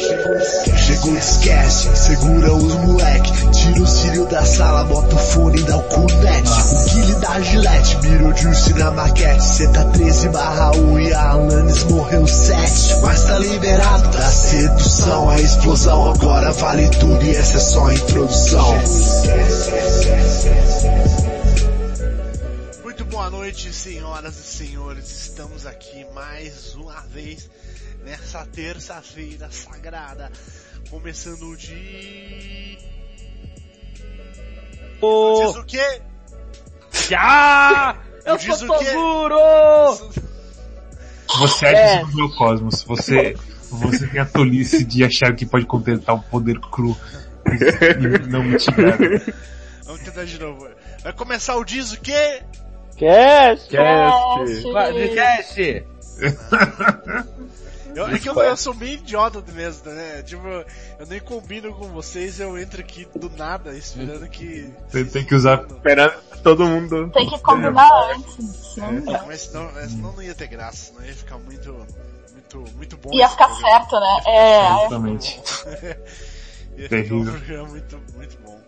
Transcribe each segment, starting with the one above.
Chegou o disquete, segura os moleque Tira o cílio da sala, bota o fone e dá o cunete O guile da gilete, mirou juice na maquete Cê tá 13 barra 1 e a Alanis morreu 7 Mas tá liberado da sedução, a explosão Agora vale tudo e essa é só a introdução Muito boa noite, senhoras e senhores. Estamos aqui mais uma vez nessa terça-feira sagrada, começando o dia. Ô, Diz o quê? já! Eu Diz sou o quê? Toguro! Você é, do meu cosmos. Você, você tem a tolice de achar que pode completar um poder cru e não mitigar. Vamos tentar de novo. Vai começar o diz o quê? Cast! Cast. Cast! Eu, é que eu, eu sou meio idiota mesmo, né? Tipo, eu nem combino com vocês, eu entro aqui do nada, esperando que. Você tem que usar- Esperando todo mundo. Tem que combinar antes. senão É, mas senão, mas senão não ia ter graça, não ia ficar muito. Muito, muito bom. Ia esse ficar programa. certo, né? É. Exatamente. Ia ficar um Terrível. programa muito, muito bom.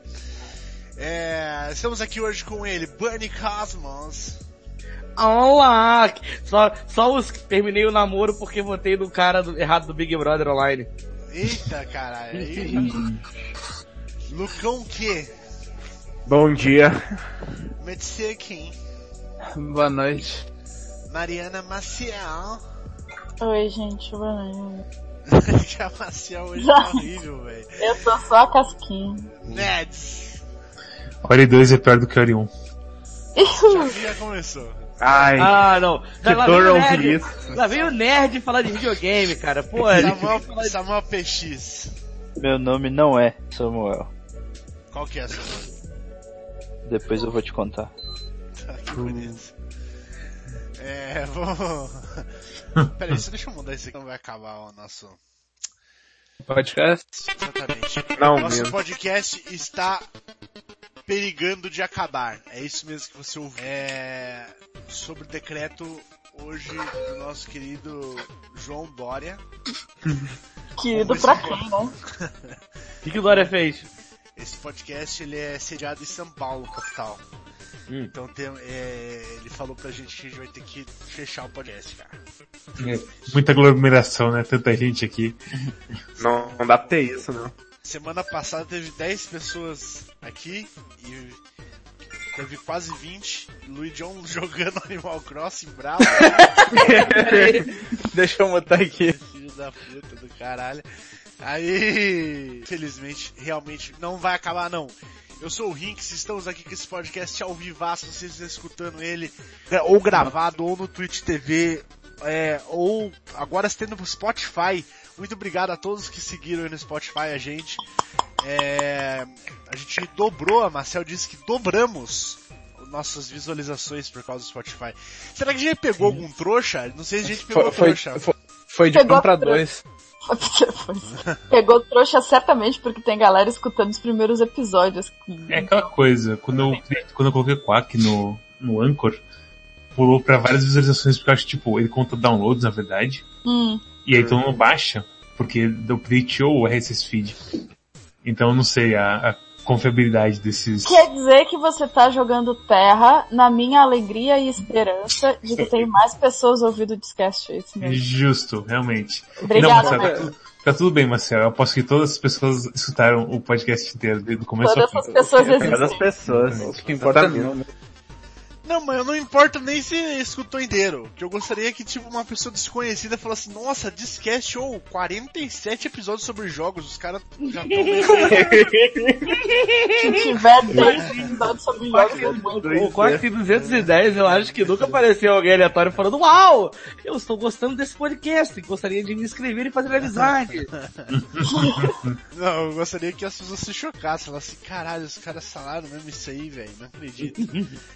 É, estamos aqui hoje com ele, Bernie Cosmos. Olá! Só, só os que terminei o namoro porque votei no cara do- errado do Big Brother Online. Eita caralho. aí- Lucão Q. Bom dia. Metsê Kim. Boa noite. Mariana Maciel. Oi, gente, boa noite. que a Maciel hoje tá horrível, velho. Eu sou só a casquinha. Neds. Ori 2 é pior do que Ori 1. Já começou. Ai, Ah, não. que lá dor é veio o ouvir nerd, isso. lá veio o nerd falar de videogame, cara. Pô, ele Samuel, Samuel PX. Meu nome não é Samuel. Qual que é, Samuel? Depois eu vou te contar. Tá, que bonito. É, vamos... Peraí, só deixa eu mudar isso aqui, não vai acabar o nosso... Podcast? Exatamente. Não, Nosso mesmo. podcast está perigando de acabar. É isso mesmo que você ouviu. É... Sobre o decreto hoje do nosso querido João Dória. Querido pra quem, né? O que, que o Dória fez? Esse podcast ele é sediado em São Paulo, capital. Hum. Então tem, é, ele falou pra gente que a gente vai ter que fechar o podcast, cara. É, Muita aglomeração, né? Tanta gente aqui. Não, não dá pra ter isso, não. Semana passada teve 10 pessoas aqui e teve quase 20. Luiz John jogando Animal Crossing bravo. Deixa eu botar aqui. Filho da puta do caralho. Aí, infelizmente, realmente não vai acabar não. Eu sou o Rinks, estamos aqui com esse podcast ao vivaço, vocês estão escutando ele, é, ou gravado, ou no Twitch TV, é, ou agora está no Spotify. Muito obrigado a todos que seguiram aí no Spotify a gente. É, a gente dobrou, a Marcel disse que dobramos nossas visualizações por causa do Spotify. Será que a gente pegou algum trouxa? Não sei se a gente pegou Foi, foi, trouxa. foi, foi de Pegou um pra a- dois. Pegou trouxa certamente porque tem galera escutando os primeiros episódios. É aquela coisa, quando eu, criei- quando eu coloquei o Quack no, no Anchor, pulou pra várias visualizações, porque eu acho, tipo, ele conta downloads, na verdade. Hum, E aí então não baixa, porque eu createou o RSS é feed. Então eu não sei a, a confiabilidade desses... Quer dizer que você tá jogando terra na minha alegria e esperança de que tem mais pessoas ouvindo o Discast. É isso mesmo. Justo, realmente. Obrigada, não, Marcelo, né? tá, tudo, tá tudo bem, Marcelo. Eu aposto que todas as pessoas escutaram o podcast inteiro, desde o começo ao Todas fim. essas pessoas Cada das existem. pessoas. O que importa é Exatamente. meu, né? Não, mas eu não importo nem se escutou inteiro. Que eu gostaria que, tipo, uma pessoa desconhecida falasse, nossa, Discast ou 47 episódios sobre jogos, os caras já estão Se tiver Tá, 10 episódios sobre jogos, eu vou. O Quack 210, eu acho que nunca apareceu alguém aleatório falando Uau! Eu estou gostando desse podcast, gostaria de me inscrever e fazer amizade. Não, eu gostaria que as pessoas se chocassem, falassem, caralho, os caras falaram mesmo isso aí, velho, não acredito.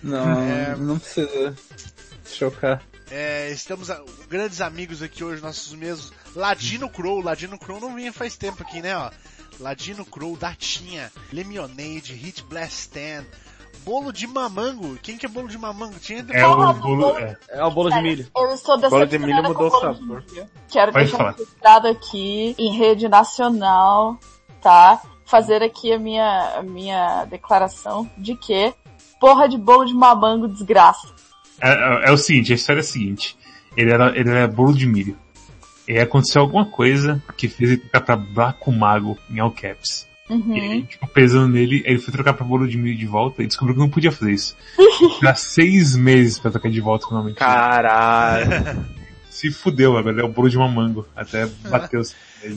Não, É. não precisa chocar. É, estamos a- grandes amigos aqui hoje, nossos mesmos. Ladino Crow, Ladino Crow não vinha faz tempo aqui, né, ó. Ladino Crow, Datinha, Lemonade, Hit Blast Stand, bolo de mamango. Quem que é bolo de mamango? Tinha É o bolo. É. É o bolo de milho. Eu estou Bola de milho decepcionada com mudou o o bolo de sabor. milho. Quero Pode deixar falar. registrado aqui em rede nacional, tá? Fazer aqui a minha, a minha declaração de que porra de bolo de mamango desgraça. É, é- é o seguinte, a história é a seguinte. Ele era, ele era bolo de milho. E aí aconteceu alguma coisa que fez ele trocar pra Black Mago em all caps. E Uhum. aí, tipo, pesando nele, aí ele foi trocar pra bolo de milho de volta e descobriu que não podia fazer isso. Dá seis meses pra trocar de volta com o nome Caralho. Se fudeu, velho. É o bolo de mamango. Até bateu.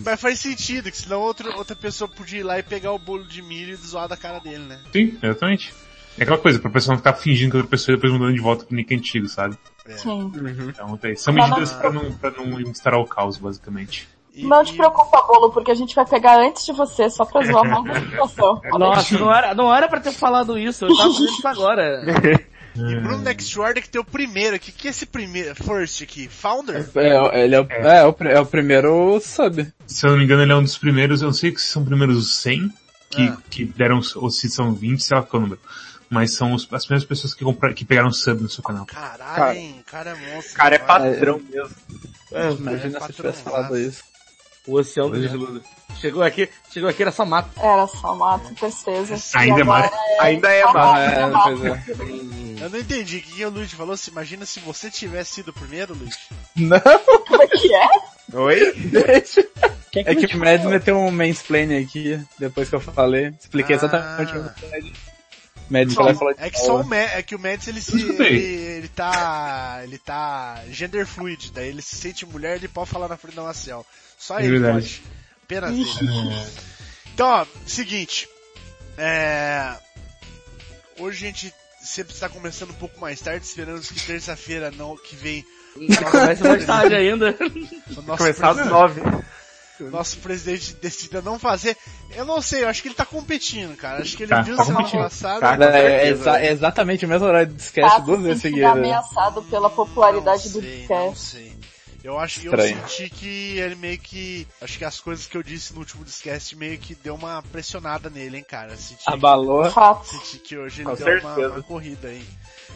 Mas faz sentido, que senão outro, outra pessoa podia ir lá e pegar o bolo de milho e zoar da cara dele, né? Sim, exatamente. É aquela coisa, pra pessoa não ficar fingindo que outra pessoa e depois mudando de volta pro nick antigo, sabe? É. Sim. Então, tem- são medidas pra não, pra não instaurar o caos, basicamente. E- Não te e- preocupa, bolo, porque a gente vai pegar antes de você, só pra zoar mais a situação. Nossa, não era, não era pra ter falado isso, eu tava fazendo isso agora. E Bruno Next Word que tem o primeiro aqui. Que é esse primeiro? First aqui? Founder? É, ele é o, é, é o, pri- é o primeiro sub. Se eu não me engano, ele é um dos primeiros, eu não sei se são os primeiros 100 que, Ah. que deram, ou se são 20, sei lá qual é o número. Mas são os- as primeiras pessoas que, compra, que pegaram sub no seu canal. Caralho, Cara- hein? O cara é monstro. O cara é mano. patrão mesmo. É, Imagina se eu tivesse falado isso. O oceano do é Geludo. Chegou aqui, chegou aqui, era só mato. Era só mato, tristeza. Ainda é mais. Ainda é Ah, mais. é, pois é. Eu não entendi. O que que o Luigi falou? Se imagina se você tivesse sido o primeiro, Luigi. Não, Como é que é? Oi? deixa. Quem É que o Mad meteu um mansplaining aqui, depois que eu falei. Expliquei Ah. exatamente o que o Mad. Mad Só- falou e falou de é que só o boa. Mads, é que o Mads ele se, Eu escutei. ele, ele tá, ele tá gender fluid, daí ele se sente mulher, ele pode falar na frente da Maciel. Só É ele verdade. pode. Apenas ele. Então, ó, seguinte, é, hoje a gente sempre está começando um pouco mais tarde, esperamos que terça-feira não, que vem Começa mais tarde ainda. o nosso Começar às programa. nove. nosso presidente decida não fazer. Eu não sei, eu acho que ele tá competindo, cara. Acho que ele Tá, viu tá semana competindo. passada. Tá, Cara, é, certeza. exa- é exatamente o mesmo horário de Tá sketch duas se vezes sentindo seguidas. né? ameaçado pela popularidade do Não sei, Discast. Não sei. Eu acho que eu Estranho. senti que ele meio que. Acho que as coisas que eu disse no último discast meio que deu uma pressionada nele, hein, cara. Assim, tipo, Eu Senti, Abalou. Fato. senti que hoje ele Com deu uma, certeza. uma corrida aí.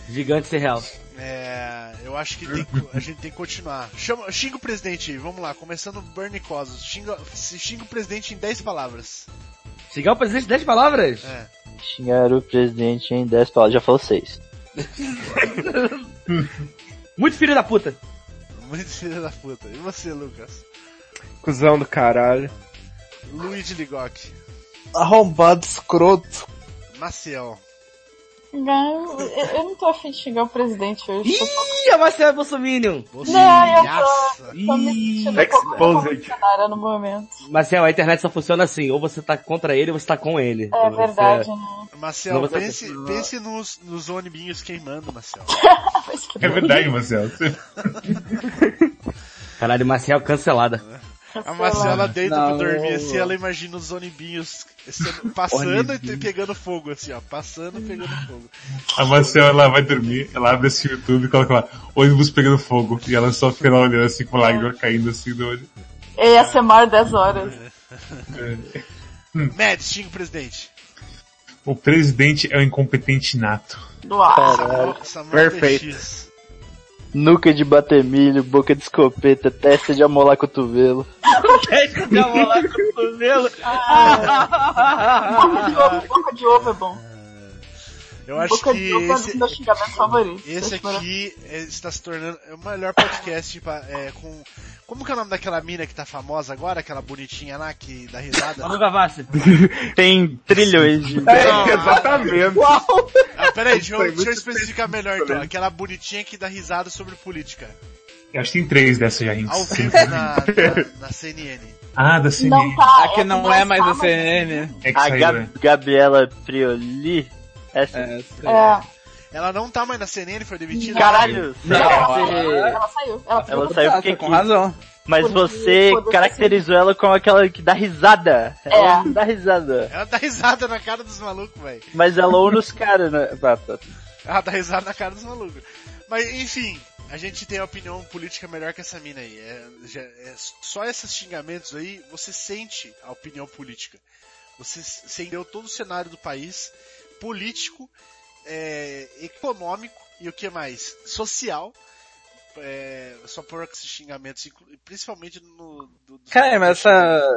Gigante real. É, eu acho que tem que- a gente tem que continuar. Chama, xinga o presidente aí, vamos lá, começando o Bernie Cosmos. Xinga, xinga o presidente em 10 palavras. Chegar o presidente, 10 palavras? É. Xingar o presidente em 10 palavras, já falou 6. Muito filho da puta. Muito filho da puta. E você, Lucas? Cusão do caralho. Luigi Ligoc. Arrombado, escroto. Maciel. Não, eu, eu não tô afim de xingar o presidente hoje. Tô, Ih, a é Marcela Bolsonaro. Você Não, eu milhaça. tô me sentindo um pouco Exposed. revolucionária no momento. Marcel, a internet só funciona assim, ou você tá contra ele ou você tá com ele. É Você- verdade, né? Maciel, Não, você- pense, pense nos, nos onibinhos queimando, Maciel. Mas que É verdade, Marcelo. Caralho, Marcel cancelada. A cancelado. Maciel, ela deita pra Não. dormir assim, ela imagina os onibinhos sendo- passando e te- pegando fogo, assim, ó. Passando e pegando fogo. A Marcel, ela vai dormir, ela abre esse YouTube e coloca lá, ônibus pegando fogo. E ela só fica lá olhando assim com lágrima Ah. caindo assim do olho. ASMR 10 horas. Hum. Mads, xinga o presidente. O presidente é um incompetente nato. Do ar. Samuel, Samuel Perfeito. PX. Nuca de bater milho, boca de escopeta, testa de amolar cotovelo. Teste de amolar cotovelo. Boca de ovo, boca de ovo é bom. Eu acho boca que de ovo é um dos esse, meus xingamentos favoritos. esse Deixa eu ver. aqui é, está se tornando é o melhor podcast tipo, é, com... Como que é o nome daquela mina que tá famosa agora? Aquela bonitinha lá que dá risada? Manu Gavassi. Tem trilhões de... É, exatamente. Ah, peraí, deixa eu, Foi deixa eu muito né? especificar melhor então. Aquela bonitinha que dá risada sobre política. Eu acho que tem três dessas já, Ao gente. vivo né? na, na, na CNN. Ah, da CNN. Não tá. Aqui não é mais a CNN. É que A saiu, né? Gab- Gabriela Prioli... Essa... É, isso aí. É, Ela não tá mais na CNN, foi demitida. Caralho, Não, ela saiu. Ela saiu. ela saiu tá, porque com quis. razão. Mas Foda-se, você foda-se. É. caracterizou ela como aquela que dá risada. Ela não dá risada. Ela dá risada na cara dos malucos, velho. Mas ela ou nos caras, né? Pá, pá. Ela dá risada na cara dos malucos. Mas, enfim, a gente tem a opinião política melhor que essa mina aí. É, já- é- só esses xingamentos aí, você sente a opinião política. Você s- você entendeu todo o cenário do país, político, é, econômico e o que mais? Social. É, só por esses xingamentos, inclu- principalmente no. do- do- Cara, mas essa. Ela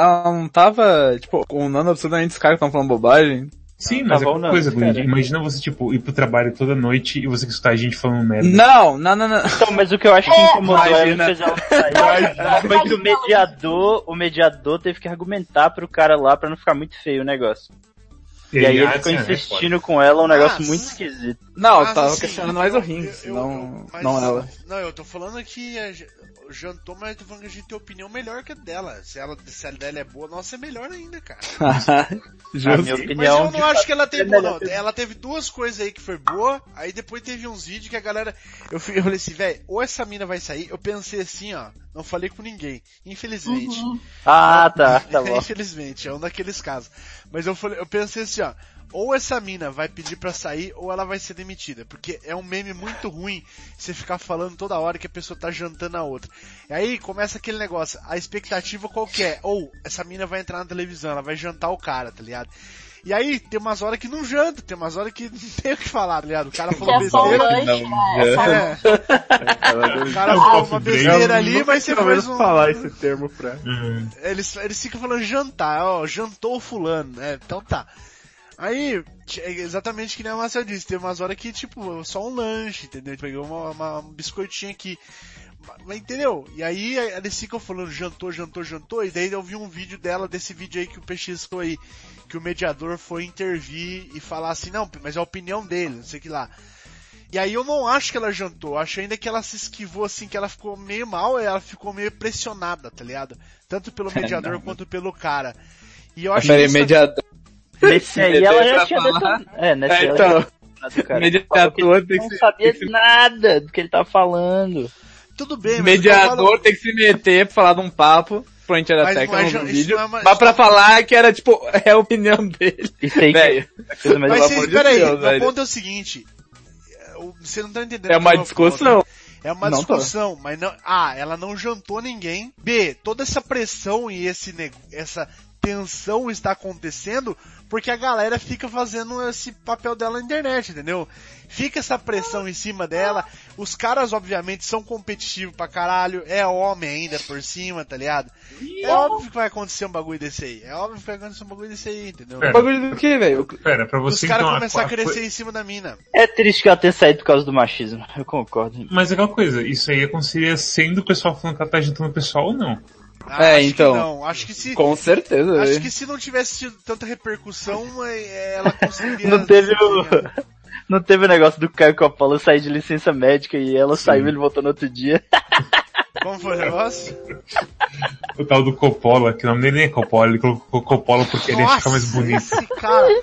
ela não tava, tipo, condenando absolutamente os caras que estão falando bobagem. Sim, Tá mas é bom, uma não, coisa, Luigi. cara. Imagina você, tipo, ir pro trabalho toda noite e você escutar gente falando merda. Não, não, não, não. Então, mas o que eu acho que incomodou Imagina. ela fez ela sair. É. Imagina. Foi que o mediador, o mediador teve que argumentar pro cara lá pra não ficar muito feio o negócio. E aí ele ah, ficou sim, é foda. insistindo com ela, um negócio Ah, muito sim. esquisito. né? Não, Ah, Mas, tava assim, questionando mais o eu- Rings, eu- não, eu- mas- não ela. Não, eu tô falando que a gen- jantou, mas eu tô falando que a gente tem opinião melhor que a dela. Se, ela, se a dela é boa, nossa, é melhor ainda, cara. Na Justo. minha Mas eu opinião, não acho que ela tem boa, não. é melhor mesmo. Ela teve duas coisas aí que foi boa, aí depois teve uns vídeos que a galera. Eu, fui- eu falei assim, velho, ou essa mina vai sair, eu pensei assim, ó, não falei com ninguém, infelizmente. Ah, tá, tá bom. Infelizmente, é um daqueles casos. Mas eu falei, eu pensei assim, ó, ou essa mina vai pedir pra sair ou ela vai ser demitida, porque é um meme muito ruim você ficar falando toda hora que a pessoa tá jantando a outra. E aí começa aquele negócio, a expectativa qual que é? Ou essa mina vai entrar na televisão, ela vai jantar o cara, tá ligado? E aí, tem umas horas que não janta, tem umas horas que não tem o que falar, tá ligado? O cara Que falou é só um besteira. lanche, né? É só um É, o cara Eu falou posso uma bem, eu besteira ali, mas você fez um, falar esse termo pra. Hum, eles, eles ficam falando jantar, ó, jantou o fulano, né? Então tá. Aí, t- é exatamente que nem a Marcel disse, teve umas horas que, tipo, só um lanche, entendeu? Pegou uma, uma- um biscoitinho aqui. Ma- Mas, entendeu? E aí eh, eles ficam falando jantou, jantou, jantou, e daí eu vi um vídeo dela, desse vídeo aí que o Peixe estou aí, que o mediador foi intervir e falar assim, não, mas é a opinião dele, não sei o que lá. E aí eu não acho que ela jantou, eu acho ainda que ela se esquivou assim, que ela ficou meio mal, ela ficou meio pressionada, tá ligado? Tanto pelo mediador quanto pelo cara. E eu acho que Peraí, isso- é mediador. Nesse aí ela já Pra tinha falar. detonado. É, nesse É, aí ela então, já tinha detonado, cara. mediador tem que Não se. sabia de nada do que ele tava falando. Tudo bem, mas eu tô Mediador falando- tem que se meter pra falar de um papo, frente da Mas- técnica mas no isso vídeo, não é uma- mas pra falar que era, tipo, é a opinião dele. Isso aí que Velho, é coisa mais Mas pelo vocês, amor de peraí, Deus, meu velho. ponto é o seguinte. é, o- Você não tá entendendo. é uma o meu ponto. discussão. É uma Não tô. discussão, mas não. A, ela não jantou ninguém. B, toda essa pressão e esse neg... essa tensão está acontecendo porque a galera fica fazendo esse papel dela na internet, entendeu? Fica essa pressão em cima dela. Os caras, obviamente, são competitivos pra caralho. É homem ainda por cima, tá ligado? É óbvio que vai acontecer um bagulho desse aí. É óbvio que vai acontecer um bagulho desse aí, entendeu? É. Bagulho do que, velho? Pera, pra Os você caras então, a- começar a a- crescer em cima da mina. É triste que ela tenha saído por causa do machismo. Eu concordo. Mas é aquela coisa, isso aí aconteceria sendo o pessoal falando que ela tá jantando o pessoal ou não. Ah, É, acho que então. não. Acho que se Com certeza, acho velho. que se não tivesse tido tanta repercussão, é, ela conseguiria. Não teve o... Não teve o negócio do Caio Coppola sair de licença médica e ela saiu e ele voltou no outro dia. Como foi o negócio? O tal do Coppola, que o nome dele nem é Coppola, ele colocou Coppola porque ele ia ficar mais bonito. esse cara.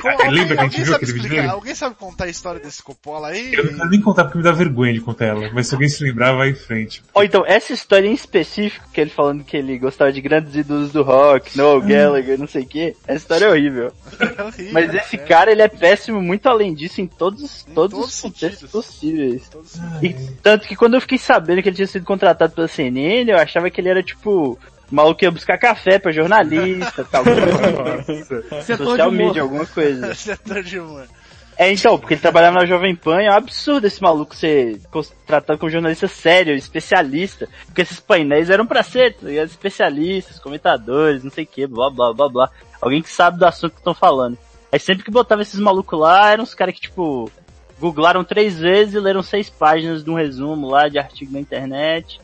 Como- Ah, lembra que a gente viu sabe aquele vídeo explicar? dele? Alguém sabe contar a história desse Coppola aí? Eu não quero nem contar porque me dá vergonha de contar ela, mas se alguém se lembrar, vai em frente. Ou então, essa história em específico, que ele falando que ele gostava de grandes ídolos do rock, Noel Hum. Gallagher, não sei o que, essa história é horrível. É horrível, Mas esse né? cara, ele é péssimo muito além disso em todos, os- Em todos todos os os contextos sentidos. possíveis. Todos- E tanto que quando eu fiquei sabendo que ele tinha sido contratado pela CNN, eu achava que ele era tipo... o Maluco que ia buscar café pra jornalista, tal, Setor de social humor. media, alguma coisa. Setor de humor. É, então, porque ele trabalhava na Jovem Pan, é um absurdo esse maluco ser contratado como jornalista sério, especialista, porque esses painéis eram pra ser, tá ligado? especialistas, comentadores, não sei o que, blá blá blá blá. Alguém que sabe do assunto que estão falando. Aí sempre que botava esses malucos lá, eram os caras que, tipo, googlaram três vezes e leram seis páginas de um resumo lá de artigo na internet.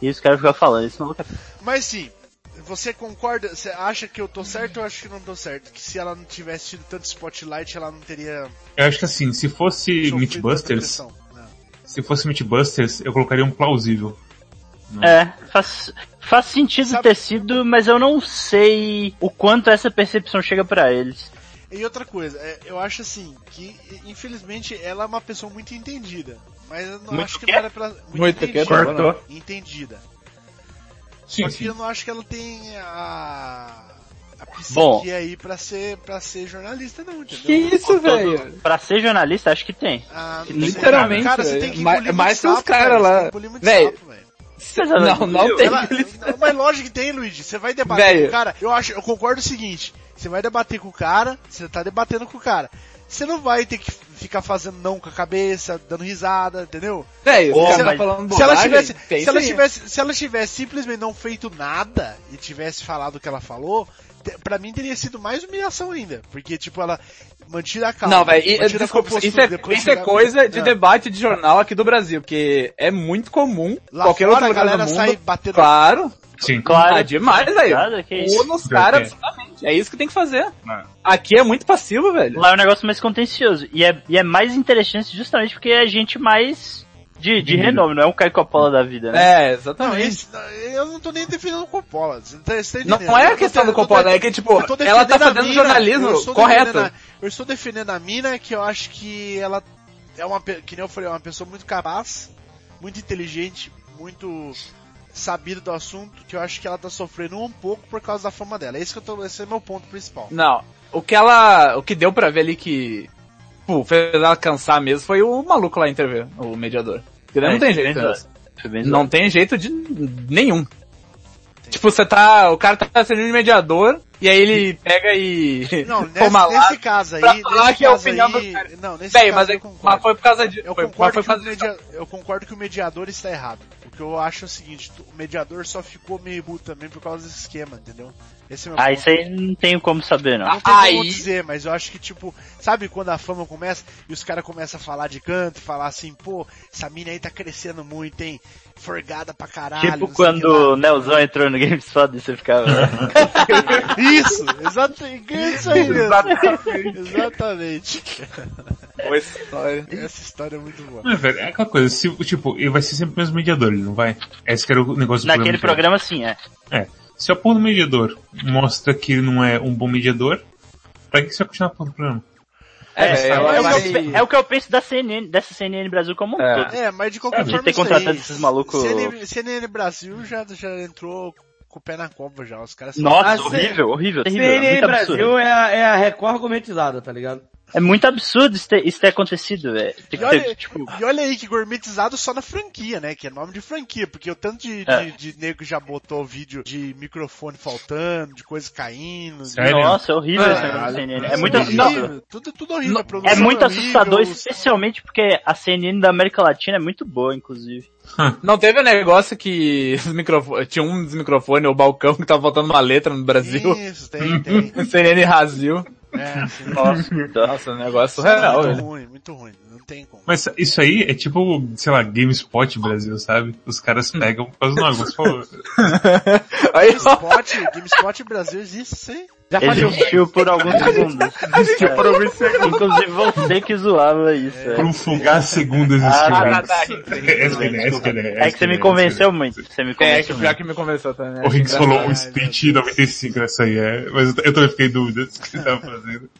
E os caras ficavam falando, esse maluco é Mas sim, você concorda? Você acha que eu tô certo ou acho que não tô certo? Que se ela não tivesse tido tanto spotlight, ela não teria. Eu acho que assim, se fosse sofrido Meatbusters, tanta pressão. Não. se fosse Meatbusters, eu colocaria um plausível. É, faz, faz sentido Sabe- ter sido, mas eu não sei o quanto essa percepção chega pra eles. E outra coisa, é, eu acho assim, que infelizmente ela é uma pessoa muito entendida. Mas eu não Muito acho que quê? não era pra. Muito quê? entendida. Cortou. Entendida. Sim, Só que sim. eu não acho que ela tem a. a psique Bom. aí é pra ser, pra ser jornalista, não, entendeu? Que isso, velho? Pra ser jornalista, acho que tem. Ah, não sei. Literalmente, Cara, você velho. tem que Ma- engolir mais muito que os sapo, caras velho, lá. você tem que engolir muito Velho, sapo, velho. Não, não tem. Ela- não, mas lógico que tem, Luigi. Você vai debater Velho. com o cara. Eu acho, eu concordo o seguinte. Você vai debater com o cara, você tá debatendo com o cara. você não vai ter que ficar fazendo não com a cabeça, dando risada, entendeu? Velho, Ô, o cara mas- tá falando se ela bobagem, tivesse, pensa se ela aí. tivesse, se ela tivesse simplesmente não feito nada e tivesse falado o que ela falou, te- pra mim teria sido mais humilhação ainda, porque tipo ela mantinha a calma. Não, velho, e- mantinha a desculpa, compostura, isso é, depois isso é chegava- coisa de Ah. debate de jornal aqui do Brasil, porque é muito comum Lá qualquer fora outro a lugar galera do mundo. sai batendo Claro, Sim. Claro. ah, demais, velho. Claro, que isso. Ou nos caras, absolutamente. É isso é que tem que fazer. Ah. Aqui é muito passivo, velho. Lá é um negócio mais contencioso. E é, e é mais interessante justamente porque é gente mais de, de Hum. renome, não é um Caio Coppola da vida, né? Uhum. É, Não, exatamente. esse, eu não tô nem defendendo o Coppola. Você não, tá, você tá Não, entendendo. não é Eu a tô questão de- do eu tô Coppola, de- é que, tipo, eu tô ela tá defendendo a fazendo mina, eu jornalismo estou correto. defendendo a- eu estou defendendo a mina que eu acho que ela é uma, pe- que nem eu falei, é uma pessoa muito capaz, muito inteligente, muito sabida do assunto, que eu acho que ela tá sofrendo um pouco por causa da fama dela. É isso que eu tô, esse é meu ponto principal. Não, o que ela. O que deu pra ver ali que. Pô, fez ela cansar mesmo foi o maluco lá intervir, o mediador. Porque daí É, não tem isso jeito, é né? verdade. Foi bem Não tem jeito de nenhum. Tipo, você tá. O cara tá sendo de mediador, e aí ele pega e. Não, nesse, toma lá. nesse caso aí, pra nesse falar que é a caso opinião aí, do cara. não, nesse Véi, caso mas, eu é- concordo. mas foi por causa de. Eu foi, concordo, mas que foi o por causa de- media- eu concordo que o mediador está errado. O que eu acho é o seguinte, o mediador só ficou meio burro também por causa desse esquema, entendeu? Esse é o meu Ah, ponto. isso aí não tenho como saber, não. Não tem como Aí- dizer, mas eu acho que, tipo, sabe quando a fama começa e os caras começam a falar de canto, falar assim, pô, essa mina aí tá crescendo muito, hein? Forgada pra caralho. não tipo sei quando o o Nelzão entrou no GameSpot e você ficava. que lá. Isso, exatamente. Isso aí mesmo. Exatamente. Boa história. Essa história é muito boa. Não, velho, é aquela coisa, se, tipo, ele vai ser sempre o mesmo mediador, ele não vai? Esse que era o negócio do Naquele programa. programa sim, é. Se a porra do mediador mostra que ele não é um bom mediador, pra que você vai continuar a porra do programa? É, É, ela é o vai- que eu pe- é o que eu penso da CNN, dessa CNN Brasil como um É. todo. É, mas de qualquer Sabe, forma. ter isso aí, contratado esses malucos- CNN, CNN Brasil já, já entrou com o pé na cova já. Os caras são- Nossa, Ah, horrível, horrível, terrível. É CNN muito absurdo. Brasil é a, é a Record gourmetizada, tá ligado? É muito absurdo isso ter, isso ter acontecido, velho. Tem E que olha, ter, tipo, e olha aí que gourmetizado só na franquia, né? Que é nome de franquia, porque o tanto de, É. de, de nego que já botou vídeo de microfone faltando, de coisa caindo. de- Sério? nossa, é horrível esse Caralho. negócio da CNN. É Tudo muito horrível, assustador. Tudo, tudo horrível. a É produção muito horrível, assustador, os- especialmente porque a CNN da América Latina é muito boa, inclusive. Não teve um negócio que os microfo- tinha um dos microfones, o balcão, que tava faltando uma letra no Brasil. Isso, tem, tem. CNN Brasil. É, assim, Nossa, Nossa, um negócio surreal, muito velho. ruim, muito ruim. Não tem como. Mas isso aí é tipo, sei lá, GameSpot Brasil, sabe? Os caras pegam por causa do negócio. pô, Aí, ó, GameSpot, GameSpot Brasil existe, sim. Já falhou. existiu por alguns segundos. Inclusive você que zoava isso, É. é. Por velho. um fugar segundo Ah, esses tá, tá, caras. tá, Rinks, Rinks, É né? SPN, Rinks, SPN, É que você me convenceu muito. Você me É, que convenceu o pior muito. que me convenceu também. O Rinks rolou um Ai, split 95 nessa aí, é. Mas eu, eu também fiquei em dúvida do que ele tava fazendo.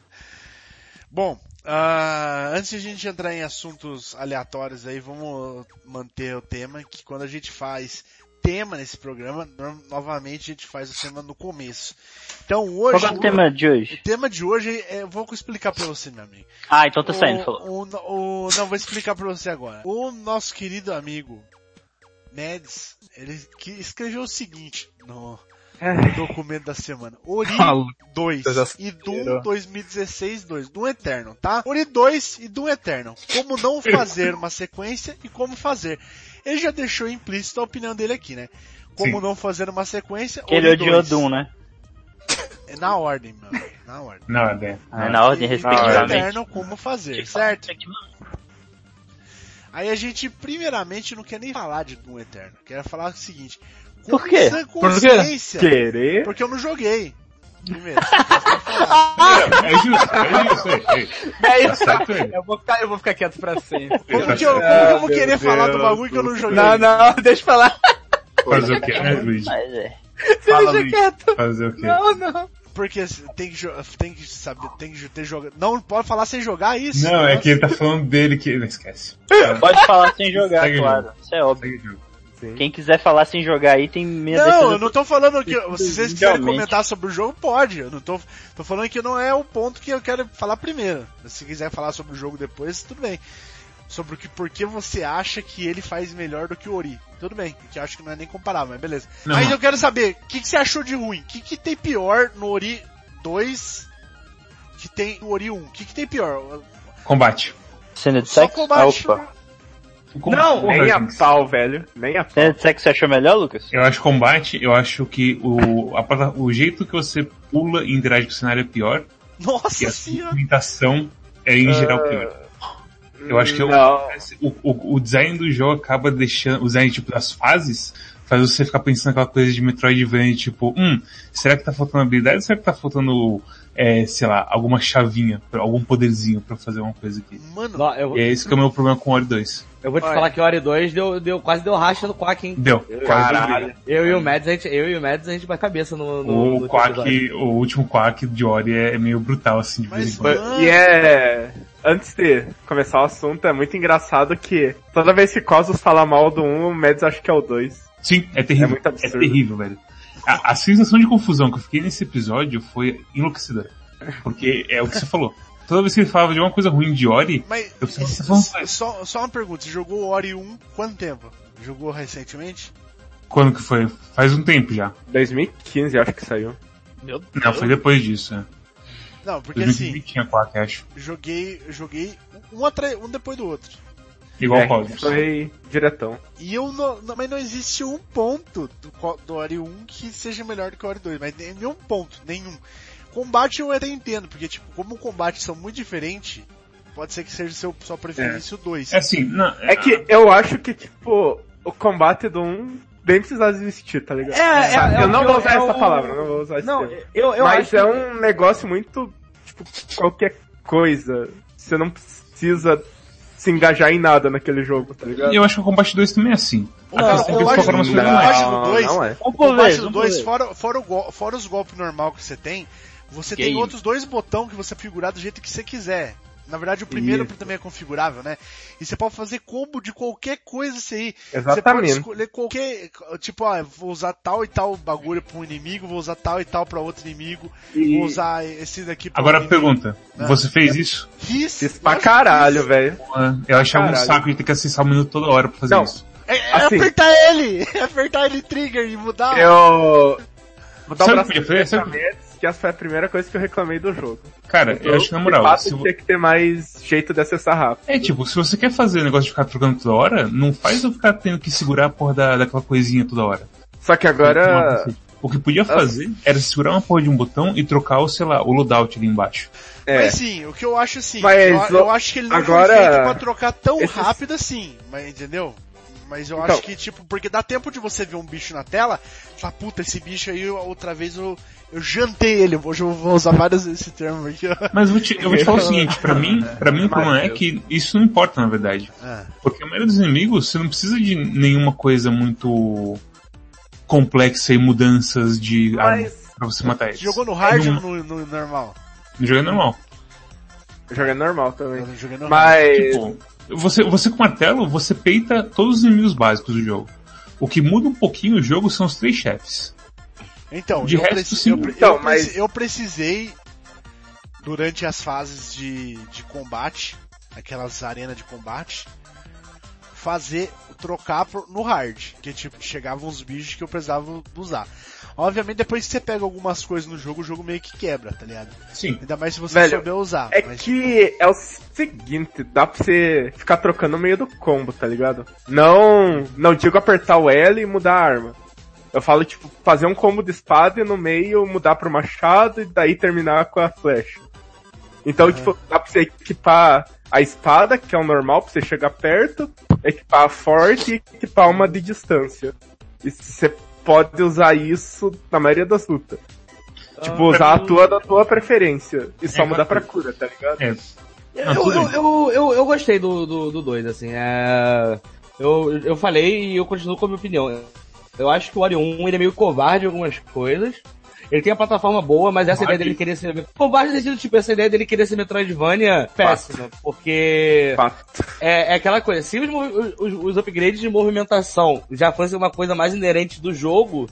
Bom, ah, antes de a gente entrar em assuntos aleatórios aí, vamos manter o tema, que quando a gente faz tema nesse programa, no- novamente a gente faz o tema no começo. Então Qual hoje, que é o tema de hoje? o tema de hoje, é, eu vou explicar pra você, meu amigo. Ah, então tá saindo, O- falou. o- o- não, vou explicar pra você agora. O nosso querido amigo Mads, ele que escreveu o seguinte no documento da semana. Ori 2 Eu já e Doom tirou. 2016 2. Doom Eterno, tá? Ori 2 e Doom Eterno. Como não fazer uma sequência e como fazer. Ele já deixou implícito a opinião dele aqui, né? Como Sim. não fazer uma sequência Que ele odiou 2. Doom, né? É na ordem, mano. Na ordem. Não, é. É na ordem, E- e Doom respectivamente. Eterno, como fazer, certo? Aí a gente, primeiramente, não quer nem falar de Doom Eterno. Quer falar o seguinte. com Por quê? sã Por quê? consciência, Querer? Porque eu não joguei. Primeiro. É justo, é justo. É, é. É Tá isso. certo ele. Eu vou ficar, eu vou ficar quieto pra sempre. Como, que eu, Tá como, como meu querer Deus falar do bagulho que eu não joguei? Não, não, deixa eu falar. Fazer o quê, né, Luigi? Mas é. Fala, deixa Luigi. quieto. Fazer o quê? Não, não. Porque tem que, jo- tem que saber, tem que ter jogado. Não pode falar sem jogar isso. Não, é que ele tá falando dele que. Não esquece. Pode falar sem jogar, Segue o claro. Isso é óbvio. Segue o jogo. Quem quiser falar sem jogar aí tem minha Não, defesa. eu não tô falando que. Se vocês quiserem Realmente. comentar sobre o jogo, pode. Eu não tô. Tô falando que não é o ponto que eu quero falar primeiro. Se quiser falar sobre o jogo depois, tudo bem. Sobre o que por que você acha que ele faz melhor do que o Ori. Tudo bem, que eu acho que não é nem comparável, mas beleza. Não, mas não. eu quero saber, o que, que você achou de ruim? O que, que tem pior no Ori 2 que tem o Ori 1. O que, que tem pior? Combate. Cena de Só sexo? Ah, combate. Opa. né? assim? Não, Porra, nem a Jinx. pau, velho. Nem a pau. Cena de sexo você achou melhor, Lucas? Eu acho combate, eu acho que o, a plata- o jeito que você pula e interage com o cenário é pior, e Nossa a senhora! movimentação é em geral pior. Eu acho que eu- Ah, Não. O, o, o design do jogo acaba deixando, o design tipo, das fases, faz você ficar pensando aquela coisa de Metroidvania, tipo, hum, será que tá faltando habilidade ou será que tá faltando, é, sei lá, alguma chavinha, algum poderzinho pra fazer uma coisa aqui? Mano, Não, eu, E é esse que é o meu problema com o Ori 2. eu vou te Olha. falar que o Ori 2 deu, deu, quase deu racha no Quack, hein? Deu. Caralho. Eu e o Mads, a gente, eu e o Mads, a gente bate cabeça no, no, no O último episódio. quack, o último quack de Ori é, é meio brutal, assim, de vez mas em quando. Ah. mano, E é. Antes de começar o assunto, é muito engraçado que toda vez que Cosmos fala mal do 1, o Mads acha que é o 2. Sim, é terrível. É É, muito absurdo. terrível, velho. A, a sensação de confusão que eu fiquei nesse episódio foi enlouquecedora. Porque é o que você falou. Toda vez que ele falava de uma coisa ruim de Ori, mas Eu "Tá preciso s- de vontade. s- só, só uma pergunta, você jogou o Ori 1 quanto tempo? Jogou recentemente? quando que foi? Faz um tempo já. 2015, eu acho que saiu. Meu Deus. Não, foi depois disso, né? Não, porque assim, 2015 tinha quack, acho. joguei, joguei um, atrás- um depois do outro. Igual É, o Cosmos. Foi diretão. E eu não, não- mas não existe um ponto do, co- do Ori 1 que seja melhor do que o Ori 2, mas nem- nenhum ponto, nenhum. Combate eu até entendo, porque tipo, como o combate são muito diferentes, pode ser que seja seu sua preferência o 2. É assim, não, É que eu acho que, tipo, o combate do 1 nem precisava existir, tá ligado? É, é, Sabe? é eu o não que vou eu- usar é essa o- palavra, não vou usar esse Não, termo. eu, eu Mas acho é um negócio muito. Tipo, qualquer coisa. Você não precisa se engajar em nada naquele jogo, tá ligado? eu acho que o Combate 2 também é assim. Não, Até assim, eu eles acho focaram umas que coisas não. mais. do dois- não é. Vamos O por combate vez, do vamos 2, por vez. fora, fora, o go- fora os golpes normal que você tem, você Que tem isso. outros dois botão que você configurar do jeito que você quiser. Na verdade, o primeiro também é configurável, né? E você pode fazer combo de qualquer coisa isso aí. Você pode Exatamente. escolher qualquer. Tipo, ah, vou usar tal e tal bagulho pra um inimigo, vou usar tal e tal pra outro inimigo, vou usar esse daqui pra Agora um a pergunta, Não. você fez isso? Fiz, Isso pra lógico que caralho, fiz. velho. Porra, Eu achava um Caralho. saco de ter que acessar o menu toda hora pra fazer Não. isso. É, é Assim. apertar ele! É apertar ele trigger e mudar. Eu. Vou dar um Sabe o braço que eu podia fazer? Sabe- Mads, que essa foi a primeira coisa que eu reclamei do jogo. Cara, eu acho que na De moral, fato, se, vo- tinha que ter mais jeito de acessar rápido. É, tipo, se você quer fazer o negócio de ficar trocando toda hora, não faz eu ficar tendo que segurar a porra da, daquela coisinha toda hora. Só que agora. Ah. O que podia fazer era segurar uma porra de um botão e trocar o, sei lá, o loadout ali embaixo. É. Mas sim, o que eu acho assim, Mas eu, eu o- acho que ele não agora- foi feito pra trocar tão esses- rápido assim, mas entendeu? Mas eu Então. acho que, tipo, porque dá tempo de você ver um bicho na tela, falar, puta, esse bicho aí, eu- outra vez eu, eu jantei ele, hoje eu vou usar vários esse termo aqui, ó. Mas vou te- eu vou te falar o seguinte, pra mim, pra mim o problema é que isso não importa, na verdade. Ah. Porque a maioria dos inimigos, você não precisa de nenhuma coisa muito complexa e mudanças de arma Mas. pra você matar eles. Você jogou no hard É ou num- no, no normal? Jogo é normal. Joga normal também. Eu joguei no hard. Mas. Tipo, você, você com martelo, você peita todos os inimigos básicos do jogo. O que muda um pouquinho o jogo são os três chefes. Então, de eu, resto, preci- sim. eu pre- Então, eu preci- mas- eu precisei, durante as fases de, de combate, aquelas arenas de combate, fazer, trocar por- no hard, que tipo, chegavam uns bichos que eu precisava usar. Obviamente, depois que você pega algumas coisas no jogo, o jogo meio que quebra, tá ligado? Sim. Ainda mais se você Velho, souber usar. É mas- tipo- que é o seguinte, dá pra você ficar trocando no meio do combo, tá ligado? Não, não digo apertar o L e mudar a arma. Eu falo, tipo, fazer um combo de espada e no meio mudar pro machado e daí terminar com a flecha. Então, tipo, dá pra você equipar a espada, que é o normal pra você chegar perto, equipar a forte e equipar uma de distância. E você pode usar isso na maioria das lutas. Tipo, Ah, usar a tua da tua preferência. E só Ah, É, mudar pra bacana. cura, tá ligado? É, Ah, Eu, tudo eu, bem. eu, eu, eu gostei do 2, do, do dois, assim. É... Eu, eu falei e eu continuo com a minha opinião. Eu acho que o Ori 1 ele é meio covarde em algumas coisas. Ele tem a plataforma boa, mas essa Covarde? ideia dele querer ser. Covarde no sentido, tipo, essa ideia dele querer ser Metroidvania, péssima. Porque. Fato. É, é aquela coisa, se os, movi- os- os upgrades de movimentação já fossem uma coisa mais inerente do jogo,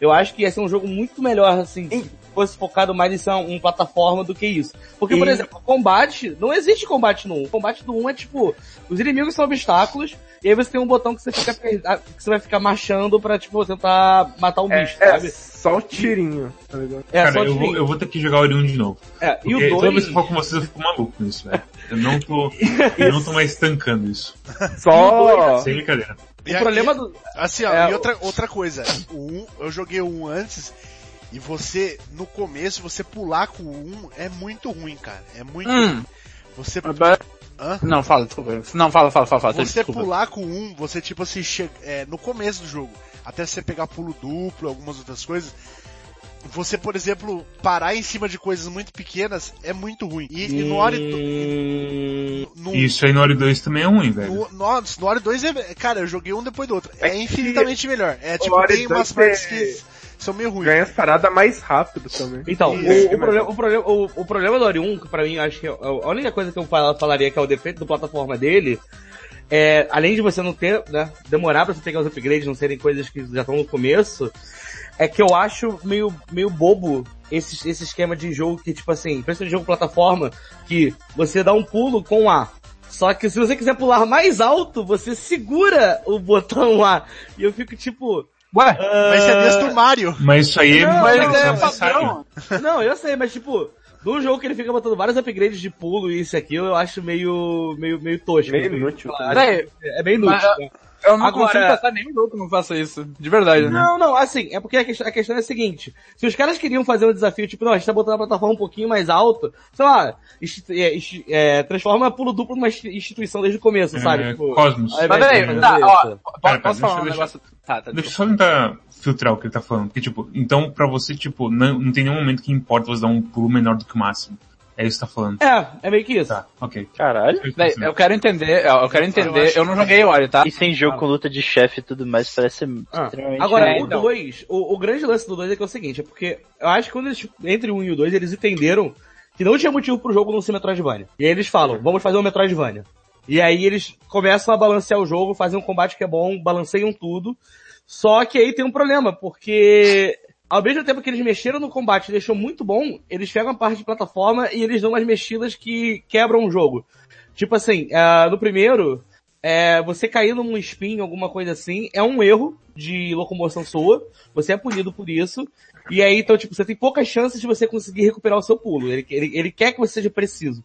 eu acho que ia ser um jogo muito melhor, assim. fosse focado mais em ser um plataforma do que isso. Porque, por exemplo, combate, não existe combate no 1. Combate do 1 é tipo, os inimigos são obstáculos, e aí você tem um botão que você fica per- ah, que você vai ficar marchando pra, tipo, tentar matar um bicho, É, sabe? só o tirinho, tá ligado? É, Cara, só eu tipo, vou, eu vou ter que jogar Orion de novo. é, e Porque o toda vez que eu 2... falo com vocês, eu fico maluco nisso, velho. Eu não tô, eu não tô mais tancando isso. Só. Sem brincadeira. E O aqui- problema do... Assim, ó, É, e outra, outra coisa, o 1, eu joguei o 1 antes, e você, no começo, você pular com o 1 é muito ruim, cara. É muito Hum. Você, Hã? Não, fala, desculpa. Não, fala, fala, fala, fala. você desculpa. pular com o 1, você tipo assim, chega, é, no começo do jogo, até você pegar pulo duplo, algumas outras coisas, você, por exemplo, parar em cima de coisas muito pequenas é muito ruim. E, e no Ori... do- Hum, No, E isso aí no Ori 2 também é ruim, velho. No, nossa, no Ori 2 é. Cara, eu joguei um depois do outro. É, infinitamente melhor. É tipo, Ori tem umas 2 partes é- que são meio ruins. Ganha as paradas mais rápido também. Então, Isso, é o, que o, problema, o, problema, o, o problema do Ori 1, que pra mim eu acho que é a única coisa que eu fal- falaria que é o defeito da plataforma dele, é, além de você não ter, né, demorar pra você pegar os upgrades, não serem coisas que já estão no começo, é que eu acho meio, meio bobo esse, esse esquema de jogo que, tipo assim, pensa de jogo plataforma, que você dá um pulo com A. Só que se você quiser pular mais alto, você segura o botão A. E eu fico tipo... Ué, Mas é ah, desde o Mario. Mas isso aí é Não, muito mas é necessário. padrão. Não, eu sei, mas tipo, num jogo que ele fica botando vários upgrades de pulo e isso e aquilo, eu acho meio, meio, meio tosco. Meio inútil. também. peraí, É bem inútil. Mas- né? eu não Agora- consigo passar nenhum jogo que não faça isso. De verdade, né? Não, não, assim, é porque a questão, a questão é a seguinte, se os caras queriam fazer um desafio, tipo, não, a gente tá botando a plataforma um pouquinho mais alto, sei lá, insti- é, insti- é, transforma pulo duplo numa insti- instituição desde o começo, sabe? É, Tipo, Cosmos. aí vai- Mas peraí, vai tá, fazer ó, isso. po- Pera, pera, posso falar um deixa eu negócio? Tá, Deixa tá, eu desculpa. só tentar filtrar o que ele tá falando. Porque, tipo, então pra você, tipo, não, não tem nenhum momento que importa você dar um pulo menor do que o máximo. É isso que tá falando. É, é meio que isso. Tá, ok. Caralho. Véi, eu quero entender, ó, eu quero entender, eu, acho não joguei o Ori, tá? E sem jogo com luta de chefe e tudo mais, parece ser Ah, extremamente... Agora, É, o então. 2, o, o grande lance do 2 é que é o seguinte, é porque eu acho que quando eles, tipo, entre o 1 e o 2, eles entenderam que não tinha motivo pro jogo não ser Metroidvania. E aí eles falam, vamos fazer um Metroidvania. E aí eles começam a balancear o jogo, fazem um combate que é bom, balanceiam tudo. Só que aí tem um problema, porque ao mesmo tempo que eles mexeram no combate e deixou muito bom, eles pegam a parte de plataforma e eles dão umas mexidas que quebram o jogo. Tipo assim, ah, no primeiro, é, você cair num espinho, alguma coisa assim, é um erro de locomoção sua, você é punido por isso, e aí então, tipo, você tem poucas chances de você conseguir recuperar o seu pulo, ele, ele, ele quer que você seja preciso.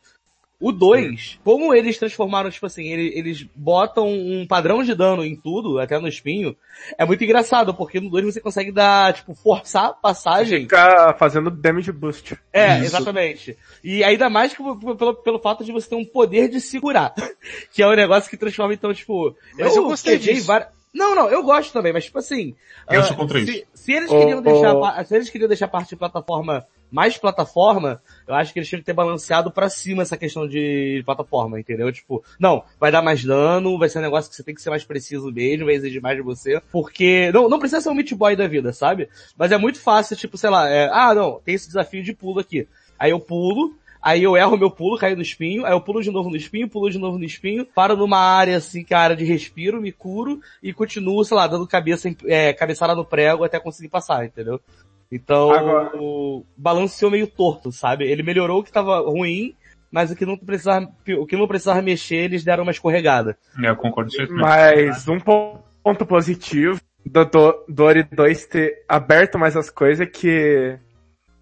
O 2, como eles transformaram, tipo assim, ele- eles botam um padrão de dano em tudo, até no espinho, é muito engraçado, porque no 2 você consegue dar, tipo, forçar a passagem Fica fazendo damage boost. é, Isso. exatamente. E ainda mais que p- p- pelo, pelo fato de você ter um poder de segurar. Que é um negócio que transforma, então, tipo... Mas eu gostei peguei disso. vari- Não, não, eu gosto também, mas tipo assim... Eu ah, sou contra isso. se, se eles Ô, queriam deixar, ô. a pa- se eles queriam deixar a parte de plataforma mais plataforma, eu acho que eles tinham que ter balanceado pra cima essa questão de plataforma, entendeu? Tipo, não, vai dar mais dano, vai ser um negócio que você tem que ser mais preciso mesmo, vai exigir mais de você, porque não, não precisa ser um meat boy da vida, sabe? Mas é muito fácil, tipo, sei lá, é, ah, não, tem esse desafio de pulo aqui. Aí eu pulo, aí eu erro meu pulo, caio no espinho, aí eu pulo de novo no espinho, pulo de novo no espinho, paro numa área assim que é a área de respiro, me curo e continuo, sei lá, dando cabeça, em- é, cabeçada no prego até conseguir passar, entendeu? Então, Agora- o balanceou meio torto, sabe? Ele melhorou o que tava ruim, mas o que não precisava, o que não precisava mexer, eles deram uma escorregada. É, eu concordo com isso. mesmo. Mas um po- ponto positivo do, do, do Ori 2 ter aberto mais as coisas é que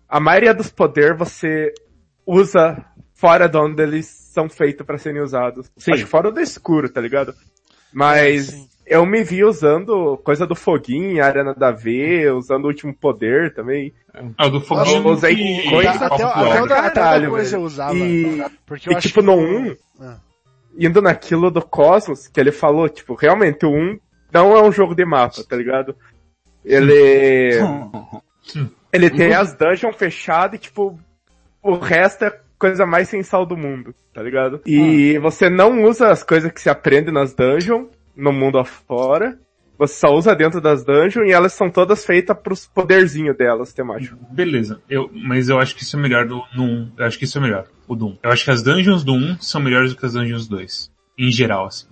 a maioria dos poderes você usa fora de onde eles são feitos pra serem usados. Sim. Acho que fora do escuro, tá ligado? Mas Sim. eu me vi usando coisa do foguinho, a arena da V, usando o último poder também. Ah, o do foguinho. Eu usei que- coisa que- tá Até, até, popular. até o da- até Caralho, da coisa velho. eu usava. tá E- porque eu E acho tipo, que- no 1, Ah. indo naquilo do Cosmos, que ele falou, tipo, realmente o 1 não é um jogo de mapa, tá ligado? Ele. ele tem as dungeons fechadas e, tipo, o resto é a coisa mais sem sal do mundo, tá ligado? E você não usa as coisas que se aprende nas dungeons, no mundo afora. Você só usa dentro das dungeons e elas são todas feitas pros poderzinhos delas, temático. Beleza, eu, mas eu acho que isso é melhor do no 1. Eu acho que isso é melhor, o do 1. Eu acho que as dungeons do 1 são melhores do que as dungeons 2. Em geral, assim.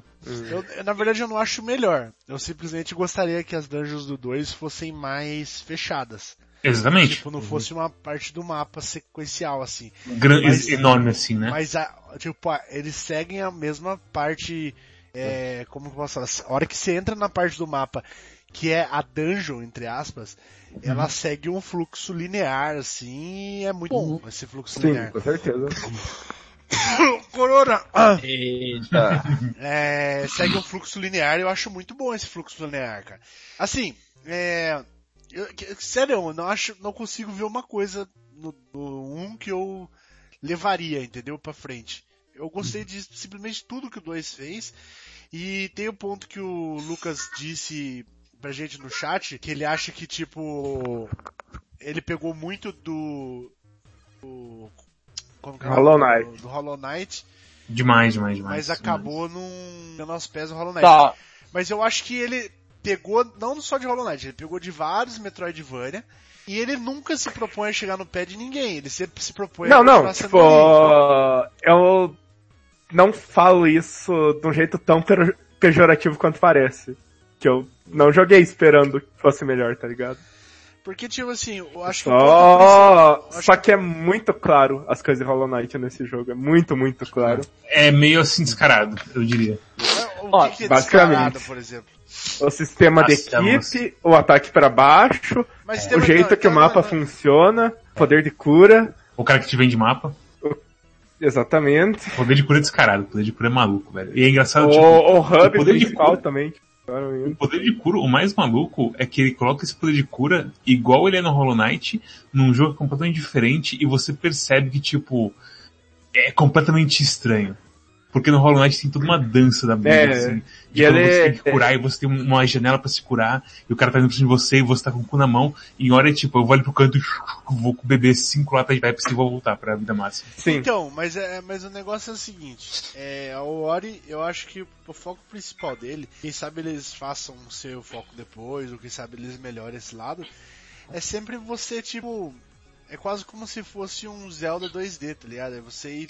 Eu, eu, na verdade, eu não acho melhor. Eu simplesmente gostaria que as dungeons do 2 fossem mais fechadas. Exatamente. Tipo, não fosse uma parte do mapa sequencial, assim. Gran- Mas- enorme assim, né? Mas, a, tipo, a- eles seguem a mesma parte. É, como que eu posso falar? A hora que você entra na parte do mapa que é a dungeon, entre aspas, Uhum. ela segue um fluxo linear, assim, e é muito bom esse fluxo Sim, linear. com certeza. Corona! Ah! Eita. É, segue um fluxo linear e eu acho muito bom esse fluxo linear, cara. Assim, é, eu- que- sério, eu não, acho, não consigo ver uma coisa no, no 1 que eu levaria, entendeu? Pra frente. Eu Uhum. gostei de simplesmente tudo que o 2 fez. E tem o ponto que o Lucas disse pra gente no chat, que ele acha que, tipo, ele pegou muito do. do como que é o Hollow nome? Knight. Do Hollow Knight. Demais, demais, demais. Mas acabou num. No nosso pés no Hollow Knight. Tá, Mas eu acho que ele pegou, não só de Hollow Knight, ele pegou de vários Metroidvania. E ele nunca se propõe a chegar no pé de ninguém. Ele sempre se propõe a Não, não, continuar sendo um tipo, ruim. eu não falo isso de um jeito tão pero- pejorativo quanto parece. Que eu não joguei esperando que fosse melhor, tá ligado? Porque, tipo assim, eu acho que. o ponto Só, acho só que é muito claro as coisas de Hollow Knight nesse jogo. É muito, muito claro. É meio assim descarado, eu diria. principal- o Ó, que que é basicamente. disparado, por exemplo. O sistema de Nossa, é moça. equipe, o ataque pra baixo, Mas tem o uma- jeito não, que o não, mapa não, funciona, poder de cura, O cara que te vende mapa, exatamente. poder de cura é descarado, poder de cura é maluco, velho. E é engraçado, O, tipo, o hub o poder de principal cura. também. tipo, claramente. o poder de cura, o mais maluco é que ele coloca esse poder de cura igual ele é no Hollow Knight, num jogo completamente diferente, e você percebe que, tipo, é completamente estranho. Porque no Hollow Knight tem toda uma dança da bunda, É, assim. e De quando ele- é- você tem que curar e você tem uma janela pra se curar, e o cara tá indo pra cima de você e você tá com o cu na mão, e hora é tipo, eu vou ali pro canto e vou beber cinco latas de Pepsi e vou voltar pra vida máxima. Sim. Então, mas, é, mas o negócio é o seguinte, é, o Ori, eu acho que o foco principal dele, quem sabe eles façam o seu foco depois, ou quem sabe eles melhorem esse lado, é sempre você, tipo, é quase como se fosse um Zelda 2D, tá ligado? É você ir,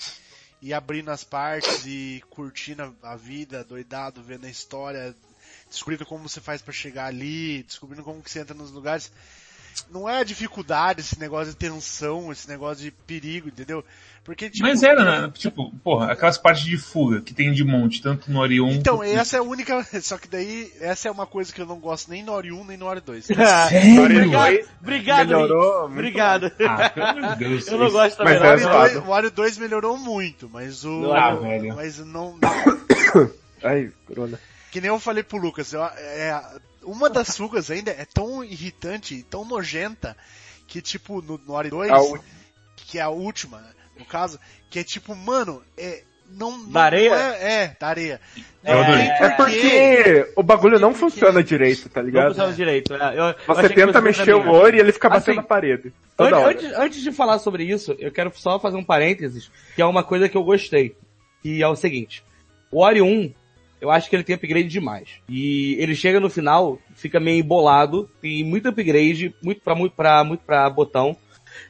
ir abrindo as partes e curtindo a, a vida, doidado, vendo a história, descobrindo como você faz pra chegar ali, descobrindo como que você entra nos lugares. Não é a dificuldade, esse negócio de tensão, esse negócio de perigo, entendeu? Porque, tipo, Mas era, né? Tipo, porra, aquelas partes de fuga que tem de monte, tanto no Orion. Então, quanto- essa é a única. Só que daí, essa é uma coisa que eu não gosto nem no Ori 1 nem no Ori 2. Sério? Obrigado, Ah, obrigado, Melhorou Rick. muito. Obrigado. Ah, pelo amor de Deus. Eu não gosto também. Mas é O não. Ori zoado. dois- o Ori 2 melhorou muito, mas o. Ah, velho. Mas não. então. Ai, corona. Que nem eu falei pro Lucas, eu- é, uma das fugas ainda é tão irritante, tão nojenta, que tipo, no, no Ori 2, A última. que é a última, né, no caso, que é tipo, mano, é. Não, não- Da areia? não é, é, da areia. Eu adorei. É porque o bagulho não funciona direito, tá Não ligado? precisava direito. é. Eu- eu achei Você que tenta você mexer também, o né? olho e ele fica batendo Assim, na parede. Toda Antes, hora. antes, antes de falar sobre isso, eu quero só fazer um parênteses, que é uma coisa que eu gostei. E é o seguinte. O Ori 1, eu acho que ele tem upgrade demais. E ele chega no final, fica meio embolado, tem muito upgrade, muito pra, muito pra, muito pra botão.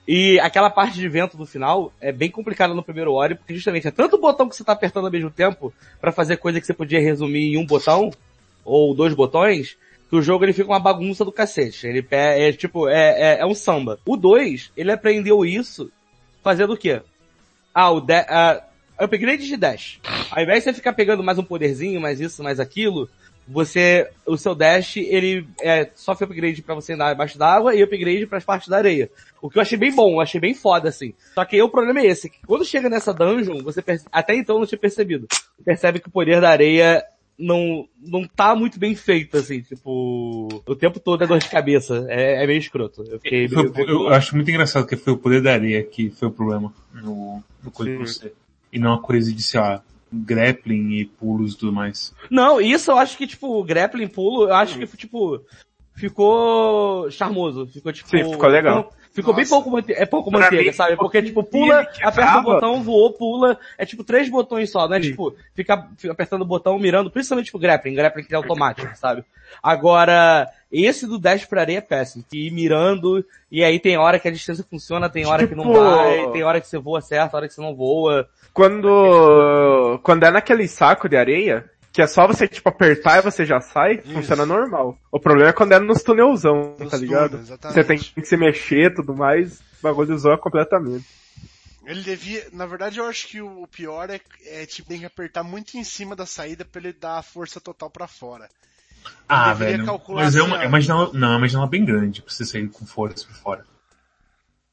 E aquela parte de vento do final é bem complicada no primeiro Ori, porque justamente é tanto botão que você tá apertando ao mesmo tempo, pra fazer coisa que você podia resumir em um botão, ou dois botões, que o jogo ele fica uma bagunça do cacete. Ele é, é tipo, é, é, é um samba. O 2, ele aprendeu isso fazendo o quê? Ah, o de, ah, upgrade de dash. Ao invés de você ficar pegando mais um poderzinho, mais isso, mais aquilo, você, o seu dash, ele é, sofre upgrade pra você andar embaixo d'água e upgrade para as partes da areia. O que eu achei bem bom, eu achei bem foda, assim. Só que aí o problema é esse, que quando chega nessa dungeon, você perce- até então eu não tinha percebido. Percebe que o poder da areia não, não tá muito bem feito, assim, tipo, o tempo todo é dor de cabeça, é, é meio escroto. Eu fiquei Foi meio... o- eu acho muito engraçado que foi o poder da areia que foi o problema no, no coisa Sim. de você. E não a coisa de, sei lá, grappling e pulos e tudo mais. Não, isso eu acho que, tipo, o grappling pulo, eu acho que, tipo, ficou charmoso. Ficou, tipo... Sim, ficou legal. Ficou, ficou bem Nossa. pouco mante é pouco Pra manteiga, mim, sabe? Porque, o tipo, que pula, me aperta quebrava- o botão, voou, pula. É tipo três botões só, né? Sim. Tipo, fica, fica apertando o botão, mirando, principalmente pro grappling, grappling que é automático, sabe? Agora, esse do dash pra areia é péssimo, que ir mirando, e aí tem hora que a distância funciona, tem hora que não Tipo- vai, tem hora que você voa certo, hora que você não voa. Quando, quando é naquele saco de areia, que é só você, tipo, apertar e você já sai, funciona normal. O problema é quando é nos tunelzão, Nos tá ligado? túneis, exatamente. você tem que se mexer e tudo mais, o bagulho zoa completamente. Ele devia. Na verdade, eu acho que o pior é, é tipo, tem que apertar muito em cima da saída pra ele dar a força total pra fora. Ah, deveria velho. calcular Mas é uma, assim, ó. é uma janela, não, é uma janela bem grande pra você sair com força pra fora.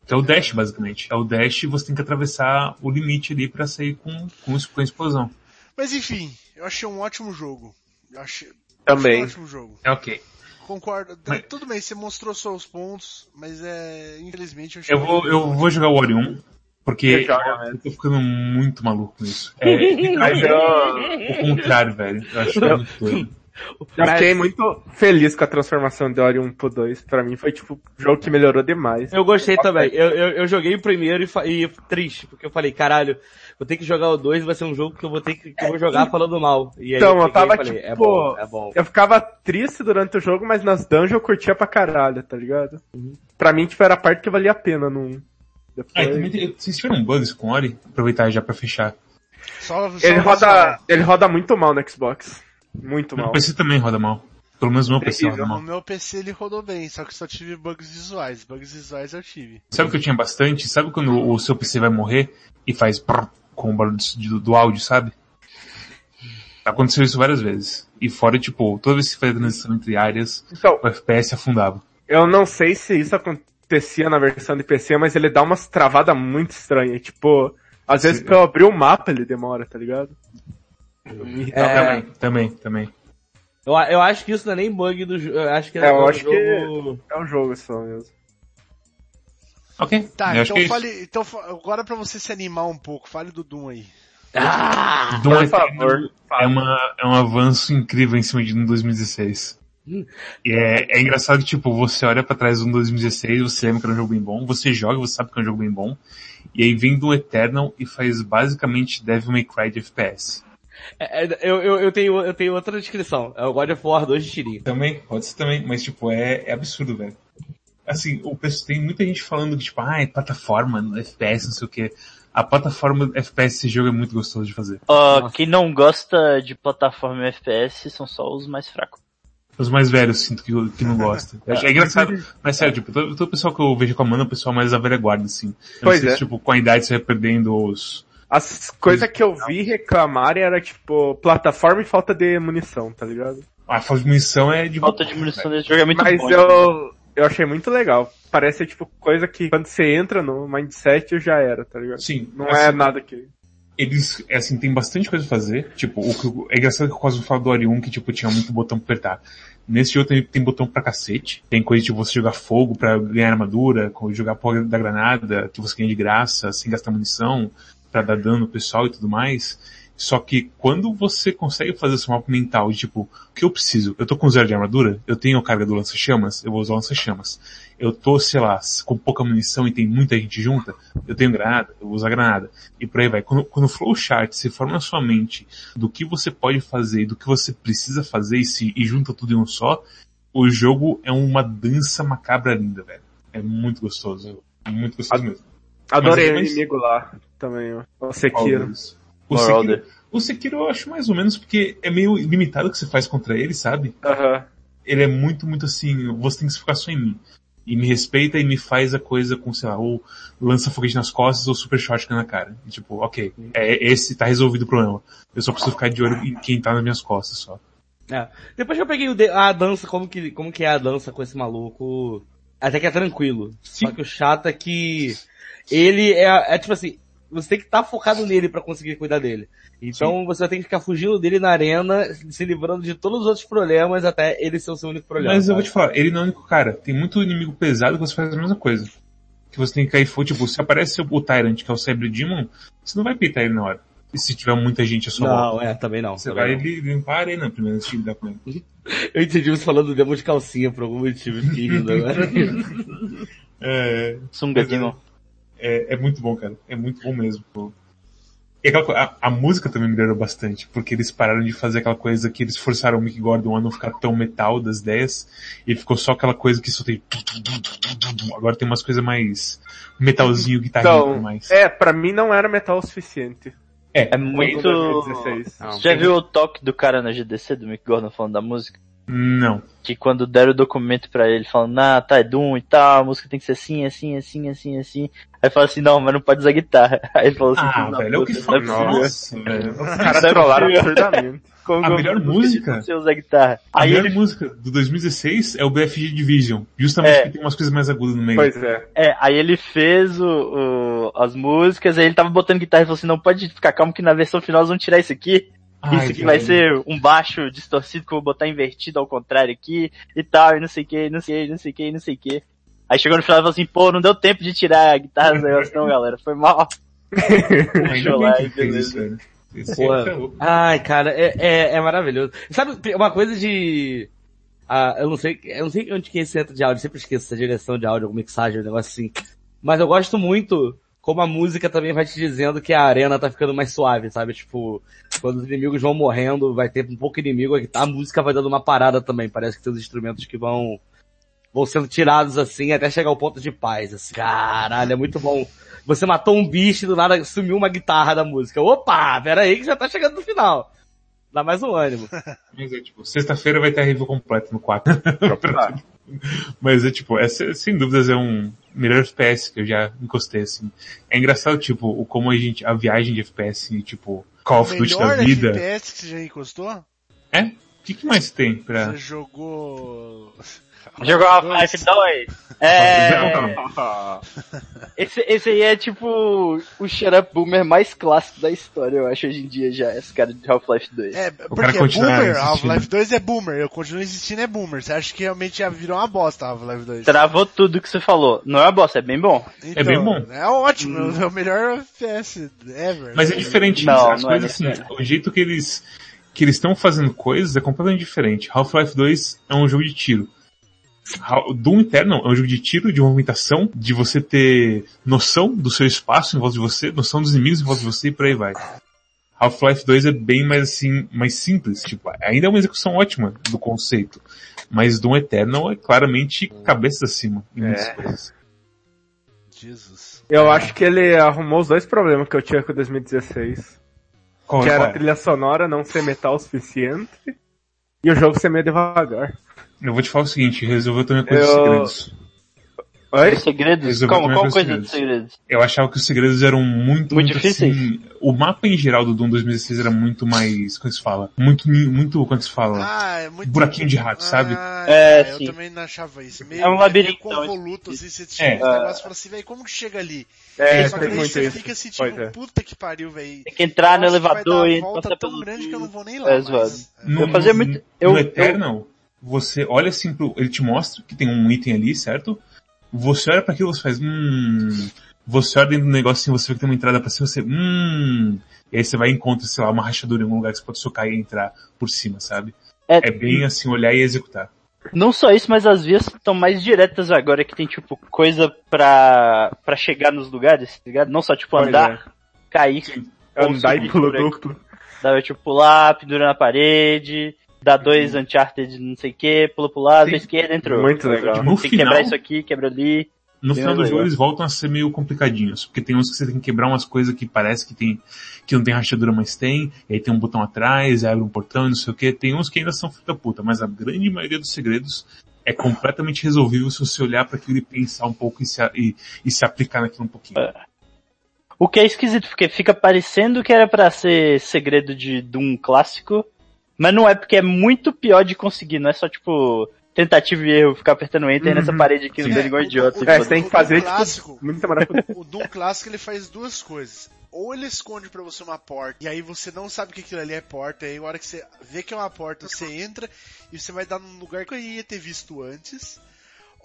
Que é o dash, basicamente. É o dash e você tem que atravessar o limite ali pra sair com, com, es- com a explosão. Mas enfim, eu achei um ótimo jogo. Eu achei, achei Também. um ótimo jogo. É ok. Concordo. Mas- Tudo bem, você mostrou seus pontos, mas é. Infelizmente eu achei. Eu vou, eu vou jogar o Ori 1, porque Você joga, eu tô ficando muito maluco nisso. É, literalmente o contrário, velho. Eu acho que é muito doido. Eu fiquei muito feliz com a transformação de Ori 1 pro 2. Pra mim foi, tipo, um jogo que melhorou demais. Eu gostei também. Eu, eu, eu joguei o primeiro e, fa- e triste, porque eu falei, caralho, vou ter que jogar o 2 vai ser um jogo que eu vou ter que, que eu vou jogar falando mal. E aí Então, eu eu, tava cheguei e falei, tipo, é bom, é bom. Eu ficava triste durante o jogo, mas nas dungeons eu curtia pra caralho, tá ligado? Pra mim, tipo, era a parte que valia a pena num... Ah, Depois... e também tem, vocês tiveram bugs com o Ori? Aproveitar já pra fechar. Só, só Ele só- roda, ele roda muito mal no Xbox. Muito Meu mal. PC também roda mal. Pelo menos o meu PC roda Terrível. No mal. meu PC ele rodou bem, só que só tive bugs visuais. Bugs visuais eu tive. Sabe o que eu tinha bastante? Sabe quando o seu PC vai morrer e faz prrr com o barulho do, do áudio, sabe? Aconteceu isso várias vezes. E fora, tipo, toda vez que fazia transição entre áreas, Então, o FPS afundava. eu não sei se isso acontecia na versão de PC, mas ele dá umas travadas muito estranhas. Tipo, às vezes Sim. pra eu abrir o mapa ele demora, tá ligado? Uhum. É, Também, também, também. eu, eu acho que isso não é nem bug do jogo. Eu acho que É, eu um do acho que- É um jogo só mesmo. Ok. Tá, eu acho então que é isso. fale. Então, fa- agora pra você se animar um pouco, fale do Doom aí. Ah, Doom Ah, Por Eternal favor. É, uma, é um avanço incrível em cima de um 2016. Hum. E é, é engraçado que, tipo, você olha pra trás de um 2016, você lembra que era um jogo bem bom, você joga, você sabe que é um jogo bem bom, e aí vem do Eternal e faz basicamente Devil May Cry de FPS. É, é, eu, eu, eu, tenho, eu tenho outra descrição. É o God of War 2 de tirinho. Também, pode ser também, mas tipo, é, é absurdo, velho. Assim, o pessoal tem muita gente falando que, tipo, ah, é plataforma, não é FPS, não sei o quê. A plataforma FPS desse jogo é muito gostoso de fazer. Ó, Nossa. quem Ah, não gosta de plataforma FPS são só os mais fracos. Os mais velhos sinto que, que não gostam. É, é engraçado, mas sério, tipo, todo, todo pessoal que eu vejo reclamando é o pessoal mais da velha guarda, assim. Eu Pois não sei é. se, tipo, com a idade você vai perdendo os... As coisas que eu vi reclamarem era, tipo, plataforma e falta de munição, tá ligado? A falta de munição é de... Falta de munição desse jogo é muito Mas bom. eu, eu achei muito legal. Parece, tipo, coisa que quando você entra no mindset já era, tá ligado? Sim. Não assim, é nada que... Eles, é assim, tem bastante coisa a fazer. Tipo, o que, eu- é engraçado que o Cosmo fala do Ori 1, que, tipo, tinha muito botão pra apertar. Nesse jogo tem, tem botão pra cacete. Tem coisa de você jogar fogo pra ganhar armadura, co- jogar pó da granada, que você ganha de graça, sem gastar munição, pra dar dano no pessoal e tudo mais. Só que quando você consegue fazer esse mapa mental de tipo, o que eu preciso? Eu tô com zero de armadura? Eu tenho a carga do lança-chamas? Eu vou usar o lança-chamas. Eu tô, sei lá, com pouca munição e tem muita gente junta? Eu tenho granada? Eu vou usar granada. E por aí vai. Quando, quando o flowchart se forma na sua mente do que você pode fazer e do que você precisa fazer e, se, e junta tudo em um só, o jogo é uma dança macabra linda, velho. É muito gostoso. É muito gostoso mesmo. Adorei o Mas- é inimigo lá também, ó. É O Qual Sekiro. deles? é O Moral Sekiro, o Sekiro eu acho mais ou menos porque é meio limitado o que você faz contra ele, sabe? Aham. Ele é muito, muito assim, você tem que se focar só em mim. E me respeita e me faz a coisa com, sei lá, ou lança foguete nas costas ou super shotgun na cara. E, tipo, ok, é, esse tá resolvido o problema. Eu só preciso ficar de olho em quem tá nas minhas costas só. É. Depois que eu peguei o de- a dança, como que, como que é a dança com esse maluco, até que é tranquilo. Só Sim. que o chato é que ele é, é tipo assim, você tem que estar focado nele pra conseguir cuidar dele. Então você tem que ficar fugindo dele na arena, se livrando de todos os outros problemas até ele ser o seu único problema. Mas eu vou sabe? te falar, ele não é o único cara. Tem muito inimigo pesado que você faz a mesma coisa. Que você tem que cair fogo. Tipo, se aparece o Tyrant, que é o Cyber Demon, você não vai peitar ele na hora. E se tiver muita gente à sua volta. Não, é, também não. Você também vai não. li- limpar a arena primeiro antes de lidar com ele. Eu entendi você falando do demo de calcinha por algum motivo, fiquei rindo agora. É, Sunga Pois é. Demon. é, é muito bom, cara. É muito bom mesmo. pô. E aquela co- a, a música também melhorou bastante, porque eles pararam de fazer aquela coisa que eles forçaram o Mick Gordon a não ficar tão metal das 10, e ficou só aquela coisa que só tem... tu, tu, tu, tu, tu, tu, tu. Agora tem umas coisas mais metalzinho, guitarrinha e Então, tudo mais. é, pra mim não era metal o suficiente. É, É muito. Não. Você já viu o toque do cara na GDC, do Mick Gordon falando da música? não. Que quando deram o documento pra ele, falando, ah, tá, é Doom e tal, a música tem que ser assim, assim, assim, assim, assim. Aí fala assim, não, mas não pode usar guitarra. Aí ele falou assim, Ah, não, velho, é o que não é fala. possível. Nossa, velho. Os caras trollaram absurdamente. Como A que eu melhor vou música? Você usar guitarra. A Aí melhor ele, assim, música do 2016 é o BFG Division. Justamente É. porque tem umas coisas mais agudas no meio. Pois é. é, aí ele fez o, o- as músicas, aí ele tava botando guitarra e falou assim, não pode ficar calmo que na versão final eles vão tirar isso aqui. Ai, isso aqui vai velho. ser um baixo distorcido que eu vou botar invertido ao contrário aqui e tal, e não sei o que, não sei, não sei o que, não sei o que. Aí chegou no final e falou assim, pô, não deu tempo de tirar a guitarra do negócio não, galera, foi mal. Ainda lá, bem que fez beleza. isso, é. velho. Esse Porra. aí tá louco. Ai, cara, é, é, é maravilhoso. Sabe, tem uma coisa de. Ah, eu não sei, eu não sei onde que é esse centro de áudio, eu sempre esqueço essa direção de áudio, alguma mixagem, um negócio assim. Mas eu gosto muito como a música também vai te dizendo que a arena tá ficando mais suave, sabe? Tipo, quando os inimigos vão morrendo, vai ter um pouco inimigo, a música vai dando uma parada também. Parece que tem os instrumentos que vão vão sendo tirados assim até chegar ao ponto de paz. Assim. Caralho, é muito bom. Você matou um bicho e do nada sumiu uma guitarra da música. Opa, pera aí que já tá chegando no final. Dá mais um ânimo. Mas é tipo, sexta-feira vai ter a review completa no 4. Mas é tipo, é, se- sem dúvidas é um melhor FPS que eu já encostei, assim. É engraçado, tipo, o- como a gente, a viagem de FPS, tipo, Call of Duty da melhor vida. FPS que você já encostou? É? O que, que mais tem pra... Você jogou. Jogou Dois. Half-Life 2. É, esse, esse aí é tipo o shut up boomer mais clássico da história, eu acho, hoje em dia já, esse cara de Half-Life 2. É, cara porque é continua boomer, existindo. Half-Life 2 é boomer, eu continuo existindo é boomer. Você acha que realmente já virou uma bosta Half-Life 2? Travou tudo que você falou. Não é uma bosta, é bem bom. Então, bem bom. Hum. É ótimo, é o melhor FPS ever. Mas é diferente, Não, as não é coisas assim, o jeito que eles que eles estão fazendo coisas é completamente diferente. Half-Life 2 é um jogo de tiro. Hal- Doom Eternal é um jogo de tiro, de movimentação, de você ter noção do seu espaço em volta de você, noção dos inimigos em volta de você e por aí vai. Half-Life 2 é bem mais assim, mais simples, tipo, ainda é uma execução ótima do conceito, mas Doom Eternal é claramente cabeça acima em muitas É. coisas. Jesus. Eu acho que ele arrumou os dois problemas que eu tinha com 2016. Qual, Que é- era qual a é? trilha sonora não ser metal o suficiente. E o jogo ser meio devagar. Eu vou te falar o seguinte, resolveu também a coisa dos Eu- segredos. Oi? Os segredos? Resolveu Como? também Qual os coisa segredos. dos segredos? eu achava que os segredos eram muito, Muito difíceis. o mapa em geral do Doom 2016 era muito mais, como é se fala? Muito, ni- muito, como se fala? Ah, é muito. buraquinho de rato, sabe? Ah, É, eu sim. também não achava isso. Meio, É um labirinto, meio convoluto, assim, você tira É. os negócios e fala assim, velho, como que chega ali? É, Só que tem daí muito você isso. fica assim, tipo, Pois é. puta que pariu, velho. Tem que entrar no Nossa, elevador vai e dar uma volta passar tão pelo... grande que eu não vou nem lá. É mas- zoado. No, eu fazia muito- no- eu- no eu- Eternal, você olha assim pro. Ele te mostra que tem um item ali, certo? Você olha pra aquilo e você faz. Hum. Você olha dentro do negócio assim, você vê que tem uma entrada pra cima, você. Hum. E aí você vai e encontra, sei lá, uma rachadura em algum lugar que você pode socar e entrar por cima, sabe? É- é bem assim, olhar e executar. Não só isso, mas as vias estão mais diretas agora, que tem, tipo, coisa pra, pra chegar nos lugares, tá ligado? Não só, tipo, Pois é. andar, cair, Andar e pulo Por aí. duplo. dá, tipo, pular, pendurar na parede, dar Uhum. dois Uncharted não sei o que, pula pro lado, Sim. pra esquerda, entrou. Muito legal. Tipo, No tem que final- quebrar isso aqui, quebra ali. No Bem final do legal. jogo eles voltam a ser meio complicadinhos, porque tem uns que você tem que quebrar umas coisas que parece que tem, que não tem rachadura, mas tem, e aí tem um botão atrás, abre um portão, não sei o que, tem uns que ainda são fruta puta, mas a grande maioria dos segredos é completamente resolvível se você olhar para aquilo e pensar um pouco e se, a- e, e se aplicar naquilo um pouquinho. O que é esquisito, porque fica parecendo que era pra ser segredo de Doom clássico, mas não é porque é muito pior de conseguir, não é só tipo tentativa e erro, ficar apertando enter Uhum. nessa parede aqui no É, dele igual o- idiota. o- tipo, É, você tem que o fazer, tipo, clássico, Muito maravilhoso. O Doom clássico ele faz duas coisas. Ou ele esconde pra você uma porta, e aí você não sabe que aquilo ali é porta, e aí na hora que você vê que é uma porta, você entra e você vai dar num lugar que eu ia ter visto antes.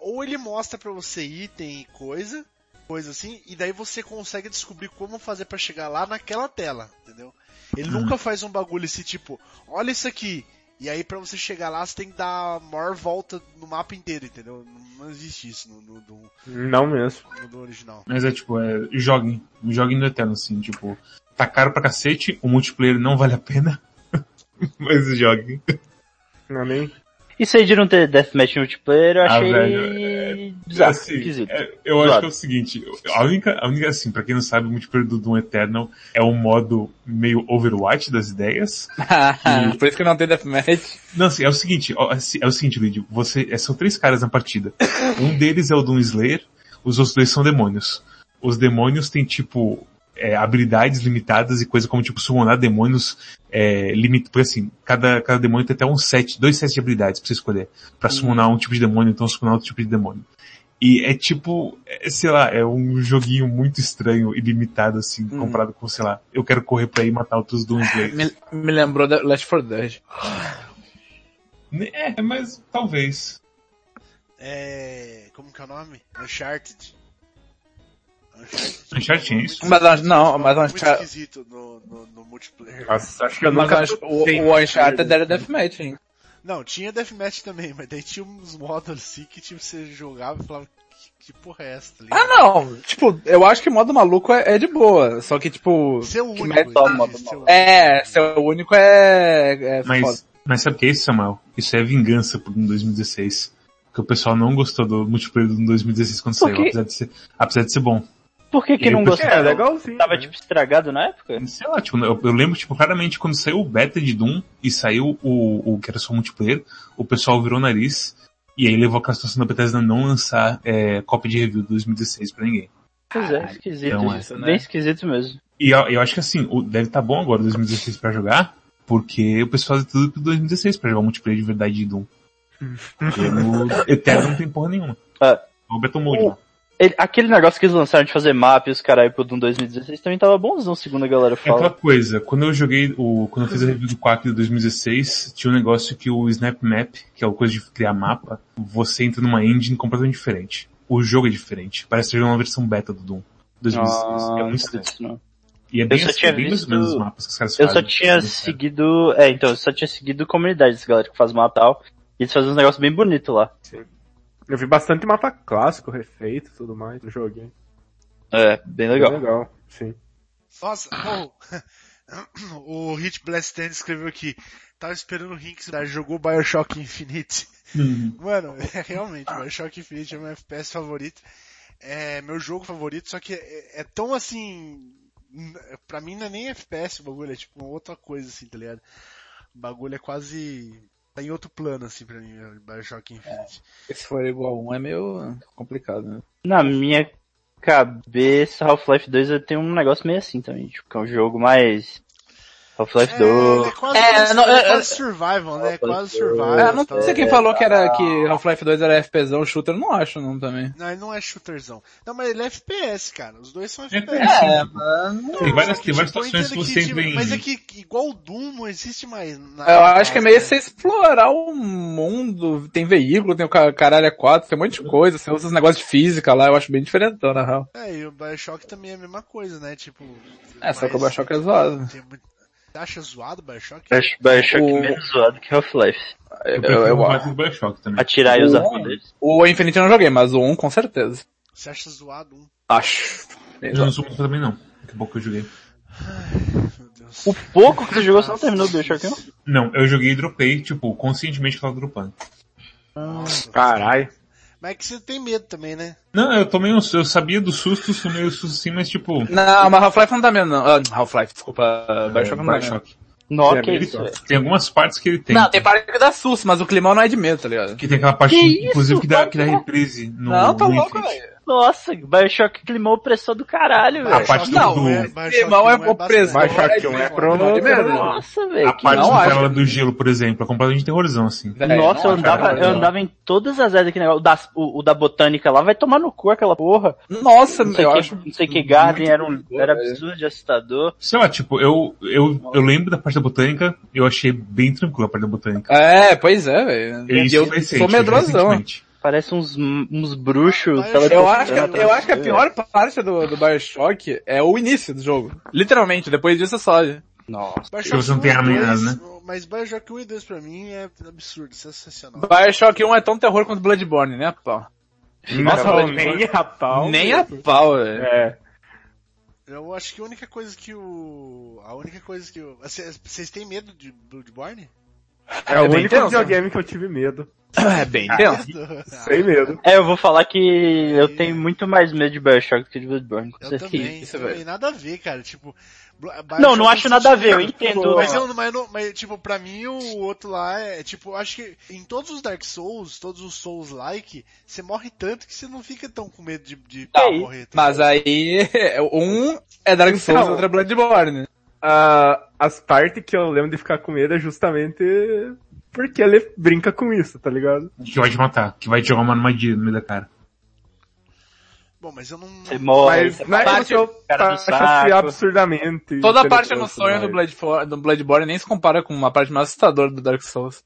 Ou ele mostra pra você item e coisa, coisa assim, e daí você consegue descobrir como fazer pra chegar lá naquela tela, entendeu? Ele Hum. nunca faz um bagulho esse tipo, olha isso aqui, e aí pra você chegar lá você tem que dar a maior volta no mapa inteiro, entendeu? Não existe isso no, no, Doom- Não mesmo. no Doom original. Mas é tipo, é, joguem, joguem no Eterno, assim, tipo, tá caro pra cacete, o multiplayer não vale a pena, mas joguem. Não, nem... Isso aí de não ter deathmatch multiplayer, eu Ah, achei velho, bizarro, Assim, esquisito. é, eu acho Claro. que é o seguinte, a única, a única assim, pra quem não sabe, o multiplayer do Doom Eternal é um modo meio Overwatch das ideias. Por isso que não tem deathmatch. Não, assim, é o seguinte, ó, assim, é o seguinte, Luigi, você, é, são três caras na partida. Um deles é o Doom Slayer, os outros dois são demônios. Os demônios têm, tipo, é, habilidades limitadas e coisa como, tipo, summonar demônios, é, limite, porque assim, cada, cada demônio tem até um set, dois sets de habilidades pra você escolher. Pra summonar um tipo de demônio, então summonar outro tipo de demônio. E é tipo, é, sei lá, é um joguinho muito estranho e limitado, assim, comparado com, sei lá, eu quero correr pra ir matar outros Doom Slayers. Me, me lembrou da Last 4 Dead. É, mas talvez. É. Como que é o nome? Uncharted. Uncharted. Uncharted, é isso? Mas, não, mas é muito Uncharted- esquisito no, no, no multiplayer. Nossa, acho que eu Mas nunca... acho- o, o Uncharted era deathmatch, hein? Não, tinha deathmatch também, mas daí tinha uns modos assim que tipo, você jogava e falava que, que porra é essa, tá ligado? Ah, não. Tipo, eu acho que modo maluco é, é de boa. Só que, tipo... Ser o único. merda, entende? mano. Ser o- É, ser o único é... é foda. Mas, mas sabe o que é isso, Samuel? Isso é vingança por um 2016. Porque o pessoal não gostou do multiplayer do 2016 quando Por saiu, quê? apesar de, ser, apesar de ser bom. Por que que Eu não pensei- gostou? É, legalzinho. Tava, né? tipo, estragado na época? Sei lá, tipo, eu, eu lembro, tipo, claramente quando saiu o beta de Doom e saiu o, o que era só um multiplayer, o pessoal virou o nariz e aí levou aquela situação da Bethesda não lançar é, cópia de review do 2016 pra ninguém. Pois é, esquisito então é. isso. Bem esquisito mesmo. E eu, eu acho que assim, o- deve estar bom agora 2016 pra jogar, porque o pessoal faz tudo pro 2016 pra jogar multiplayer de verdade de Doom. Porque no Eterno não tem porra nenhuma. É. O Battle Mode lá. Ele- aquele negócio que eles lançaram de fazer map e os caralho pro Doom 2016 também tava bonzão, segundo a galera É aquela fala. coisa, quando eu joguei o. Quando eu fiz a review do Quack de 2016, tinha um negócio que o Snap Map, que é a coisa de criar mapa, você entra numa engine completamente diferente. O jogo é diferente. Parece que é uma versão beta do Doom. 2016. é Ah, muito estranho. isso não. E é bem, só assim, tinha bem mais ou visto- menos os mapas que os caras Eu fazem. né? só tinha seguido. É, então, eu só tinha seguido comunidades, galera que faz mapa e tal. E eles fazem uns negócios bem bonitos lá. Eu vi bastante mapa clássico, refeito e tudo mais no joguinho. É, bem Legal. legal. legal, sim. Nossa, pô, o Hit Blast Stand escreveu aqui. Tava esperando o Rinks, dar, jogou Bioshock Infinite. Hum. Mano, é, realmente, Bioshock Infinite é meu FPS favorito. É meu jogo favorito, só que é, é tão assim. n- Pra mim não é nem FPS o bagulho, é tipo uma outra coisa assim, tá ligado? O bagulho é quase. tá em outro plano assim pra mim, o Bioshock Infinite. Se for igual a um é meio complicado, né? Na minha cabeça, Half-Life 2 tem um negócio meio assim também. Tipo, que é um jogo mais. Half-Life É, é 2. quase, É, não, é é- quase survival, né? É quase survival. Ah, não tal. Ah, sei quem falou que era que Half-Life 2 era FPzão shooter, eu não acho não também. Não, ele não é shooterzão. Não, mas ele é FPS, cara. Os dois são É, FPS. tem várias, tem várias Tipo, eu situações que entendo você entra tipo, em. Mas é que igual o Doom não existe mais. na- Eu acho que é meio né? você explorar o mundo, tem veículo, tem o ca- caralho é 4, tem um monte de coisa, você usa os negócios de física lá, eu acho bem diferentão, na real. É, e o Bioshock também é a mesma coisa, né? Tipo. É, só que o mas Bioshock é zoado. tem muito- Você acha zoado o Bioshock? Acho Bioshock é O- menos zoado que Half-Life. Eu, Eu prefiro eu o acho. Battle Bioshock também. Atirar e usar O- um, poderes. O Infinity eu não joguei, mas o 1 com certeza. Você acha zoado um? Acho. Eu não sou muito fã também não. Que pouco que eu joguei. Meu Deus. O pouco que você jogou, você não terminou o Bioshock, não? Não, eu joguei e dropei, tipo, conscientemente que eu tava dropando. Nossa. Caralho. Mas é que você tem medo também, né? Não, eu tomei um, eu sabia do susto, tomei o susto sim, mas tipo, Não, mas Half-Life não dá medo não. Ah, Half-Life, desculpa, Bioshock não dá medo. É, Bioshock. Não, É, que bem isso, velho. Tem algumas partes que ele tem. Não, tem parte que dá susto, mas o climão não é de medo, tá ligado? Que tem aquela parte, Que inclusive, isso? que dá, Claro que dá que não. reprise no Não, tá no louco, Infinite. velho. Nossa, Bioshock climou opressor do caralho, A velho. parte Não, do, do- é- Bioshock Climão é não é opressor. Vai achar que um é climão pro... de medo. Nossa, a velho. que parte É não, do acho Pérola do Gelo, por exemplo, é completamente terrorzão, assim. Velho, Nossa, eu não acho andava, nada, eu não. andava em todas as áreas daquele negócio. O da, o, o da botânica lá vai tomar no cu aquela porra. Nossa, Não sei, eu que, acho. não sei que Garden era, um, bom, era velho. absurdo de assustador. Sei lá, tipo, eu, eu, eu lembro da parte da botânica, eu achei bem tranquilo a parte da botânica. É, pois é, velho. E isso Eu foi recente, sou foi medrosão. recentemente. Parece uns, uns bruxos. Mas teleportando Ah, Eu acho, que, eu atrás acho que a de pior parte do, do Bioshock é o início do jogo. Literalmente, depois disso é sobe. Nossa. Bioshock você não 1 tem e arma né? nem 2, nada, Mas Bioshock 1 e 2 pra mim é absurdo, sensacional. Bioshock 1 é tão terror quanto Bloodborne, né, pau? Nossa, Nossa, nem a pau. Nem a pau, velho. É. Eu acho que a assim, única coisa que o. A única coisa que o. Vocês vocês têm medo de Bloodborne? É o bem único né? tenso. videogame que eu tive medo. É bem tenso. Sem medo. É, eu vou falar que eu tenho muito mais medo de Bioshock do que de Bloodborne, com Eu certeza. também, isso, não velho. tem nada a ver, cara. Tipo, Bla- Não, Bioshock não acho eu nada a senti- ver, eu entendo. Mas, eu, mas, não- mas, tipo, pra mim o outro lá é, tipo, eu acho que em todos os Dark Souls, todos os Souls-like, você morre tanto que você não fica tão com medo de, de É Tá, morrer. tá Mas aí, um é Dark Souls, Então. outro é Bloodborne. Ah, as partes que eu lembro de ficar com medo é justamente porque ele brinca com isso, tá ligado? Que vai te matar, que vai te jogar uma armadilha no meio da cara. Bom, mas eu não... Você morre, Mas você na bate- época eu cara do achei saco. absurdamente. né? Toda a interessante, parte no sonho do, mas- Bloodfo- do Bloodborne nem se compara com uma parte mais assustadora do Dark Souls.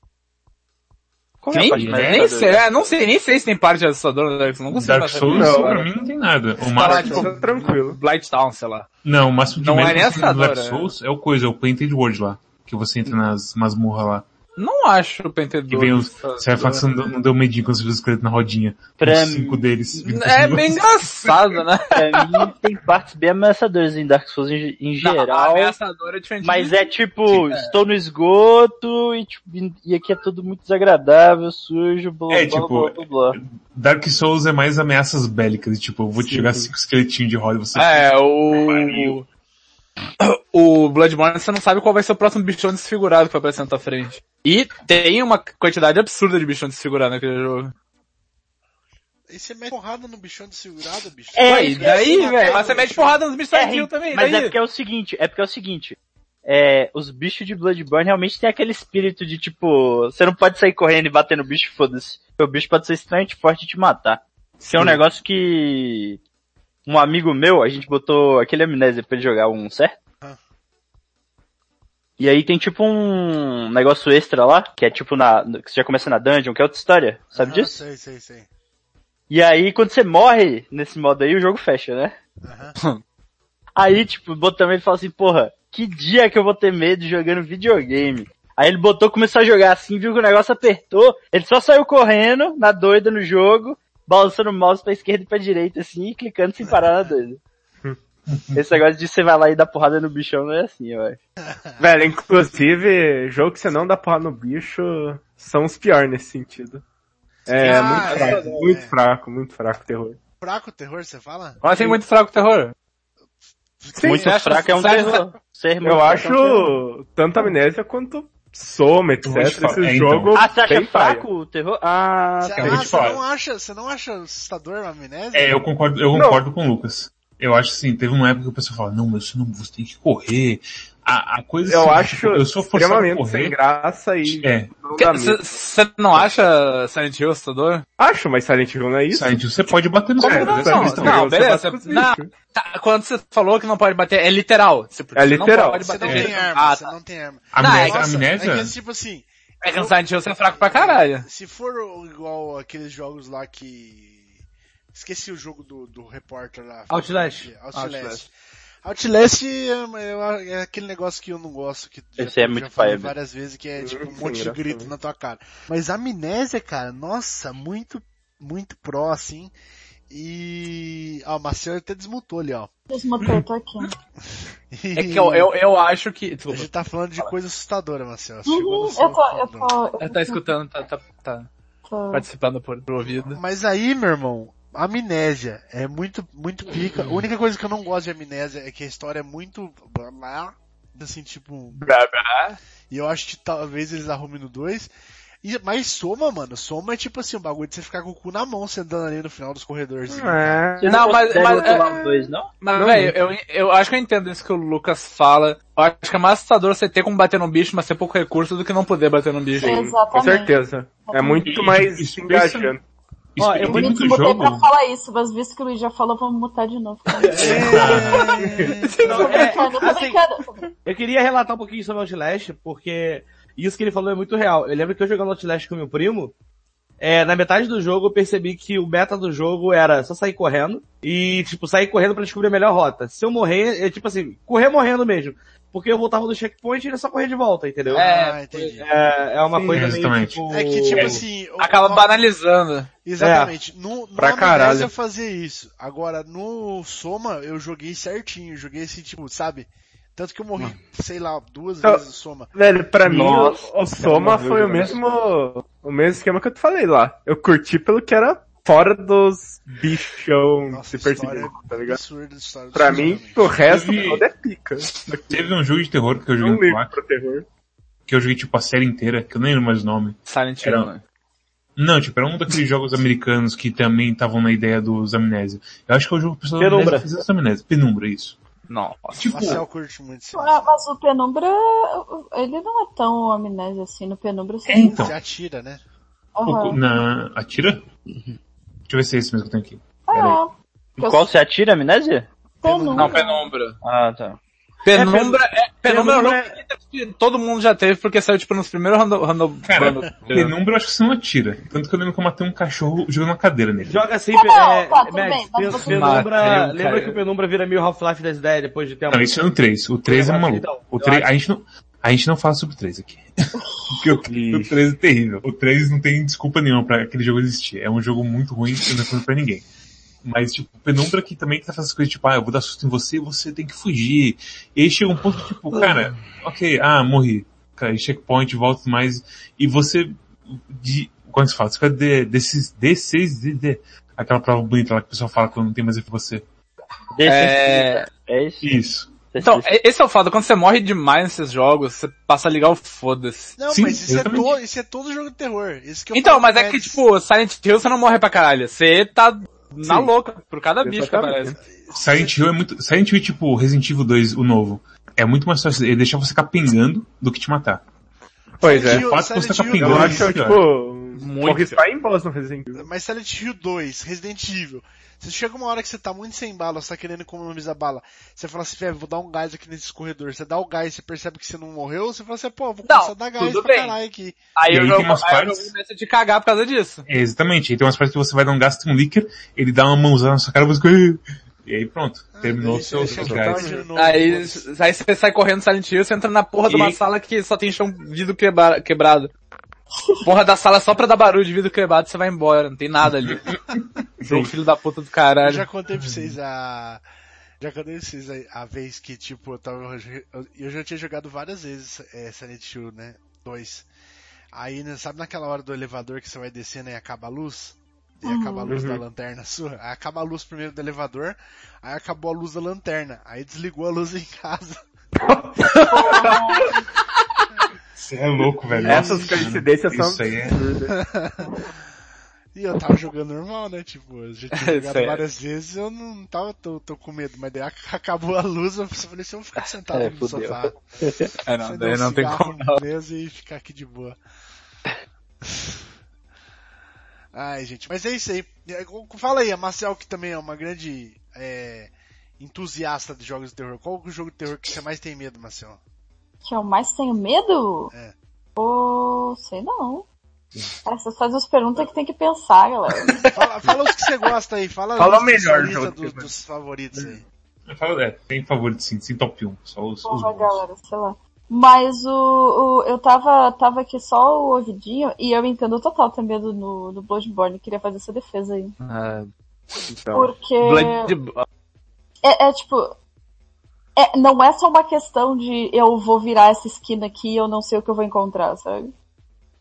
Como é a Nem, parte mais nem sei, assustadora? é, não sei, nem sei se tem parte assustadora do Dark Souls. Não consigo Dark passar Souls, Não, pra cara. mim, não tem nada. O Falar, máximo, tipo, Tá tranquilo. Blight Town, sei lá. não, o máximo de não é médico nem que tem no Dark assustador, é. Souls é o coisa, é o Painted World lá. Que você entra nas masmorras lá. Não acho o Pentedor. E vem os, você vai falar que você não deu- não deu medinho quando você viu os esqueletos na rodinha. Pra os cinco deles. É bem engraçado, né? Pra mim, tem partes bem ameaçadoras em Dark Souls em, em geral. Não, a ameaçadora é diferente. Mas de- é tipo, estou no esgoto e, tipo, e- e aqui é tudo muito desagradável, sujo, blá É, blá, tipo, blá blá blá. Dark Souls é mais ameaças bélicas, tipo, eu vou te jogar cinco esqueletinhos de roda e você... É, o... O Bloodborne, você não sabe qual vai ser o próximo bichão desfigurado que vai aparecer na tua frente. E tem uma quantidade absurda de bichão desfigurado naquele jogo. E você mete porrada no bichão desfigurado, bicho. É, Ué, e isso daí, é assim, velho? né? Mas você mete porrada nos bichos É, sadio também, Mas é daí? porque é o seguinte, é porque é o seguinte. É, os bichos de Bloodborne realmente tem aquele espírito de tipo, você não pode sair correndo e bater no bicho, foda-se. O bicho pode ser extremamente forte e te matar. Isso é um negócio que um amigo meu, a gente botou aquele amnésia pra ele jogar um, certo? Ah. E aí tem tipo um negócio extra lá, que é tipo na, no- que você já começa na dungeon, que é outra história, sabe Ah, disso? Sei, sei, sei. E aí quando você morre nesse modo aí, o jogo fecha, né? Aham. Aí, tipo, botamos ele e falou assim, porra, que dia que eu vou ter medo jogando videogame? Aí ele botou, começou a jogar assim, viu que o negócio apertou, ele só saiu correndo, na doida no jogo, balançando o mouse pra esquerda e pra direita, assim, e clicando sem parar na doida. Esse negócio de você vai lá e dar porrada no bichão não é assim, eu acho. Velho, inclusive, jogo que você não dá porra no bicho são os piores nesse sentido. É, Ah, muito fraco, é, muito é. fraco, muito fraco o terror. Fraco terror, você fala? Mas tem muito fraco terror. Muito você acha fraco é um sabe- terror. Ser muito Eu fraco é um terror. acho tanto amnésia quanto soma, etc. vou te falar, Esse é, então. jogo. Ah, você acha bem falha. fraco o terror? Ah, Você- eu vou ah, te você falar. não acha, você não acha assustador a amnésia? É, eu concordo, eu Não. concordo com o Lucas. Eu acho assim, teve uma época que o pessoal falava, não, mas você não você tem que correr. A, a coisa Eu assim, acho tipo, eu sou forçado a extremamente sem correr. graça e É, não dá medo. Você não acha Silent Hill assustador? Acho, mas Silent Hill não é isso. Silent Hill, você pode bater nos Como caras, não? essa é a questão. não, Você beleza. bate com os Não. bichos. Tá, quando você falou que não pode bater, é literal. Você, É literal. Não pode Você bater. não É. tem arma, Ah, você tá. não tem arma. Amnésia, Nossa, amnésia? É que, tipo assim, É que no Silent Hill você é fraco pra caralho. Se for o- igual aqueles jogos lá que. Esqueci o jogo do, do repórter lá. Outlast. Outlast. Outlast. Outlast é, é- é aquele negócio que eu não gosto, que já- Esse é já muito falei paia, várias vezes, que é tipo um Sim, monte de engraçado. grito na tua cara. Mas a amnésia, cara, nossa, muito, muito pró, assim. E. Ah, o Marcelo até desmutou ali, ó. Desmotor, eu tô aqui. É que eu, eu, eu acho que... A Desculpa, gente tá falando de coisa assustadora, Marcelo. Chegou no Uhum, seu eu tô, eu fandom. tô, eu tá escutando, tá, tá, tá tô. participando por, por ouvido. Mas aí, meu irmão, amnésia é muito, muito pica. A única coisa que eu não gosto de amnésia é que a história é muito. blá, Assim, tipo. E eu acho que talvez eles arrumem no 2. Mas soma, mano. Soma é tipo assim, o bagulho de você ficar com o cu na mão sentando ali no final dos corredores. assim, É. Vocês Não, mas- consideram mas- outro lado dois, não? Mas, Não velho, eu, eu acho que eu entendo isso que o Lucas fala. Eu acho que é mais assustador você ter como bater num bicho, mas ter pouco recurso, do que não poder bater num bicho. Exatamente. Com certeza. É muito mais Isso, isso, engajante. Isso Ó, tem eu Eu me muito desmutei jogo. pra falar isso, mas visto que o Luiz já falou, vamos mutar de novo. é, Não, é, Eu tô assim, brincando, tô brincando. Eu queria relatar um pouquinho sobre Outlast, porque isso que ele falou é muito real. Eu lembro que eu jogando Outlast com meu primo, é, na metade do jogo eu percebi que o meta do jogo era só sair correndo e, tipo, sair correndo pra descobrir a melhor rota. Se eu morrer, é tipo assim, correr morrendo mesmo. Porque eu voltava do checkpoint e era só correr de volta, entendeu? Ah, entendi. É, é uma coisa meio exatamente. tipo... É que tipo assim. o- Acaba o- banalizando. Exatamente. No, no É. Pra Amnésia caralho. eu fazia isso. Agora, no Soma, eu joguei certinho. Joguei assim, tipo, sabe? Tanto que eu morri, sei lá, duas Eu- vezes soma. Velho, pra mim, o, Nossa, o Soma cara, foi o mesmo, o mesmo esquema que eu te falei lá. Eu curti pelo que era fora dos bichão Nossa, se história é perseguindo, tá ligado? absurda de história do Pra Soma, mim, né? o resto Teve- todo é pica. Teve um jogo de terror que eu joguei Não no ligo Mac, pro terror. que eu joguei tipo a série inteira, que eu nem lembro mais o nome. Silent Era- um Hill, né? Não, tipo, era um daqueles jogos americanos que também estavam na ideia dos Amnésia. Eu acho que é o jogo que o pessoal do Penumbra. Amnésia fez essa Amnésia. Penumbra, isso. Nossa. Tipo, Marcel curte muito esse Ah, Mas o Penumbra, ele não é tão amnésia assim. No Penumbra você É, então. Você atira, né? Aham. um na... atira? Deixa eu ver se é esse mesmo que eu tenho aqui. Peraí. Ah, Eu- Uhum. Qual você atira, amnésia? Penumbra. Não, Penumbra. Ah, tá. Penumbra é, Penumbra é um Penumbra jogo que todo mundo já teve, porque saiu tipo nos primeiros random... random Cara, random- Penumbra eu acho que você não atira. Tanto que eu lembro que eu matei um cachorro jogando uma cadeira nele. Joga assim, não, é, tá, Mads, tudo bem, mas pensa- você- Penumbra, Matei um lembra cara. que o Penumbra vira meio Half-Life das ideias depois de um- tempo? Não, isso é no 3. O 3 é Então, maluco. O 3, a, gente não, a gente não fala sobre o 3 aqui. Porque o, o 3 é terrível. O 3 não tem desculpa nenhuma pra aquele jogo existir. É um jogo muito ruim e não é pra ninguém. Mas, tipo, Penumbra que também tá fazendo essas coisas, tipo, ah, eu vou dar susto em você, você tem que fugir. E aí chega um ponto, tipo, cara, ok, ah, morri. Cara, checkpoint, volta mais. E você, de, como é que se fala? Você fica de, desses, D6, de, de, aquela prova bonita lá que o pessoal fala quando não tem mais o que você. É... É isso. Isso. Então, é- esse é o fato. Quando você morre demais nesses jogos, você passa a ligar o foda-se. Não, Sim, mas isso é, exatamente. todo, isso é todo jogo de terror. Isso que eu Então, falo né? mas pro é que, Mads. tipo, Silent Hill você não morre pra caralho. Você tá na Sim. louca por cada bicho que Exatamente. aparece. Silent Hill é muito. Silent Hill, tipo, Resident Evil 2, o novo. É muito mais fácil ele deixar você capengando do que te matar. Pois é. Silent O fato que Hill- você tá Silent Hill- Eu capengando. acho, Nossa, tipo, Muito. morri só em boss no Resident Evil. Mas Silent Hill 2, Resident Evil. Você chega uma hora que você tá muito sem bala, você tá querendo economizar bala. Você fala assim, velho, vou dar um gás aqui nesse corredor. Você dá o gás, você percebe que você não morreu, você fala assim, pô, vou Não, começar a dar gás tudo pra bem. caralho aqui. Aí E eu aí jogo tem umas aí eu partes- jogo nessa de cagar por causa disso. É, exatamente. E tem umas partes que você vai dar um gasto com um líquido, ele dá uma mãozada na sua cara e você fica. E aí pronto. Terminou o Ah, Deixa- seu, deixa seus eu gás. botar de novo, aí, foda-se. aí você sai correndo Silent Hill, você entra na porra de uma E- sala que só tem chão de vidro quebra- quebrado. Porra da sala só pra dar barulho de vidro quebrado, você vai embora, não tem nada ali. Jogo filho da puta do Eu caralho. já contei pra vocês a. Já contei pra vocês a, a vez que, tipo, eu tava. Eu, eu já tinha jogado várias vezes é, Silent Hill, né? Dois. Aí, né, sabe naquela hora do elevador que você vai descendo e acaba a luz? E acaba a luz Uhum. da lanterna sua? Aí acaba a luz primeiro do elevador, aí acabou a luz da lanterna. Aí desligou a luz em casa. Você é louco, velho. Essas Nossa, coincidências são Isso aí é. absurdas. E eu tava jogando normal, né? Tipo, eu já tinha jogado é. Certo. várias vezes eu não tava tô, tô com medo, mas daí ac- acabou a luz, eu falei assim, eu vou ficar sentado É, no fudeu. sofá. É, Você não, dá um né? daí não tem cigarro como na não. mesa e ficar aqui de boa. Ai, gente, mas é isso aí. É, co- Fala aí, a Marcel, que também é uma grande é, entusiasta de jogos de terror. Qual o jogo de terror que você mais tem medo, Marcel? Que eu mais tenho medo? É. Pô, sei não. Cara, Essas fazem as perguntas que tem que pensar, galera. Fala, fala os que você gosta aí, fala, Fala os o que melhor são a lista jogo de dos, terror. dos favoritos aí. Eu falo, é, tem favorito sim, sim, top 1. Só os, os Uhum. Porra, bons. galera, sei lá. Mas o, o- eu tava, tava aqui só o ouvidinho e eu entendo total ter medo no, no Bloodborne. Queria fazer essa defesa aí. Ah, Então, Porque Blood- é, é tipo. é- não é só uma questão de eu vou virar essa esquina aqui e eu não sei o que eu vou encontrar, sabe?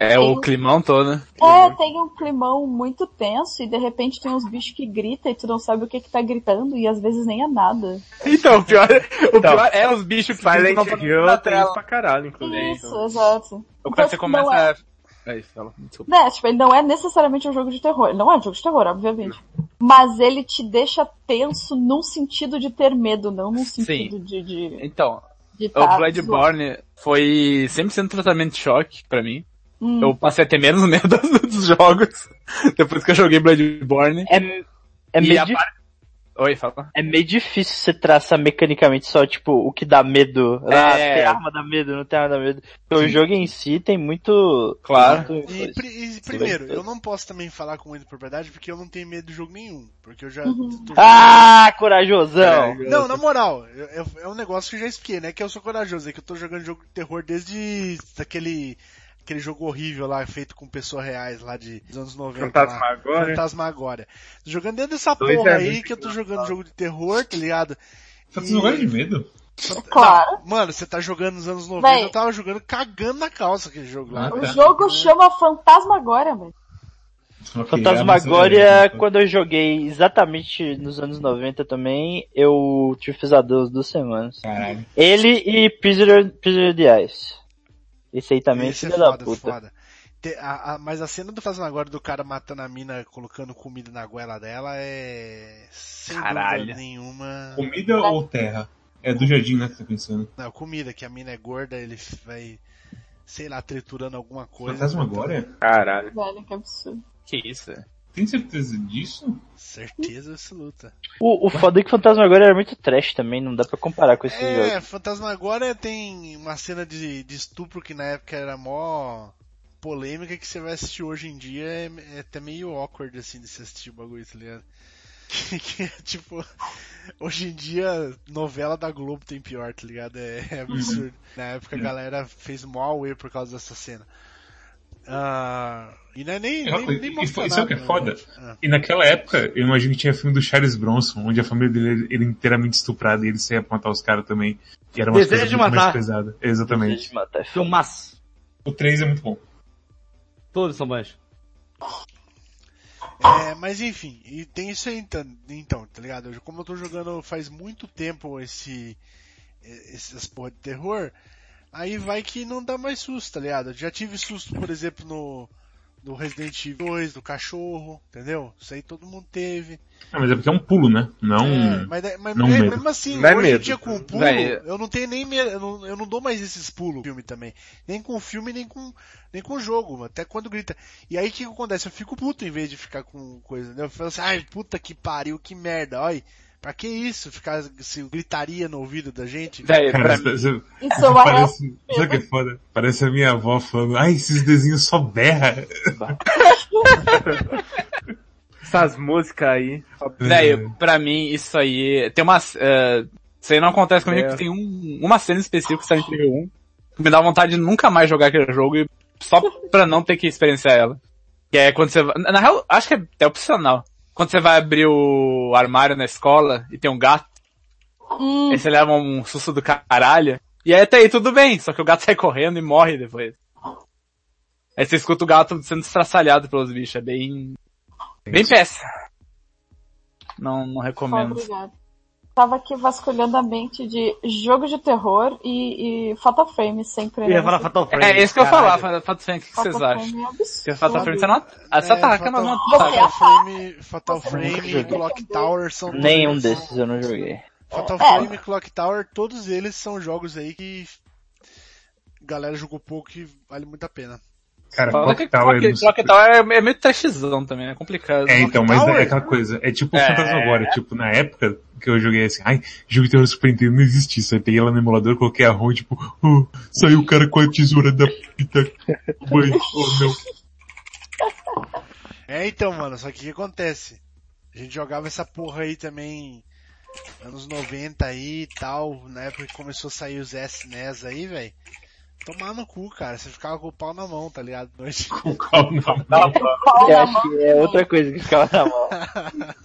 É o climão todo, né? É, tem um climão muito tenso e de repente tem uns bichos que gritam e tu não sabe o que que tá gritando e às vezes nem é nada. Então, o pior, o Então, pior é os bichos que dizem que não Silent tão Hill na tem tela. isso pra caralho, inclusive. Isso, exato. Quando Então, você tipo, começa não é, a... Aí, fala, desculpa. né, tipo, ele não é necessariamente um jogo de terror. Ele Não é um jogo de terror, obviamente. Mas ele te deixa tenso num sentido de ter medo, não num sentido de de, Então, de tá o Bloodborne foi 100% tratamento de choque pra mim. Hum. Eu passei a ter menos medo dos- dos jogos depois que eu joguei Bloodborne. É, é, E meio a di- parte- Oi, fala. é meio difícil você traçar mecanicamente só, tipo, o que dá medo. Ah, É. tem arma dá medo, não tem arma dá medo. Porque o jogo em si tem muito... Claro. muito- E, pri- e primeiro, eu não posso também falar com muita propriedade porque eu não tenho medo de jogo nenhum. Porque eu já. tô Ah, É, corajosão! Não, na moral, eu- eu- é um negócio que eu já expliquei, né? Que eu sou corajoso, é que eu tô jogando jogo de terror desde aquele, aquele jogo horrível lá, feito com pessoas reais lá de, dos anos 90. Fantasma lá. agora. Fantasma agora. Tô jogando dentro dessa Dois porra é aí muito que eu tô jogando jogo de terror, tá ligado? Tá tendo lugar de medo? Claro. Não, mano, você tá jogando nos anos 90, Véi. eu tava jogando cagando na calça aquele jogo lá. tá. Ah, O jogo chama Fantasmagória, mano. Ok, Fantasmagória, avança- quando eu joguei exatamente nos anos 90 também, eu tive pesadelos duas semanas. Caralho. Ele e Prisoner, Prisoner the Ice. Esse aí também, é Esse é filho da puta. foda. Te- a- a- mas a cena do Fazendo Agora do cara matando a mina, colocando comida na goela dela é. Sem Caralho. dúvida nenhuma. Comida ou terra? É do jardim, né, que tá pensando. Não, comida, que a mina é gorda, ele vai, sei lá, triturando alguma coisa. Fantasmagória? Caralho. Velho, que absurdo. Que isso? velho? Tem certeza disso? Certeza absoluta. O, o foda é que Fantasmagória era muito trash também, não dá pra comparar com esse jogo. É, Fantasmagória tem uma cena de, de estupro que na época era mó polêmica que você vai assistir hoje em dia é, é até meio awkward assim de se assistir o bagulho, tá ligado? Que, que é tipo, hoje em dia novela da Globo tem pior, tá ligado? É, é Uhum. absurdo. Na época É. a galera fez mó away por causa dessa cena. Ah, e não é nem, Eu- nem, nem isso- mostra isso é o nada, que é né? foda? Ah. E naquela época, eu imagino que tinha filme do Charles Bronson, onde a família dele era inteiramente estuprada e ele saía pra matar os caras também. E era uma Desejo coisa de muito mais matar. pesada. Exatamente. Gente, mano, tá foda. Filmaço. O 3 é muito bom. Todos são bons. É, mas enfim, e tem isso aí então, então, tá ligado? Eu- Como eu tô jogando faz muito tempo esse, eh, essas porra de terror, aí vai que não dá mais susto, tá ligado? Eu já tive susto, por exemplo, no, no Resident Evil 2, do cachorro, entendeu? Isso aí todo mundo teve. Ah, mas é porque é um pulo, né? Não. É, mas da- mas não me- medo. mesmo assim, Não é hoje em medo. dia com o pulo, Véi, eu não tenho nem medo, eu não, eu não dou mais esses pulos no filme também. Nem com o filme, nem com, nem com o jogo, até quando grita. E aí o que que acontece? Eu fico puto em vez de ficar com coisa, né? Eu falo assim, ai, puta que pariu, que merda, olha. Pra que isso? Ficar se gritaria no ouvido da gente? Velho, pra Cara, mim, isso- isso- Isso é uma real. parece, sabe o que é foda? Parece a minha avó falando, ai, esses desenhos só berra. Essas músicas aí. velho, pra mim, isso aí, tem uma, eh, isso aí não acontece comigo, É. porque tem um, uma cena específica, Silent Hill 1, que me dá vontade de nunca mais jogar aquele jogo, e só pra não ter que experienciar ela. Que é quando você vai, na na real, acho que é até opcional. Quando você vai abrir o armário na escola e tem um gato, Hum, Aí você leva um susto do caralho. E aí até aí tudo bem, só que o gato sai correndo e morre depois. Aí você escuta o gato sendo estraçalhado pelos bichos, é bem... Bem péssimo. Não, não recomendo. obrigado. Tava aqui vasculhando a mente de jogo de terror e, e Fatal Frame sempre. Eu ia falar Fatal Frame. É, isso que eu ia falar, caralho. Fato Fato Frank, o que Fatal vocês acham? Frame é Você absurdo. faz a frente, você não ah, você É, ataca, mas não Fatal, um ataca. Fatal Frame, Fatal Você nunca Frame, jogou. Clock Tower são todos- Nenhum desses eu assim. não joguei. Fatal É. Frame, Clock Tower, todos eles são jogos aí que galera jogou pouco e vale muito a pena. Cara, Fala que Clock Tower é Clock- do- Clock Tower é é meio trashzão também, é complicado. É, então, mas Tower? é aquela coisa. É tipo o É. Fantasmagória. Tipo, na época que eu joguei assim, ai, jogo de terror Super Nintendo não existe isso. Aí peguei ela no emulador, coloquei a ROM, tipo, "Oh, saiu o cara com a tesoura da pita. Mãe, oh não. É então, mano, só que o que acontece? A gente jogava essa porra aí também anos 90 aí e tal, na época que começou a sair os SNES aí, velho. Tomar no cu, cara. Você ficava com o pau na mão, tá ligado? Noite. Com calma, não. Pau Eu na acho que é outra coisa que ficava na mão.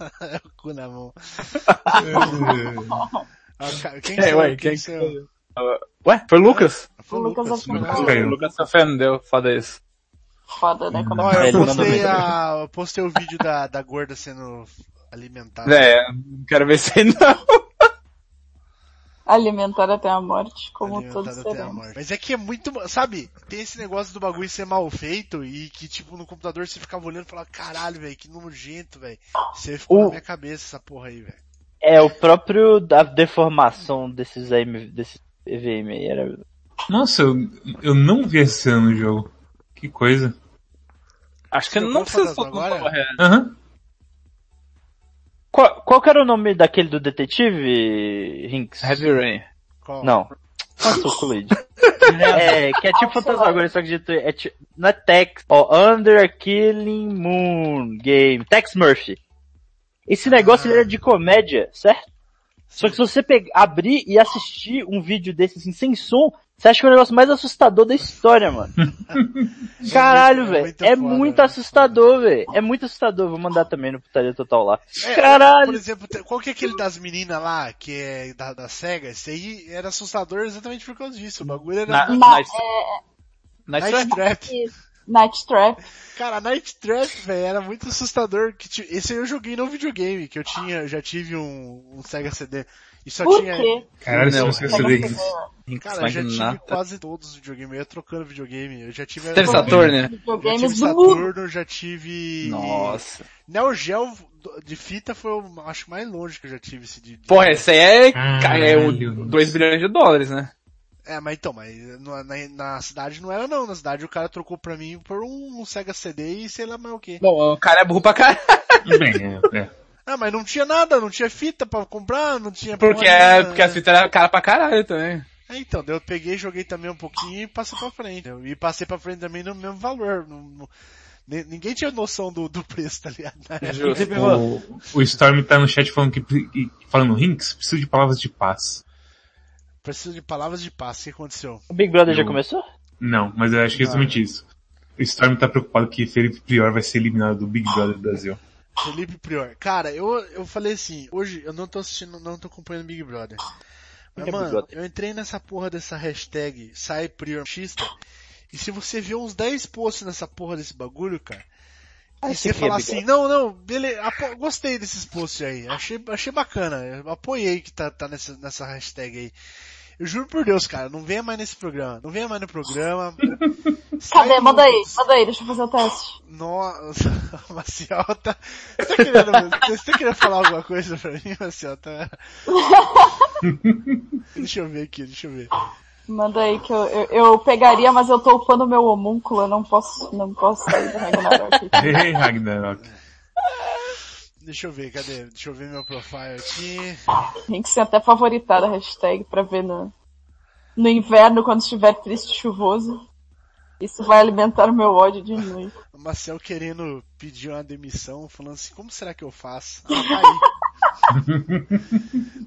o cu na mão. É, Ah, cara, Quem É, saiu? ué, quem quem saiu? Ah, Ué, É, foi o Lucas? Foi o Lucas Lucas, Afonso. Lucas né? O caiu. Lucas se ofendeu, foda isso. Foda, né? Quando Ó, é eu Ele mandou postei, bem. a, eu postei o vídeo da, da gorda sendo alimentada. É, não quero ver isso aí não. alimentar até a morte, como Alimentado todos até a seremos. morte. Mas é que é muito, sabe? Tem esse negócio do bagulho ser mal feito e que, tipo, no computador você ficava olhando e falava, caralho, velho, que nojento, velho. Você ficou na O- minha cabeça essa porra aí, velho. É, o próprio da deformação desses AM, desse EVM aí era... Nossa, eu, eu não vi essa cena no jogo. Que coisa. Acho que Você não jogou precisa Fantasmagória? falar Aham. Qual, qual que era o nome daquele do detetive, Rinks? Heavy Rain. Qual? Não. Nossa, colide. é, que é tipo Fantasmagoria, só que de, é tipo, não é Tex, ó, Under a Killing Moon Game, Tex Murphy. Esse negócio ele era de comédia, certo? Só que se você pegar, abrir e assistir um vídeo desse assim, sem som, Você acha que é o negócio mais assustador da história, mano. Caralho, velho. É muito assustador, velho. É muito assustador. Vou mandar também no Putaria Total lá. É, Caralho. Por exemplo, tem- qual que é aquele das meninas lá, que é da, da SEGA? Esse aí era assustador exatamente por causa disso. O bagulho era Na, Ma- na, na, Night é, Trap. Night Trap. Cara, Night Trap, velho, era muito assustador. Que ti- Esse aí eu joguei no videogame, que eu tinha, eu já tive um, um Sega CD. E só Por tinha. quê? Caralho, se Não, você CD Como Higgs. é Cara, eu já tive Magnata. quase todos os videogames. Eu ia trocando videogame. Eu já tive. Teve Saturn? né? Eu já tive Videogames do mundo. Saturno, já tive. Nossa. Neo Geo do- de fita foi o acho mais longe que eu já tive esse de. de- Porra, esse aí é, cara, é Caralho. 2 bilhões de dólares, né? É, mas então, mas na, na- na cidade não era não. Na cidade o cara trocou pra mim por um, um Sega CD e sei lá mais o que. Bom, o cara é burro pra caralho. Bem, é, é. Ah, mas não tinha nada, não tinha fita pra comprar, não tinha. Porque, é, porra nenhuma. né? porque a fita era cara pra caralho também. É, então, daí eu peguei, joguei também um pouquinho e passei pra frente. E passei pra frente também no mesmo valor. no- no- ni- ninguém tinha noção do, do preço, tá ligado? Na época. Justo. O, o Storm tá no chat falando que, e- falando Rinks, preciso de palavras de paz. Preciso de palavras de passe. O que aconteceu? O Ah. Big Brother já Não. começou? Não, mas eu acho que é exatamente isso. O Storm tá preocupado que Felipe Prior vai ser eliminado do Big Brother Brasil. Felipe Prior. Cara, eu, eu falei assim, hoje eu não tô assistindo, não tô acompanhando Big Brother. Mas, Big mano, Brother. eu entrei nessa porra dessa hashtag sai Prior Xista, e se você vê uns 10 posts nessa porra desse bagulho, cara, e você aqui é falar Big assim, não, não, beleza, apo- gostei desses posts aí, achei, achei bacana, eu apoiei que tá, tá nessa, nessa hashtag aí. Eu juro por Deus, cara, não venha mais nesse programa, não venha mais no programa. Sai Cadê? do- Manda aí, manda aí, deixa eu fazer o teste. nossa, Maciel tá. Você tá querendo, você tá querendo falar alguma coisa pra mim, Maciel? Tá... deixa eu ver aqui, deixa eu ver. Manda aí que eu, eu, eu pegaria, mas eu tô upando meu homúnculo, eu não posso, não posso sair do Ragnarok. Ei, Ragnarok. Deixa eu ver, cadê? Deixa eu ver meu profile aqui. Tem que ser até favoritada a hashtag pra ver no, no inverno quando estiver triste e chuvoso. Isso vai alimentar o meu ódio de noite. O Maciel querendo pedir uma demissão, falando assim, como será que eu faço? Ah, tá aí.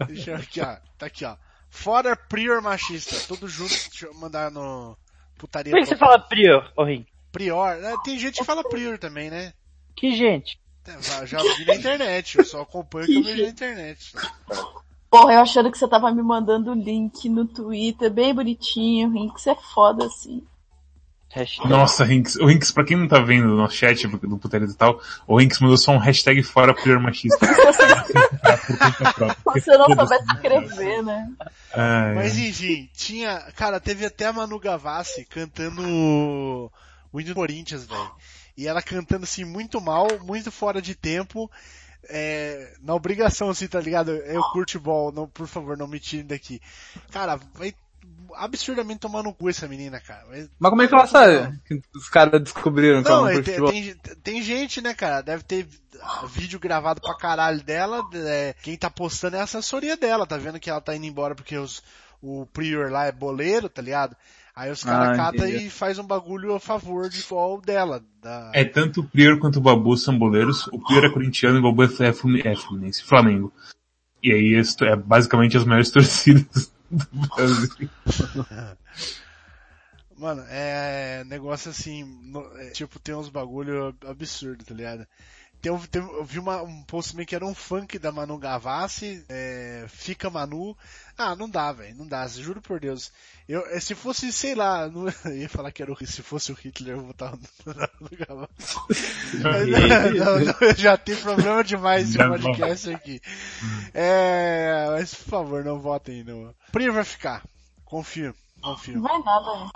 deixa eu aqui, ó. Tá aqui, ó. Fora prior machista, tudo junto, deixa eu mandar no putaria. Por que você fala Prior, ô Rin? prior? né? Tem gente que fala prior também, né? Que gente. É, Já, já vi na internet, eu só acompanho o que eu vejo na internet. Porra, eu achando que você tava me mandando o link no Twitter, bem bonitinho, Rinks é foda assim. Hashtag. Nossa, Rinks. O Rinks, pra quem não tá vendo no chat do Putaria e tal, o Rinks mandou só um hashtag fora Prior Machista. Como se eu não soubesse escrever, né? Ai, Mas enfim, tinha. Cara, teve até a Manu Gavassi cantando o Windows Corinthians, velho. E ela cantando assim muito mal, muito fora de tempo. É, na obrigação, assim, tá ligado? Eu curto bol, não, por favor, não me tirem daqui. Cara, vai absurdamente tomar no cu essa menina, cara. Vai- Mas como é que ela sabe? Que os caras descobriram que Não, ela é, não tem, curtiu. tem- tem gente, né, cara? Deve ter vídeo gravado pra caralho dela. é, quem tá postando é a assessoria dela, tá vendo que ela tá indo embora porque os, o prior lá é boleiro, tá ligado? Aí os Ah, caras catam entendi. e faz um bagulho a favor de qual dela. Da... É tanto o Prior quanto o Babu são boleiros. O Prior é corintiano e o Babu é Flumin- é Fluminense, Flamengo. E aí é esto- é basicamente as maiores torcidas do Brasil. Mano, é negócio assim, no- é, tipo, tem uns bagulho absurdo, tá ligado? Tem, um- tem, eu vi uma, um post meio que era um funk da Manu Gavassi, é, Fica Manu. Ah, não dá, velho, não dá, juro por Deus. Eu, é, se fosse, sei lá, não, eu ia falar que era o, se fosse o Hitler, eu votava no Manu Gavassi. Mas, né, não, não, eu já tenho problema demais esse Já não. Hum. podcast aqui. É, mas por favor, não votem não. Primeiro vai ficar, confio, confio. Não vai nada. né?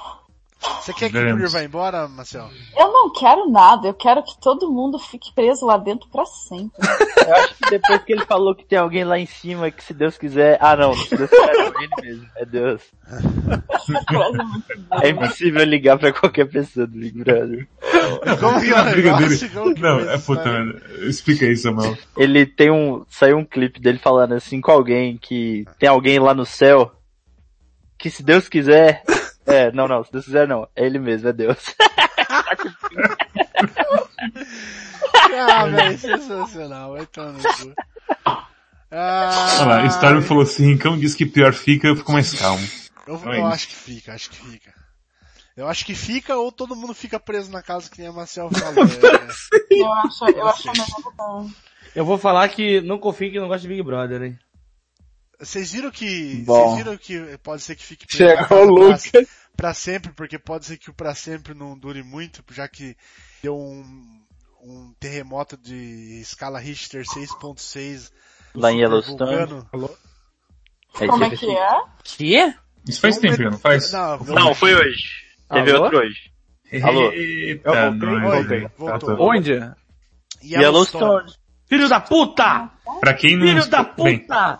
Você quer que o Veremos. Prior vá embora, Marcel? Eu não quero nada, eu quero que todo mundo fique preso lá dentro pra sempre. Eu acho que depois que ele falou que tem alguém lá em cima que se Deus quiser. Ah não, se Deus quiser é ele mesmo. É Deus. Essa frase é muito boa. É impossível ligar pra qualquer pessoa do Big Brother. Como que é Não, o negócio? brincadeira. Como que Não, foi é essa puta, história? mano. Explica aí, Samuel. Ele tem um. Saiu um clipe dele falando assim com alguém que tem alguém lá no céu que se Deus quiser. É, não, não, se Deus quiser não. É ele mesmo, é Deus. Ah, velho, sensacional. Vai tomar no cu. Ah, Olha lá, Storm falou assim, Rincão diz que Prior fica, eu fico mais calmo. Eu, Não é eu isso. acho que fica, acho que fica. Eu acho que fica ou todo mundo fica preso na casa que nem a Marcel falou. é. Eu acho, eu acho melhor não. Eu vou falar que não confio que não gosta de Big Brother, hein? Vocês viram que. Bom. Vocês viram que pode ser que fique preso na Chegou o casa pra- Lucas. pra sempre, porque pode ser que o pra sempre não dure muito, já que deu um, um terremoto de escala Richter 6.6 Lá em super Yellowstone. vulcano. Como é que é? Que? Isso faz tempo, já não faz? Não, Não, foi hoje. Teve Alô? outro hoje. Alô? Eita, Eu voltei, nós, voltei, velho. voltou. Tá, tá. Onde? Yellowstone. Filho da puta! Pra quem não... Filho da Bem, puta!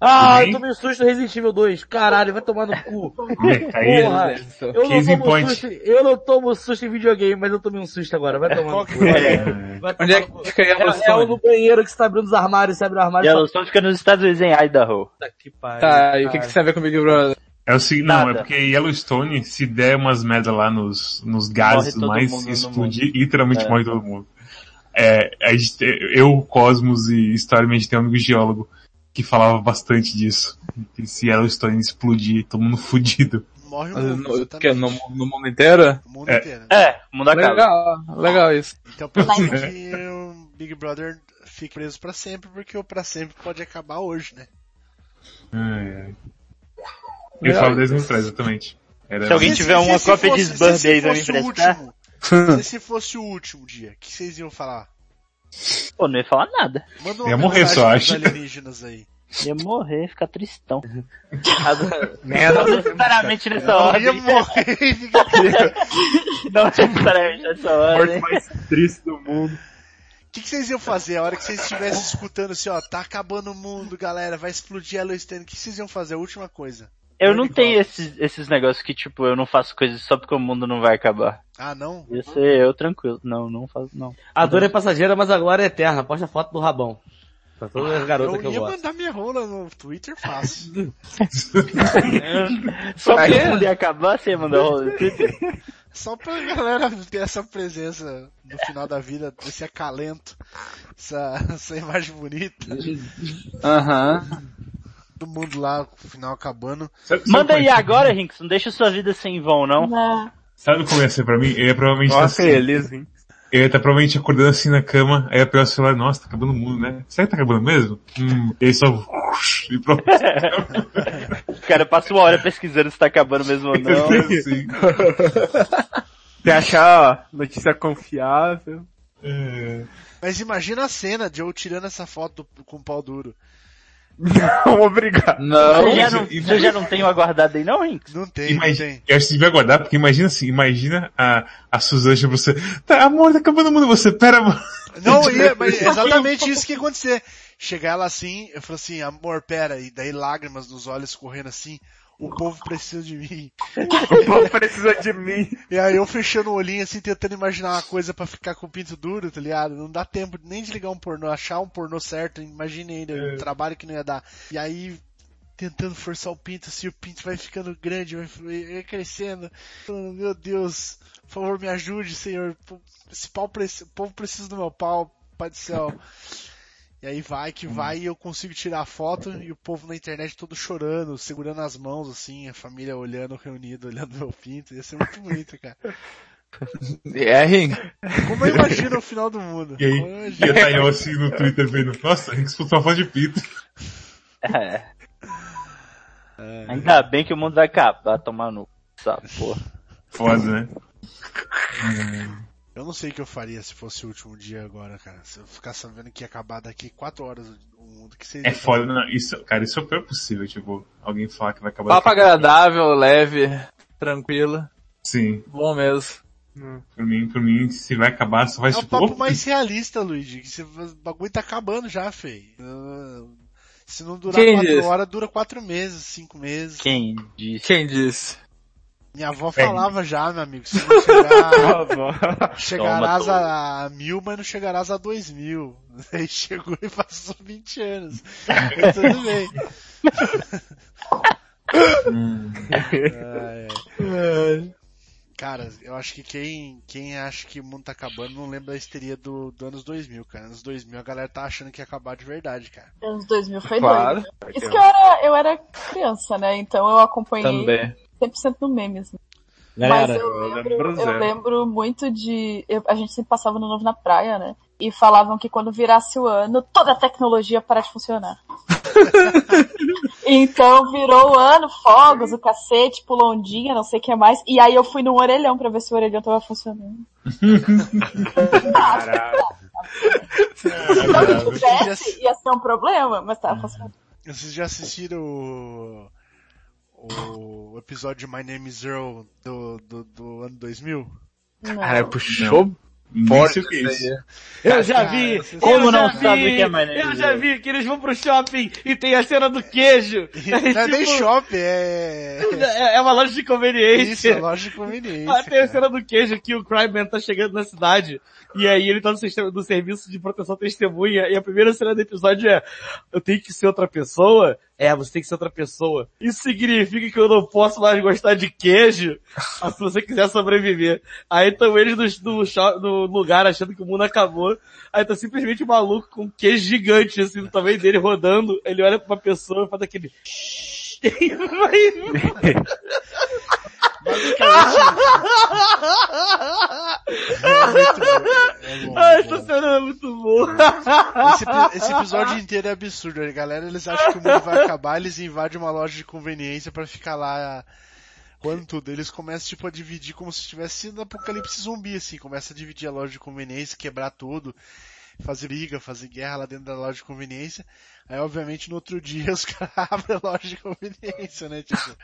Ah, Bem. eu tomei um susto do Resident Evil 2. Caralho, vai tomar no cu. Bem, tá aí, Porra. Isso. Eu não, Case in tomo point. susto, eu não tomo susto em videogame, mas eu tomei um susto agora. Vai tomar no cu. Vai tomar Onde é no cu. que fica a É, é o do Yellowstone? banheiro que você tá abrindo os armários, você abre o armário e Yellowstone fica nos Estados Unidos, em Idaho. fala, que pariu. Tá, e o que, que você tem a ver comigo, brother? É o seguinte, não, Nada. é porque Yellowstone, se der umas merda lá nos, nos gases, todo mais mundo no explodir, literalmente morre todo mundo. É, a gente, tem- eu, Cosmos e História, a gente tem um amigo geólogo que falava bastante disso. Que se Yellowstone explodir, todo mundo fudido. Morre o No- mundo, no- exatamente. Que, no, no mundo inteiro? O mundo É. inteiro. É, o mundo acaba. Legal, legal isso. Então pode Mas- ser que o Big Brother fique preso pra sempre, porque o pra sempre pode acabar hoje, né? Ai, ai. Eu falo 10 anos atrás, exatamente. Era Se alguém Se- tiver se uma esse cópia de fosse- se Sbird esse aí pra me fosse o emprestar? último- Se esse fosse o último dia, o que vocês iam falar? Pô, não ia falar nada. Manda uma Ia morrer mensagem só, pros acho. alienígenas aí. Ia morrer, ficar tristão. Merda. Não necessariamente nessa Eu ia ordem. né? morrer e ficar Não necessariamente nessa morte ordem. mais triste do mundo. O que, que vocês iam fazer a hora que vocês estivessem escutando assim, ó, tá acabando o mundo, galera, vai explodir a Lois O que vocês iam fazer? A última coisa. Eu não tenho esses, esses negócios que, tipo, eu não faço coisas só porque o mundo não vai acabar. Ah, não? Ia ser eu tranquilo. Não, não faço, não. A dor é passageira, mas a glória é eterna. Posta foto do rabão. Pra todas as garotas que Eu eu ia gosto. mandar minha rola no Twitter fácil. Só Pra porque quê? o mundo ia acabar, você ia mandar rola no Twitter? Só pra galera ter essa presença no final da vida, esse acalento, essa, essa imagem bonita Aham. do mundo lá, o final acabando. Sabe- sabe Manda aí como é- agora, Rinks. Não deixa sua vida sem vão, não. Não. Sabe como ia ser pra mim? Eu ia provavelmente estar Nossa, assim, feliz, hein? Eu ia estar provavelmente acordando assim na cama, aí eu ia pegar o celular, nossa, tá acabando o mundo, né? Será que tá acabando mesmo? Hum, e aí só... E pronto. O cara passa uma hora pesquisando se tá acabando mesmo ou não. Assim. Você achar ó, notícia confiável. É. Mas imagina a cena de eu tirando essa foto do- com o pau duro. Não, obrigado. Não. Você já não, é você já não tem o aguardado aí, não, Rinks? Não tem, não Imagina, tem. eu acho que você devia aguardar, porque imagina assim, imagina a, a Suzana chega pra você, tá, amor, tá acabando o mundo, você, pera, Tipo, mano. Não, ia, mas é exatamente isso que ia acontecer. Chegar ela assim, eu falo assim, amor, pera, e daí lágrimas nos olhos escorrendo assim, o povo precisa de mim. O povo precisa de mim. E aí eu fechando o olhinho assim, tentando imaginar uma coisa pra ficar com o pinto duro, tá ligado? Não dá tempo nem de ligar um pornô, achar um pornô certo, imagine ainda, É. o trabalho que não ia dar. E aí, tentando forçar o pinto, assim, o pinto vai ficando grande, vai, vai crescendo. Falando, Meu Deus, por favor me ajude, senhor. Pô, Esse pau preci- o povo precisa do meu pau, pai do céu. E aí vai Uhum. que vai e eu consigo tirar a foto e o povo na internet todo chorando, segurando as mãos assim, a família olhando, reunida, olhando meu pinto. Ia ser muito bonito, cara. É, Ring. Como eu imagino o final do mundo. E aí, Como eu e eu imagino. tá eu assim no Twitter vendo, nossa, Rick expulsou uma foto de pito. É. É. Ainda bem que o mundo vai acabar, tomar no cu, essa porra. Foda, né? Eu não sei o que eu faria se fosse o último dia agora, cara. Se eu ficar sabendo que ia acabar daqui 4 horas o mundo, que seria. É foda, não, isso, cara, isso é o pior possível, tipo, alguém falar que vai acabar... Papo daqui a- agradável, leve, tranquilo. Sim, Bom mesmo. por mim, por mim, se vai acabar, só vai, É o tipo, papo "Opa, mais realista, Luigi. Que você- o bagulho tá acabando já, feio. Ah, Se não durar Quem 4 disse? horas, dura 4 meses, 5 meses. Quem disse? Quem disse? Minha avó falava já, meu amigo. Se não chegar, chegarás a mil, mas não chegarás a dois mil. Aí chegou e passou 20 anos. Mas tudo bem. hum." Ai, ai. Cara, eu acho que quem, quem acha que o mundo tá acabando não lembra da histeria do, do anos 2000, cara. Anos 2000 a galera tá achando que ia acabar de verdade, cara. Anos 2000 foi Claro. doido. Isso que eu era, eu era criança, né? Então eu acompanhei Também. 100% no memes. Mas Galera, assim. eu lembro, lembro eu zero. lembro muito de. eu- a gente sempre passava no novo na praia, né? E falavam que quando virasse o ano, toda a tecnologia ia parar de funcionar. então virou o ano, fogos, o cacete, pulondinha, não sei o que mais. E aí eu fui num orelhão pra ver se o orelhão tava funcionando. Então, Se não tivesse, ia ser um problema, mas tava funcionando. Vocês já assistiram o, o episódio de My Name is Earl do, do, do ano 2000? Não. Cara, puxou Nem forte sei o que é isso isso. aí. eu já vi. Como eu não já sabe vi, o que é mais, né, Eu Júlio? já vi que eles vão pro shopping e tem a cena do queijo. Não é nem tipo, shopping, é... É é uma loja de Isso, é conveniência. loja de Ah, conveniência. tem a cara. cena do queijo que o Cryman tá chegando na cidade. E aí ele tá no, sistema, no serviço de proteção à testemunha. E a primeira cena do episódio é, eu tenho que ser outra pessoa? É, você tem que ser outra pessoa. Isso significa que eu não posso mais gostar de queijo? Ah, se você quiser sobreviver. Aí estão eles no, no, sho- no lugar achando que o mundo acabou. Aí tá simplesmente um maluco com um queijo gigante assim no tamanho dele rodando. Ele olha pra uma pessoa e faz aquele... e vai É bom, Ah, é essa bom. cena é muito boa. Esse, epi- esse episódio inteiro é absurdo, né, galera? Eles acham que o mundo vai acabar, eles invadem uma loja de conveniência pra ficar lá quando tudo. Eles começam tipo a dividir como se estivesse no apocalipse zumbi, assim. Começa a dividir a loja de conveniência, quebrar tudo, fazer briga, fazer guerra lá dentro da loja de conveniência. Aí, obviamente, no outro dia os caras abrem a loja de conveniência, né? Tipo,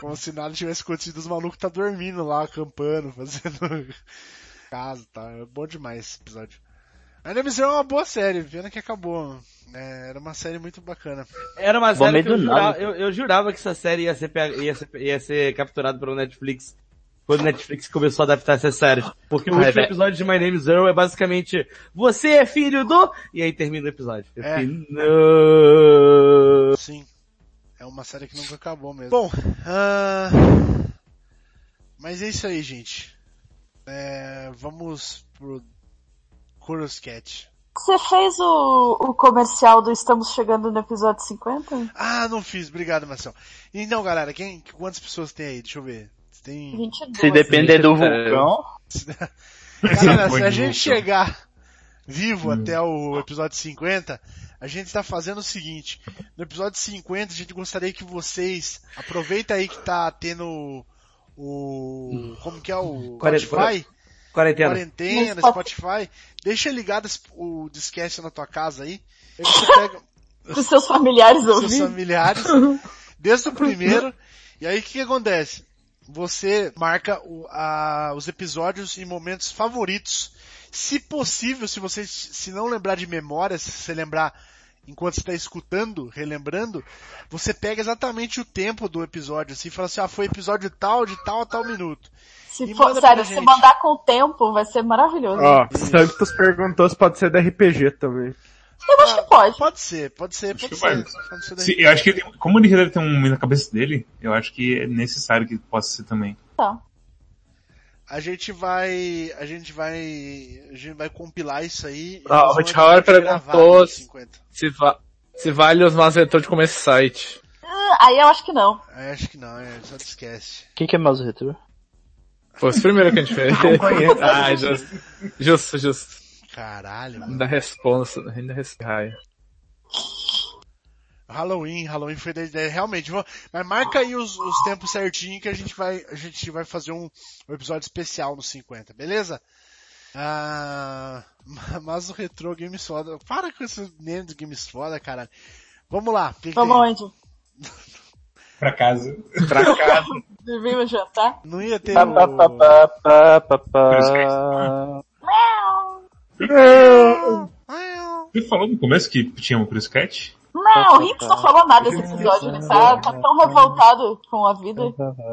como se nada tivesse acontecido, os malucos tá dormindo lá, acampando, fazendo casa, tá? É bom demais esse episódio. A NMZ é uma boa série, pena que acabou. É, era uma série muito bacana. Era uma Bom, série meio que eu do jurava, nada. eu, eu jurava que essa série ia ser, pe- ia ser, ia ser capturada pelo Netflix quando o Netflix começou a adaptar essas séries. Porque o Ah, Ai, é último velho. episódio de My Name is Earl é basicamente Você é filho do... E aí termina o episódio. Eu É. fiquei, "Não." Sim. É uma série que nunca acabou mesmo. Bom, ah, mas é isso aí, gente. É, vamos pro Chorus Cat. Você fez o, o comercial do Estamos Chegando no episódio 50? Ah, não fiz, obrigado, Marcel. Então, galera, quem, quantas pessoas tem aí? Deixa eu ver. Tem. 22. Se depender do Eita. é vulcão, Cara, se Põe a de gente volta. chegar vivo até o episódio 50, a gente tá fazendo o seguinte. No episódio 50, a gente gostaria que vocês, aproveita aí que tá tendo o, como que é o Quarenta- Spotify, Quarentena. quarentena, No Spotify, deixa ligado esse- o disquete na tua casa aí, aí você pega Dos seus familiares seus ouvindo. familiares, desde o primeiro, e aí o que, que acontece? Você marca o- a- os episódios e momentos favoritos. Se possível, se você se não lembrar de memória, se você lembrar enquanto está escutando, relembrando, você pega exatamente o tempo do episódio, assim, e fala assim, ah, foi episódio tal, de tal a tal minuto. Se E for, manda pra sério, se gente. mandar com o tempo, vai ser maravilhoso. Ó, Santos perguntou se pode ser da RPG também. Eu acho que pode. Ah, Pode ser, pode ser, pode que ser. vai. Pode ser daí. Se- eu acho que ele tem- como ele deve ter um meio na cabeça dele, eu acho que é necessário que possa ser também. Tá. A gente vai, a gente vai, a gente vai compilar isso aí. Ah, Nós o vamos Howard gravar perguntou no 50. Se, va se vale os maus retornos como esse site. Ah, Aí eu acho que não. É, acho que não, é, só te esquece. o que, que é mouse retrô? Foi o primeiro que a gente fez. ah, justo. Justo, justo. Caralho, mano. Ainda responsa, ainda responsa. Halloween, Halloween foi da ideia, realmente. vou- Mas marca aí os, os tempos certinho que a gente vai, a gente vai fazer um, um episódio especial no 50, beleza? Ah, mas o Retro Games Foda. Para com esse nome do Games Foda, caralho. Vamos lá. o que que Vamos tem? onde? Pra casa. Pra cá. Viver meu jantar? Não ia ter Pá, pá, pá, o... pá, pá, pá, Chorus Ah. pá. Você falou no começo que tá tinha um Chris Cat? Não, o Rinks não falou nada desse episódio. Ele tá, tá tão revoltado com a vida.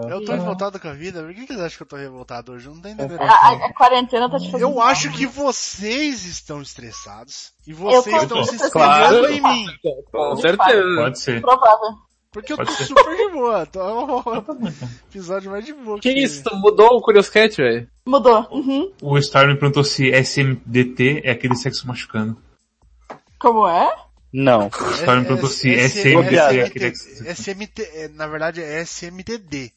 Eu tô revoltado com a vida? Por que que eles acham que eu tô revoltado hoje? Eu não tô entendendo. A, a- a quarentena tá te fazendo. Eu acho que vocês estão estressados. E Eu vocês tô- estão se eu tô estressando estressada. em mim. Com certeza. Pode ser. Provável. Porque eu tô Pode ser. super de boa. Tô, é um episódio mais de boa. Que isso? Tu mudou o Curious Cat, velho? Mudou. Uhum. O Star me perguntou se SMDT é aquele sexo machucando. Como é? Não. O Star é, me perguntou se SMDT é aquele sexo SMT, é, na verdade é SMDD.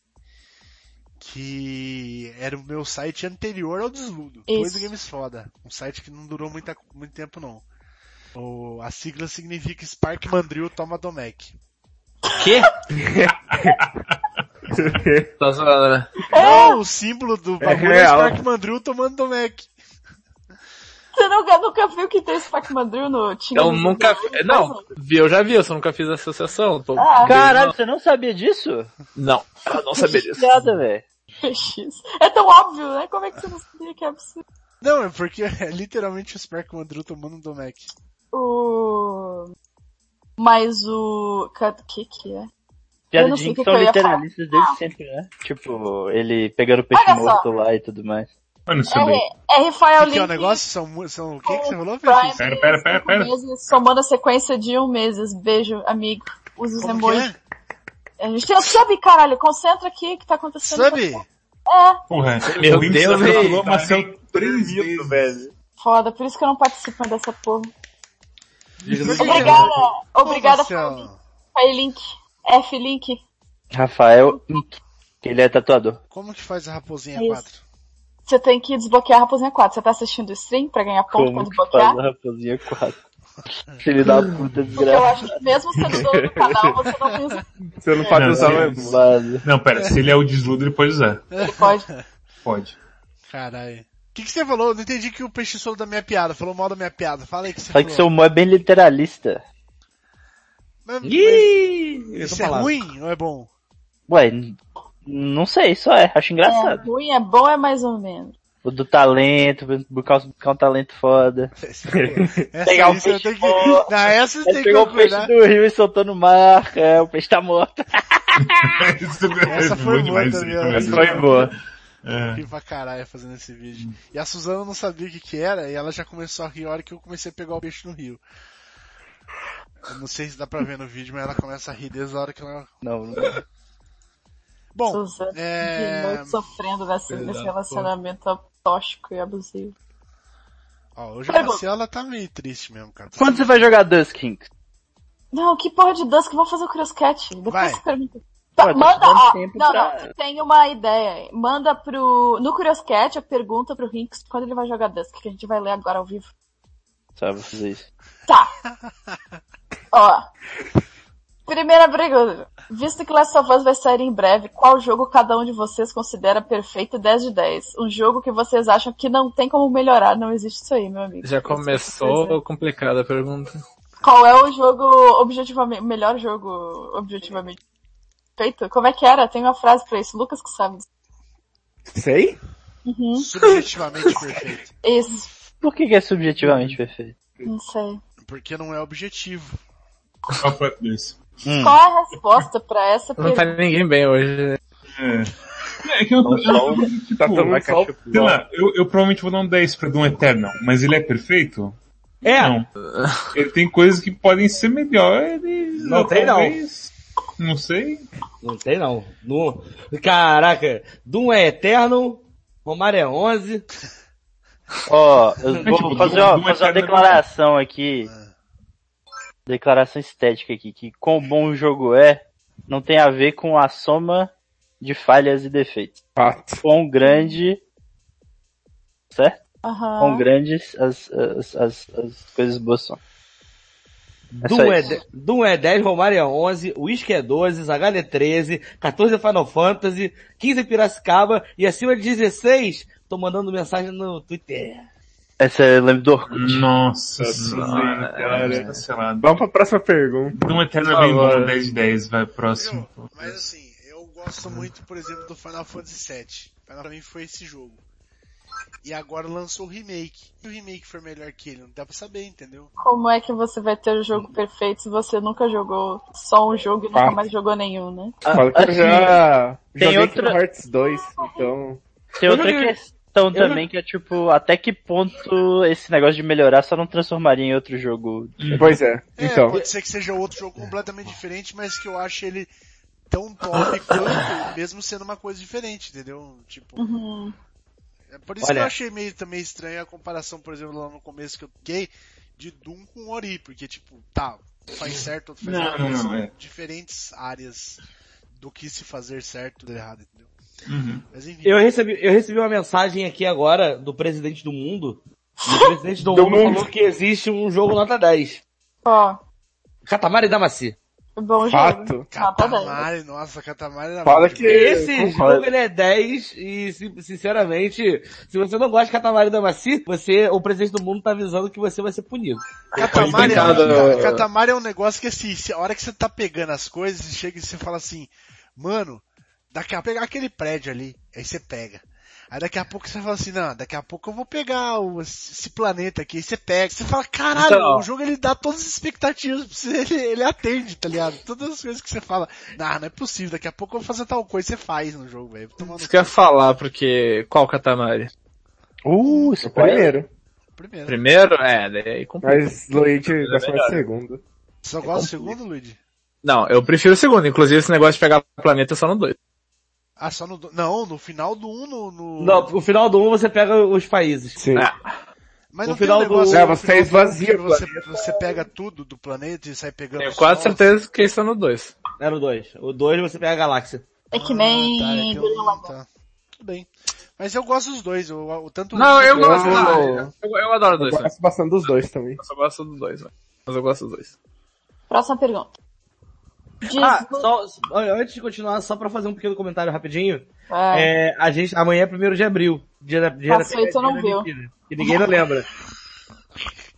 Que era o meu site anterior ao desludo. Depois do Isso. Games Foda. Um site que não durou muita, muito tempo não. O, a sigla significa Spark Mandrill Toma Domec. Quê? tá zoando, né? Oh! Não, É o símbolo do bagulho é, real. Spark Mandrill tomando Domec. Você nunca, nunca viu que tem Spark Mandrill no Tinder? Eu nunca... Não, vi, eu já vi, eu só nunca fiz associação. Tô- Ah. Caralho, você não sabia disso? Não, eu não sabia Que disso. Piada, velho. PX. É tão óbvio, né? Como é que você não sabia que é absurdo? Não, é porque é literalmente o Spark Mandrill tomando um Domec. O... Mas o... Cad- que que é? Eu Piada não de sei o gente que são que eu ia literalistas desde sempre, né? Tipo, ele pegando o peixe Olha só. morto lá e tudo mais. Olha isso é R, daí. R Rafael O que, que é o Link negócio? São, mu- são o que, que você falou, Prime, Francisco? Pera, pera, pera, cinco pera. meses, somando a sequência de um meses. Beijo, amigo. Usa os Como que emojis. é? A gente tem o sub, caralho. Concentra aqui o que tá acontecendo. É. Sub? Porra, é Meu o Windows Deus, falou velho. Tá Marcelo três vezes. Foda, por isso que eu não participo dessa porra. Jesus. Obrigada, é obrigada, Marcelo. Rafael Link. F Link. Rafael Ink, que ele é tatuador. Como que faz a raposinha Isso. 4? Você tem que desbloquear a Raposinha 4. Você tá assistindo o stream pra ganhar ponto pra Como que desbloquear? faz a raposinha 4? Filho da puta, Porque eu desgraça. acho que mesmo sendo dono do canal, você não tem os... Você não pode Não, usar não. o emoji. Mano. Não, pera, se ele é o desludo, ele pode usar. Ele pode. Pode. Caralho. O que, que você falou? Eu não entendi que o peixe solou da minha piada. Falou mal da minha piada. Fala aí que você Só falou. que seu humor é bem literalista. Mas- mas Ih, eu tô isso é falando. ruim ou é bom? Ué, n- não sei, só é. Acho É engraçado. ruim, é bom, é mais ou menos. O do talento, buscar, buscar um talento foda. Essa, essa Pegar o aí você peixe tem que... fora. Na essa você Ele tem que pegou o peixe concordar. do rio e soltou no mar. É, o peixe tá morto. Isso Essa é foi bom boa demais. também, isso é ó. demais. Foi boa. É. Ri pra caralho fazendo esse vídeo. E a Suzana não sabia o que que era e ela já começou a rir a hora que eu comecei a pegar o peixe no rio. Eu não sei se dá pra ver no vídeo, mas ela começa a rir desde a hora que ela... Não, Bom, Suzana, de é... noite sofrendo nesse, nesse relacionamento tóxico e abusivo. Ó, hoje a Marcela ela tá meio triste mesmo, cara. Quando você vai jogar Dust Kings? Não, que porra de dança que vão fazer o Crosscat? Depois Vai. você pergunta. Tá, Ué, tá manda, dando ó, tempo não, pra- não, tem uma ideia. aí. Manda pro, no Curioscat a pergunta pro Rinks quando ele vai jogar Dusk, que a gente vai ler agora ao vivo. Sabe fazer isso. Tá. ó. Primeira pergunta. Visto que Last of Us vai sair em breve, qual jogo cada um de vocês considera perfeito 10 de 10? Um jogo que vocês acham que não tem como melhorar, não existe isso aí, meu amigo. Já começou complicada a pergunta. Qual é o jogo objetivamente, melhor jogo objetivamente feito? Como é que era? Tem uma frase pra isso, Lucas que sabe. Sei? Subjetivamente perfeito. Isso, Por que, que é subjetivamente perfeito? não sei. Porque não é objetivo. Qual foi a desse? Hum. Qual é a resposta pra essa Não tá pergunta? ninguém bem hoje. né? É que eu tô... tipo, Tá tomando cachorro. Sei lá, eu, eu provavelmente vou dar um 10 pra Doom Eternal, mas ele é perfeito? É, Não. Ele tem coisas que podem ser melhores. Não ou tem, não. talvez- Não sei. Não tem não. No... Caraca, Doom é eterno, Romário é 11. Ó, eu É, vou tipo, fazer, do- do ó, fazer uma mercado declaração aqui. Declaração estética aqui, que quão bom o jogo é, não tem a ver com a soma de falhas e defeitos. Fato. Quão grande. Certo? Quão Aham. grandes as, as, as, as coisas boas são. É só Doom é, isso. de- Doom é 10, Romário é 11, Whisky é 12, Zagada é 13, 14 é Final Fantasy, 15 é Piracicaba e acima de 16, tô mandando mensagem no Twitter. Essa eu lembro do Orkut. Hum. Nossa Tá né, senhora. É, tá Cancelado. Vamos pra próxima pergunta. Doom Eternal é bem bom, 10 de 10, vai, próximo. Eu, mas assim, eu gosto muito, por exemplo, do Final Fantasy VII. Pra mim foi esse jogo. E agora lançou o remake. E o remake foi melhor que ele, não dá pra saber, entendeu? Como é que você vai ter o jogo perfeito se você nunca jogou só um jogo e nunca Fato. mais jogou nenhum, né? Ah, Fala que eu assim, já tem joguei outra- outra... Hearts 2, então... Tem outra joguei. questão. questão também que é tipo, até que ponto esse negócio de melhorar só não transformaria em outro jogo. Pois é. É, Então. pode ser que seja outro jogo completamente diferente, mas que eu ache ele tão top quanto, mesmo sendo uma coisa diferente, entendeu? Tipo, Uhum. é por isso que eu achei meio também estranha a comparação, por exemplo, lá no começo que eu fiquei, de Doom com Ori, porque tipo, tá, faz certo, outro faz Não, errado, não, mas não, são é. diferentes áreas do que se fazer certo ou errado, entendeu? Uhum. Mas enfim, Eu recebi, eu recebi uma mensagem aqui agora do presidente do mundo. E O presidente do, mundo, mundo. falou que existe um jogo nota 10. Ó, Catamari Damacy. bom jogo. Fato. Nota 10. Catamari, nossa, Catamari era Fala muito que bom. Esse concordo. jogo ele é 10 e, si- sinceramente, se você não gosta de Catamari Damacy, você, o presidente do mundo tá avisando que você vai ser punido. Catamari, Foi né? inventado, cara, ó. catamari é um negócio que assim, se- a hora que você tá pegando as coisas, você chega e você fala assim, mano, daqui a pouco pegar aquele prédio ali, aí você pega. Aí daqui a pouco você fala assim, não, daqui a pouco eu vou pegar o- esse planeta aqui, aí você pega. Você fala, caralho, Então, ó. o jogo ele dá todas as expectativas pra você, ele, ele atende, tá ligado? Todas as coisas que você fala, não, não é possível, daqui a pouco eu vou fazer tal coisa, você faz no jogo, velho. Vai tomar no Isso que eu ia falar, porque qual Katamari? Uh, é O primeiro. cu primeiro. Primeiro? É, daí complica. É Mas Luigi gosta mais do segundo. Só gosta do segundo, Luigi? Não, eu prefiro o segundo. Inclusive esse negócio de pegar planeta é só no dois. Ah, só no. do- Não, no final do 1, um, no. no- Não, no final do 1 você pega os países. Sim. Ah, Mas No não tem final um negócio do- no É, você final do esvazia mundo que o você, você pega tudo do planeta e sai pegando. Tenho o É, quase sol? certeza que isso é no dois. Era o 2. O 2 você pega a galáxia. É que Ah, tá, é nem. que eu- tá. Tudo bem. Mas eu gosto dos dois, eu, o tanto Não, eu Eu- gosto. Eu, eu, eu adoro Eu dois. né? gosto bastante dos dois também. Eu só gosto dos dois, né? Mas eu gosto dos dois. Próxima pergunta. Diz... Ah, só, antes de continuar, só pra fazer um pequeno comentário rapidinho. é, É, a gente, amanhã é 1 de abril. Dia da, dia Passou da e tu não dia da viu. mentira, Que ninguém não lembra.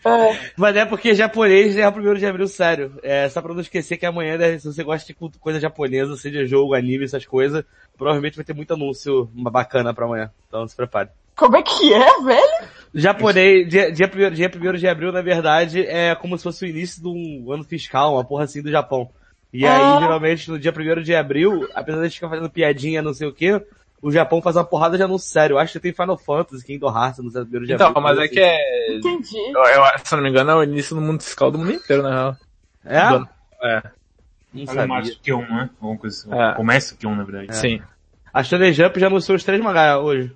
é. Mas é porque japonês é o 1 de abril, sério. É, só pra não esquecer que amanhã, né, se você gosta de culto- coisa japonesa, seja jogo, anime, essas coisas, provavelmente vai ter muito anúncio bacana pra amanhã. Então se prepare. Como é que é, velho? Japonês, dia, dia, 1 dia 1º de abril, na verdade, é como se fosse o início de um ano fiscal, uma porra assim do Japão. E Ah. aí, geralmente, no dia 1 de abril, apesar de a gente ficar fazendo piadinha, não sei o quê, o Japão faz uma porrada de anúncio sério. Eu acho que tem Final Fantasy, Kingdom Hearts no dia 1 de abril. Então, mas coisa é assim. que é... Entendi. Eu, eu, se eu não me engano, é o início do mundo fiscal do mundo inteiro, na real. É? Do- É, Não Olha sabia. março que é um, né? Alguma coisa assim. É. Começa que é um, na verdade. sim. A Shonen Jump já anunciou os três mangá hoje.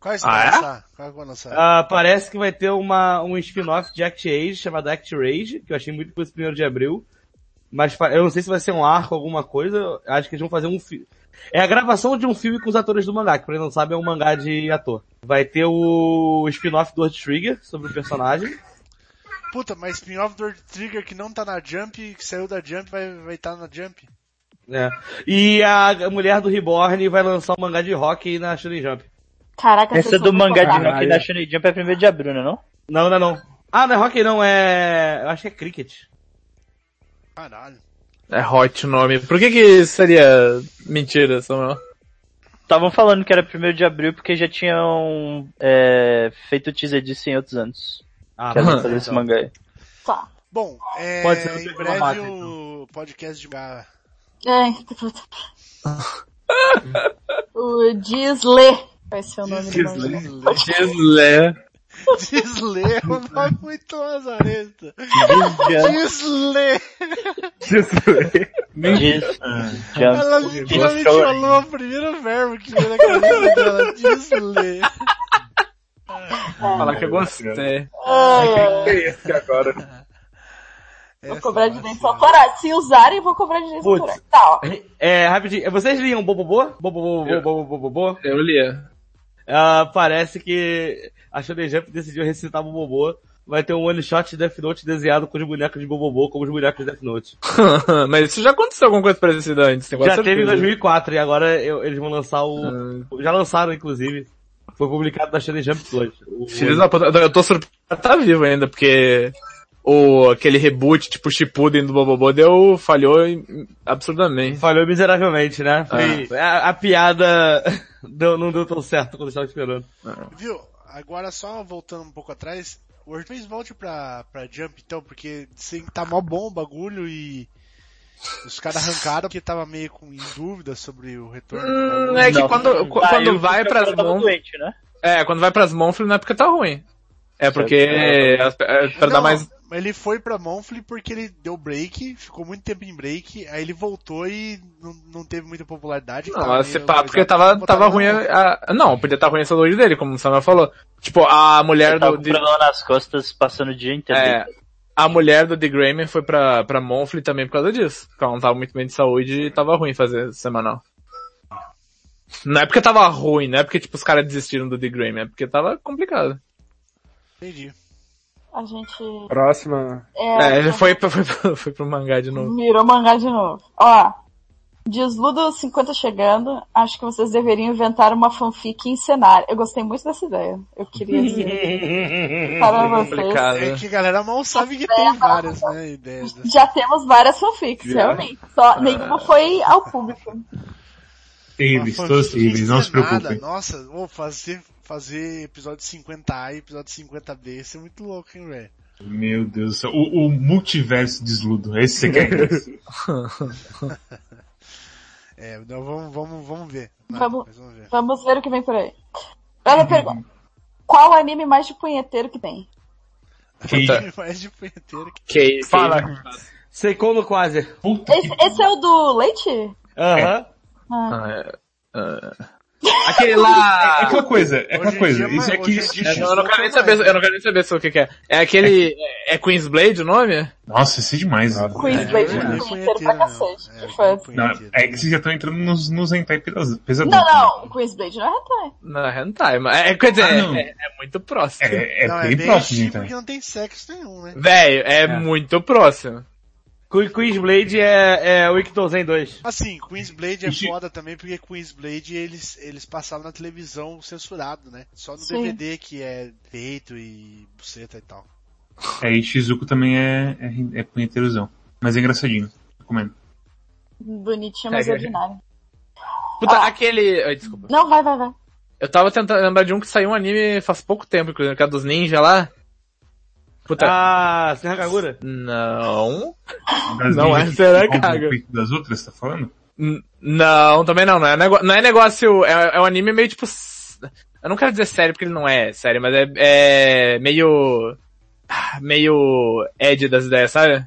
Quais Ah, é? que vão lançar? Quais que vão lançar? Ah, parece que vai ter uma, um spin-off de Act Age chamado Act Rage, que eu achei muito coisa primeiro de abril. Mas fa- eu não sei se vai ser um arco, alguma coisa. eu Acho que eles vão fazer um filme. É a gravação de um filme com os atores do mangá, que pra quem não sabe é um mangá de ator. Vai ter o spin-off do Earth Trigger sobre o personagem. Puta, mas spin-off do Earth Trigger que não tá na Jump, que saiu da Jump, vai estar vai tá na Jump. né? E a mulher do Reborn vai lançar um mangá de rock na Shonen Jump. Caraca, Essa vocês do são mangá de muito Nokia Caralho. da Shonen Jump é primeiro de abril, né, não? Não, não, não. Ah, não é rock não, é... Eu acho que é cricket. Caralho. É hot o nome. Por que que seria mentira, Samuel? Estavam falando que era primeiro de abril porque já tinham é, feito teaser disso em outros anos. Ah, Que era mas- fazer esse mangá aí. Tá. Bom, é, Pode ser, em eu breve mato, então. o podcast de mangá. É. o Disley. Vai ser o nome do mangá. Disley. é. Gislé. Disley é um nome muito lazarento. Diz Disley. Jump. Ela Diz literalmente Jump. falou o primeiro verbo que veio na cabeça dela. Disley. Ah. Falar que eu gostei. Ai, ai. É esse agora. É, Vou cobrar de dente autorais. Se usarem, vou cobrar de dente Putz. autorais. Tá, ó. É, rapidinho, vocês liam Bobobô? Bobobô, Eu. Bobobô, Bobobô? Eu lia. Ah, parece que a Shonen Jump decidiu ressuscitar Bobobô. Vai ter um one shot de Death Note desenhado com os bonecos de Bobobô, como os bonecos de Death Note. Mas isso já aconteceu alguma coisa parecida antes, tem quase Já teve em certeza. 2004 e agora eu- eles vão lançar o... Ah. Já lançaram, inclusive. Foi publicado na Shonen Jump 2. O- Filhos da puta, eu tô surpreso que tá vivo ainda, porque o, aquele reboot, tipo Shippuden do Bobobô, deu, falhou em- absurdamente. É. Falhou miseravelmente, né? Foi- A, a piada deu- não deu tão certo quando eu estava esperando. Viu? Agora só voltando um pouco atrás, o Earthbase volte pra, pra Jump então, porque sim, tá mó bom o bagulho e os caras arrancaram porque tava meio com, em dúvida sobre o retorno. do Hum, bagulho. é que Não. quando, Ah, eu- quando vai eu pras tava mãos... doente, né? É, quando vai pras Monfrey não é porque tá ruim. É porque É, é, é, pra Não, dar mais... mas Ele foi pra Monfrey porque ele deu break, ficou muito tempo em break, aí ele voltou e não, não teve muita popularidade. Não, tava mas se meio pá, coisado, porque tava, botaram tava na ruim um. é Monfrey. a, a- Não, podia estar tá ruim a saúde dele, como o Samuel falou. Tipo, a mulher tá Ele tava do... com de- problema nas costas, passando o dia inteiro. É, a mulher do The Graham foi pra, pra Monfrey também por causa disso. Porque ela não tava muito bem de saúde e tava ruim fazer semanal. Não é porque tava ruim, não é porque tipo, os caras desistiram do The Graham, é porque tava complicado. Entendi. A gente. Próxima. É, ele foi, pra- foi, pra- foi pro mangá de novo. Mirou mangá de novo. Ó, Desludo 50 chegando, acho que vocês deveriam inventar uma fanfic e encenar. Eu gostei muito dessa ideia. Eu queria dizer para vocês. Complicado. É que a galera mal sabe que tem várias, né, ideias. dessa. Já temos várias fanfics, realmente. Só nenhuma foi ao público. Terríveis, Uma todos fanfic terríveis, não se encenada. preocupem. Nossa, vou fazer, fazer episódio 50A e episódio 50B, isso é muito louco, hein, velho. Meu Deus do céu. O, o multiverso desludo. É esse que você quer? É, então vamos, vamos, vamos ver. Não, Vamos. mas ver. Vamos ver o que vem por aí. Olha a pergunta. Qual anime mais de punheteiro que tem? Puta. Mais de punheteiro que- Que, Fala. Secou no quase. Puta Esse, esse é o do Leite? Aham. É. Ah, Aquele lá... É aquela coisa, é Hoje aquela em coisa. dia, Isso mano, aqui. hoje em É, dia- não, eu não quero nem saber, eu não quero nem saber sobre o que, que é. É aquele. É, é Queensblade o nome? Nossa, isso é demais. Queen's Blade é, é, é. punheteiro pra cacete. É, que fãs. Não, é que vocês já estão entrando nos, nos hentai pelas- pesadelos. Não, não, Queen's Blade não é hentai. Não, é Hentai, mas. É, quer dizer, Ah, não. é, é muito próximo. É, é não, bem bem próximo, chique tá. então. porque não tem sexo nenhum, né? Velho, é, muito próximo. Que- Queensblade é, é Wikitozen 2. Assim, Queensblade é Ixi. foda também, porque Queensblade eles, eles passavam na televisão censurado, né? Só no Sim. DVD que é peito e buceta e tal. É, e Shizuko também é, é, é punheteirozão. Mas é engraçadinho. Recomendo. Bonitinho, mas É, é, é. ordinário. Puta, Ah. aquele. Ai, desculpa. Não, vai, vai, vai. Eu tava tentando lembrar de um que saiu um anime faz pouco tempo, inclusive, que é dos ninja lá. Puta. Ah, Serra Kagura? Não. Das Não ninjas é que Será roubam Caga. o peito Das outras, tá falando? N- Não, também não. Não é, nego... não é negócio. É, é um anime meio tipo. s- Eu não quero dizer sério porque ele não é sério, mas é, é meio. ah, Meio Ed das ideias, sabe?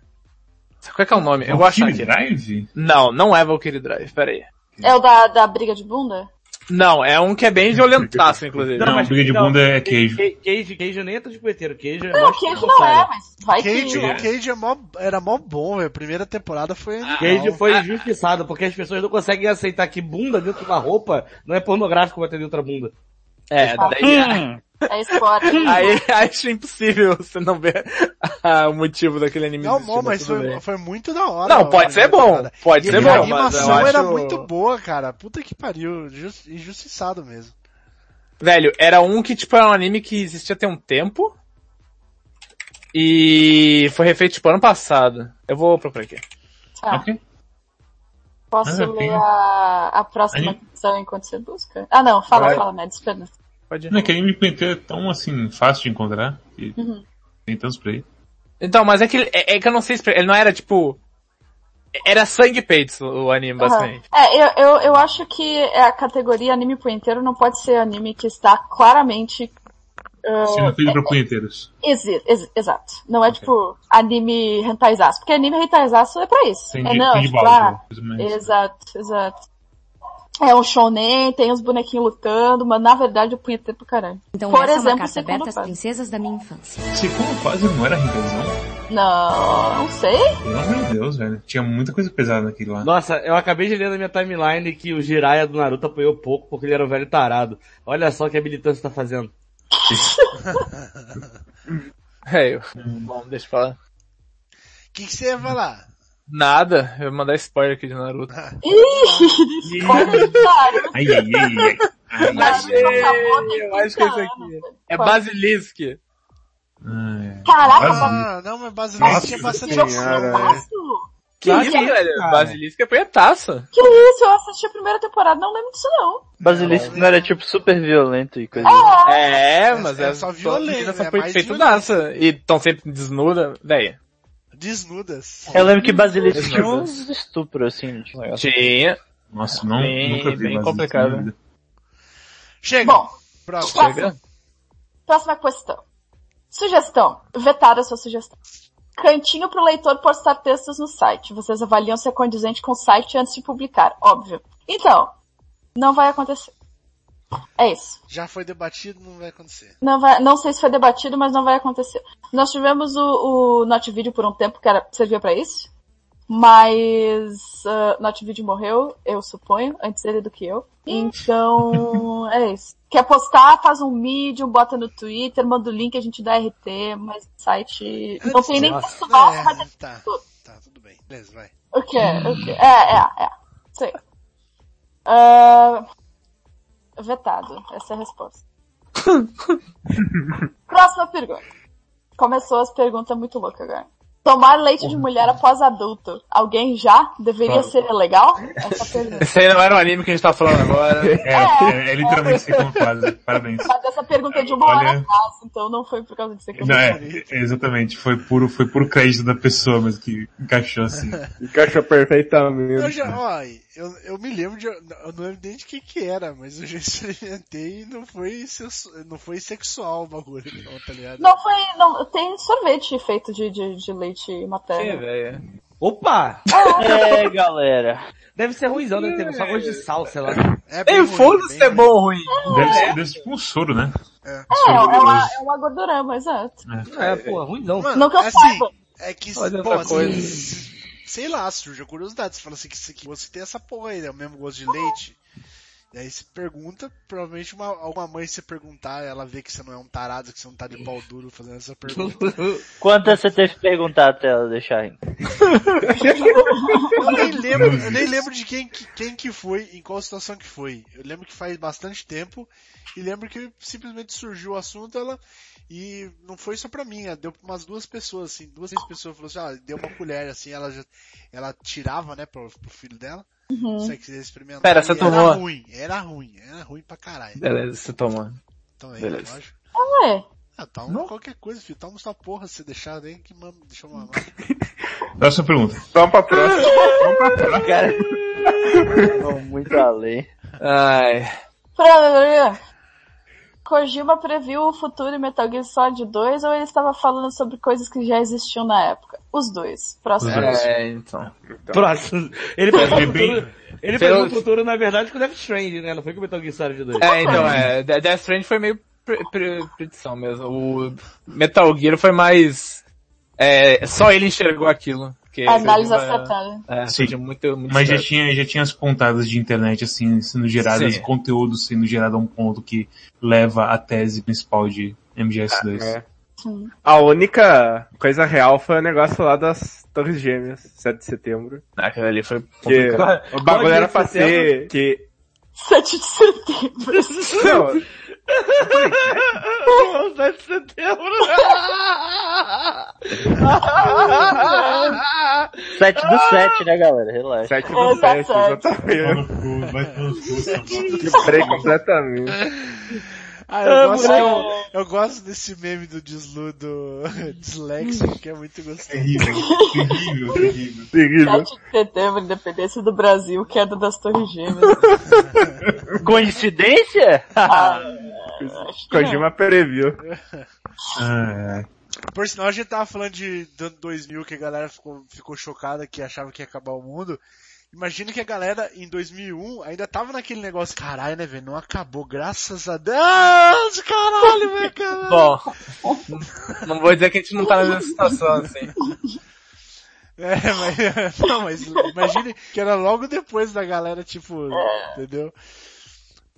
Sabe Qual é que é o nome? Eu vou achar Valkyrie aqui. Drive? Não, não é Valkyrie Drive, peraí. É o da, da briga de bunda? Não, é um que é bem violentaço, inclusive. Não, briga de bunda é queijo. que- Queijo, queijo nem entra de punheteiro. Queijo é Não, mais queijo não forçado. é, mas vai Cage, que... o Cage é mó, era mó bom, velho. A primeira temporada foi. é. animal. Queijo foi injustiçado, porque as pessoas não conseguem aceitar que bunda dentro de uma roupa não é pornográfico bater dentro da bunda. É, daí, Hum, É esporte. aí É, acho impossível você não ver ah, o motivo daquele anime Não, existir, bom, mas tudo foi, bem. foi muito da hora. Não, a pode ser primeira bom, temporada. pode ser e bom, a mas animação eu acho... era muito boa, cara. Puta que pariu. Just, injustiçado mesmo. Velho, era um que, tipo, era um anime que existia tem um tempo. E foi refeito, tipo, ano passado. Eu vou procurar aqui. Ah. Ok. Posso Ah, ler tem. a, a próxima Aí. questão enquanto você busca? Ah, não, fala, Vai. fala, Mads, perdão. Pode ir. Não é que anime punheteiro é tão, assim, fácil de encontrar. E Tem tantos por aí. Então, mas é que, ele- é, é que eu não sei se... Ele não era, tipo... Era sangue e peitos o anime, Aham. basicamente. É, eu, eu, eu acho que a categoria anime punheteiro não pode ser anime que está claramente. ah, Se não feito pra punheteiros. exi- ex- exato. Não é tipo anime rentaizaço. Porque anime rentaizaço é pra isso. Tem é de, não, tem de tipo, balde, ah, coisa mais- Exato, exato. É um shonen, tem os bonequinhos lutando, mas na verdade o punheteiro pra caralho. Então Por essa é exemplo, uma carta Secunda aberta às Fase. princesas da minha infância. Se como quase não era rincãozão. Não, não sei. Pelo amor de Deus, velho. Tinha muita coisa pesada naquele lá. Nossa, eu acabei de ler na minha timeline que o Jiraiya do Naruto apanhou pouco porque ele era um velho tarado. Olha só o que a militância tá fazendo. É, eu... Hum. Bom, deixa eu falar. O que que você ia falar? Nada, eu vou mandar spoiler aqui de Naruto. Ih, comentário. Ai, ai, ai, ai. ai. Naruto acabou, tem é? eu acho que esse 30 aqui anos. É Basilisk. Ai. Caraca, Ah, não, mas basicamente tipo tinha bastante é? opção, senhora. né? Nossa, Que Claro isso, que é, velho? cara. Basilisk é punhetaça. Que isso, eu assisti a primeira temporada, não lembro disso não. Basilisk não era tipo super violento e coisa. assim. É, É, mas é é, só violência, Essa né? foi Mais feito violência. dança. E tão sempre desnuda, velho. Desnudas. Eu lembro que Basilisk tinha uns estupros assim. Tipo, Tinha. Nossa, não, Bem- nunca vi bem mais complicado. isso na vida. Chega. Bom, Próximo. Próxima, próxima questão. Sugestão. Vetar a sua sugestão. Cantinho pro leitor postar textos no site. Vocês avaliam se é condizente com o site antes de publicar, óbvio. Então, não vai acontecer. É isso. Já foi debatido, não vai acontecer. Não, vai, não sei se foi debatido, mas não vai acontecer. Nós tivemos o, o Not Video por um tempo que era, servia para isso, mas uh, Not Video morreu, eu suponho, antes ele do que eu. Então, é isso. Quer postar, faz um medium, bota no Twitter, manda o link, a gente dá RT, mas site... Não tem nem texto Não, nosso, é, mas é tá, tá, tudo bem. Beleza, vai. o que é? O que é? É, é, é. Sei. Ah, vetado. Essa é a resposta. Próxima pergunta. Começou as perguntas muito loucas agora. Tomar leite de mulher após adulto. Alguém já? Deveria ser legal? Essa pergunta. Esse aí não era o anime que a gente tá falando agora. É, é, é literalmente segunda fase. Parabéns. Mas essa pergunta é de uma hora Olha. atrás, então não foi por causa de ser Não, é, exatamente. Foi puro, foi puro crédito da pessoa, mas que encaixou assim. Encaixa Eu perfeitamente. já, ó, eu, eu me lembro de, eu não lembro nem de que que era, mas eu já experimentei e não foi, sensu- não foi sexual o bagulho, não, tá ligado? Não foi. Não, tem sorvete feito de, de, de leite Que materno. É, velho. Opa! É, galera. Deve ser ruimzão, deve ter só gosto de sal, sei lá. É bem Ei, ruim, foda-se bem se é ruim. bom ou ruim. Deve ser, deve ser tipo um soro, né? É, é uma, é uma gordurama, exato. É, pô, ruimzão. Mano, Não que eu assim, saiba. É que, Olha pô, outra assim, coisa. s- sei lá, surge a curiosidade. Você fala assim, que, que você tem essa porra aí, né? O mesmo gosto de leite. Daí se pergunta, provavelmente uma, alguma mãe se perguntar, ela vê que você não é um tarado, que você não tá de pau duro fazendo essa pergunta. Quantas você teve que perguntar até ela deixar hein? Eu nem lembro, eu nem lembro de quem, que- quem que foi, em qual situação que foi. Eu lembro que faz bastante tempo, e lembro que simplesmente surgiu o assunto, ela, e não foi só pra mim, ela deu pra umas duas pessoas, assim, duas, três pessoas, falou assim, ah, deu uma colher, assim, ela já, ela tirava, né, pro, pro filho dela, se ela quiser experimentar. Pera, e você era tomou? ruim, era ruim, era ruim pra caralho. Beleza, você tomou. Então, é, Beleza. lógico. Ué, Ah, toma qualquer coisa, filho, toma sua porra, se deixar, nem que mama, deixa eu mamar. Próxima pergunta. Vamos pra próxima. Cara, vão muito além. Ai. Pra- Kojima previu o futuro em Metal Gear Solid 2 ou ele estava falando sobre coisas que já existiam na época? Os dois. Próximo. Os dois. É, então. Próximo. Ele pegou Foi o futuro, bem- ele Foi pegou o o- futuro, na verdade, com o Death Stranding, né? Não foi com o Metal Gear Solid 2. É, então, é. The- Death Stranding foi meio pre- pre- predição mesmo. O Metal Gear foi mais... É, só ele enxergou aquilo. Porque É, Análise foi de uma- acertada. É, Sim. foi de muito, muito Mas já certo. tinha, já tinha as pontadas de internet assim sendo geradas, Sim. conteúdo sendo gerado a um ponto que leva à tese principal de MGS2. É. Sim. A única coisa real foi o negócio lá das Torres Gêmeas, 7 de setembro. Ah, Aquilo ali foi... Que Complicado. o bagulho era pra 7 de ser... Que... 7 de setembro. Não, é né? Sete do Ah, sete, né, galera? Relaxa. 7 É, do tá 7, certo. exatamente. Vai pelo cu, essa porra. Quebrei completamente. Ah, eu gosto, que eu, eu gosto desse meme do deslu do disléxico, que é muito gostoso. terrível, terrível, terrível. Terrível. 7 de setembro, independência do Brasil, queda das Torres Gêmeas. Coincidência? Ah, acho que não. Kojima previu. Ah, é. Por sinal, a gente tava falando de dando 2000, que a galera ficou, ficou chocada que achava que ia acabar o mundo. Imagina que a galera em 2001 ainda tava naquele negócio, caralho, né, velho? Não acabou, graças a Deus, caralho, velho, caralho. Bom, não vou dizer que a gente não tá nessa situação, assim. É, mas, não, mas imagine que era logo depois da galera, tipo, entendeu?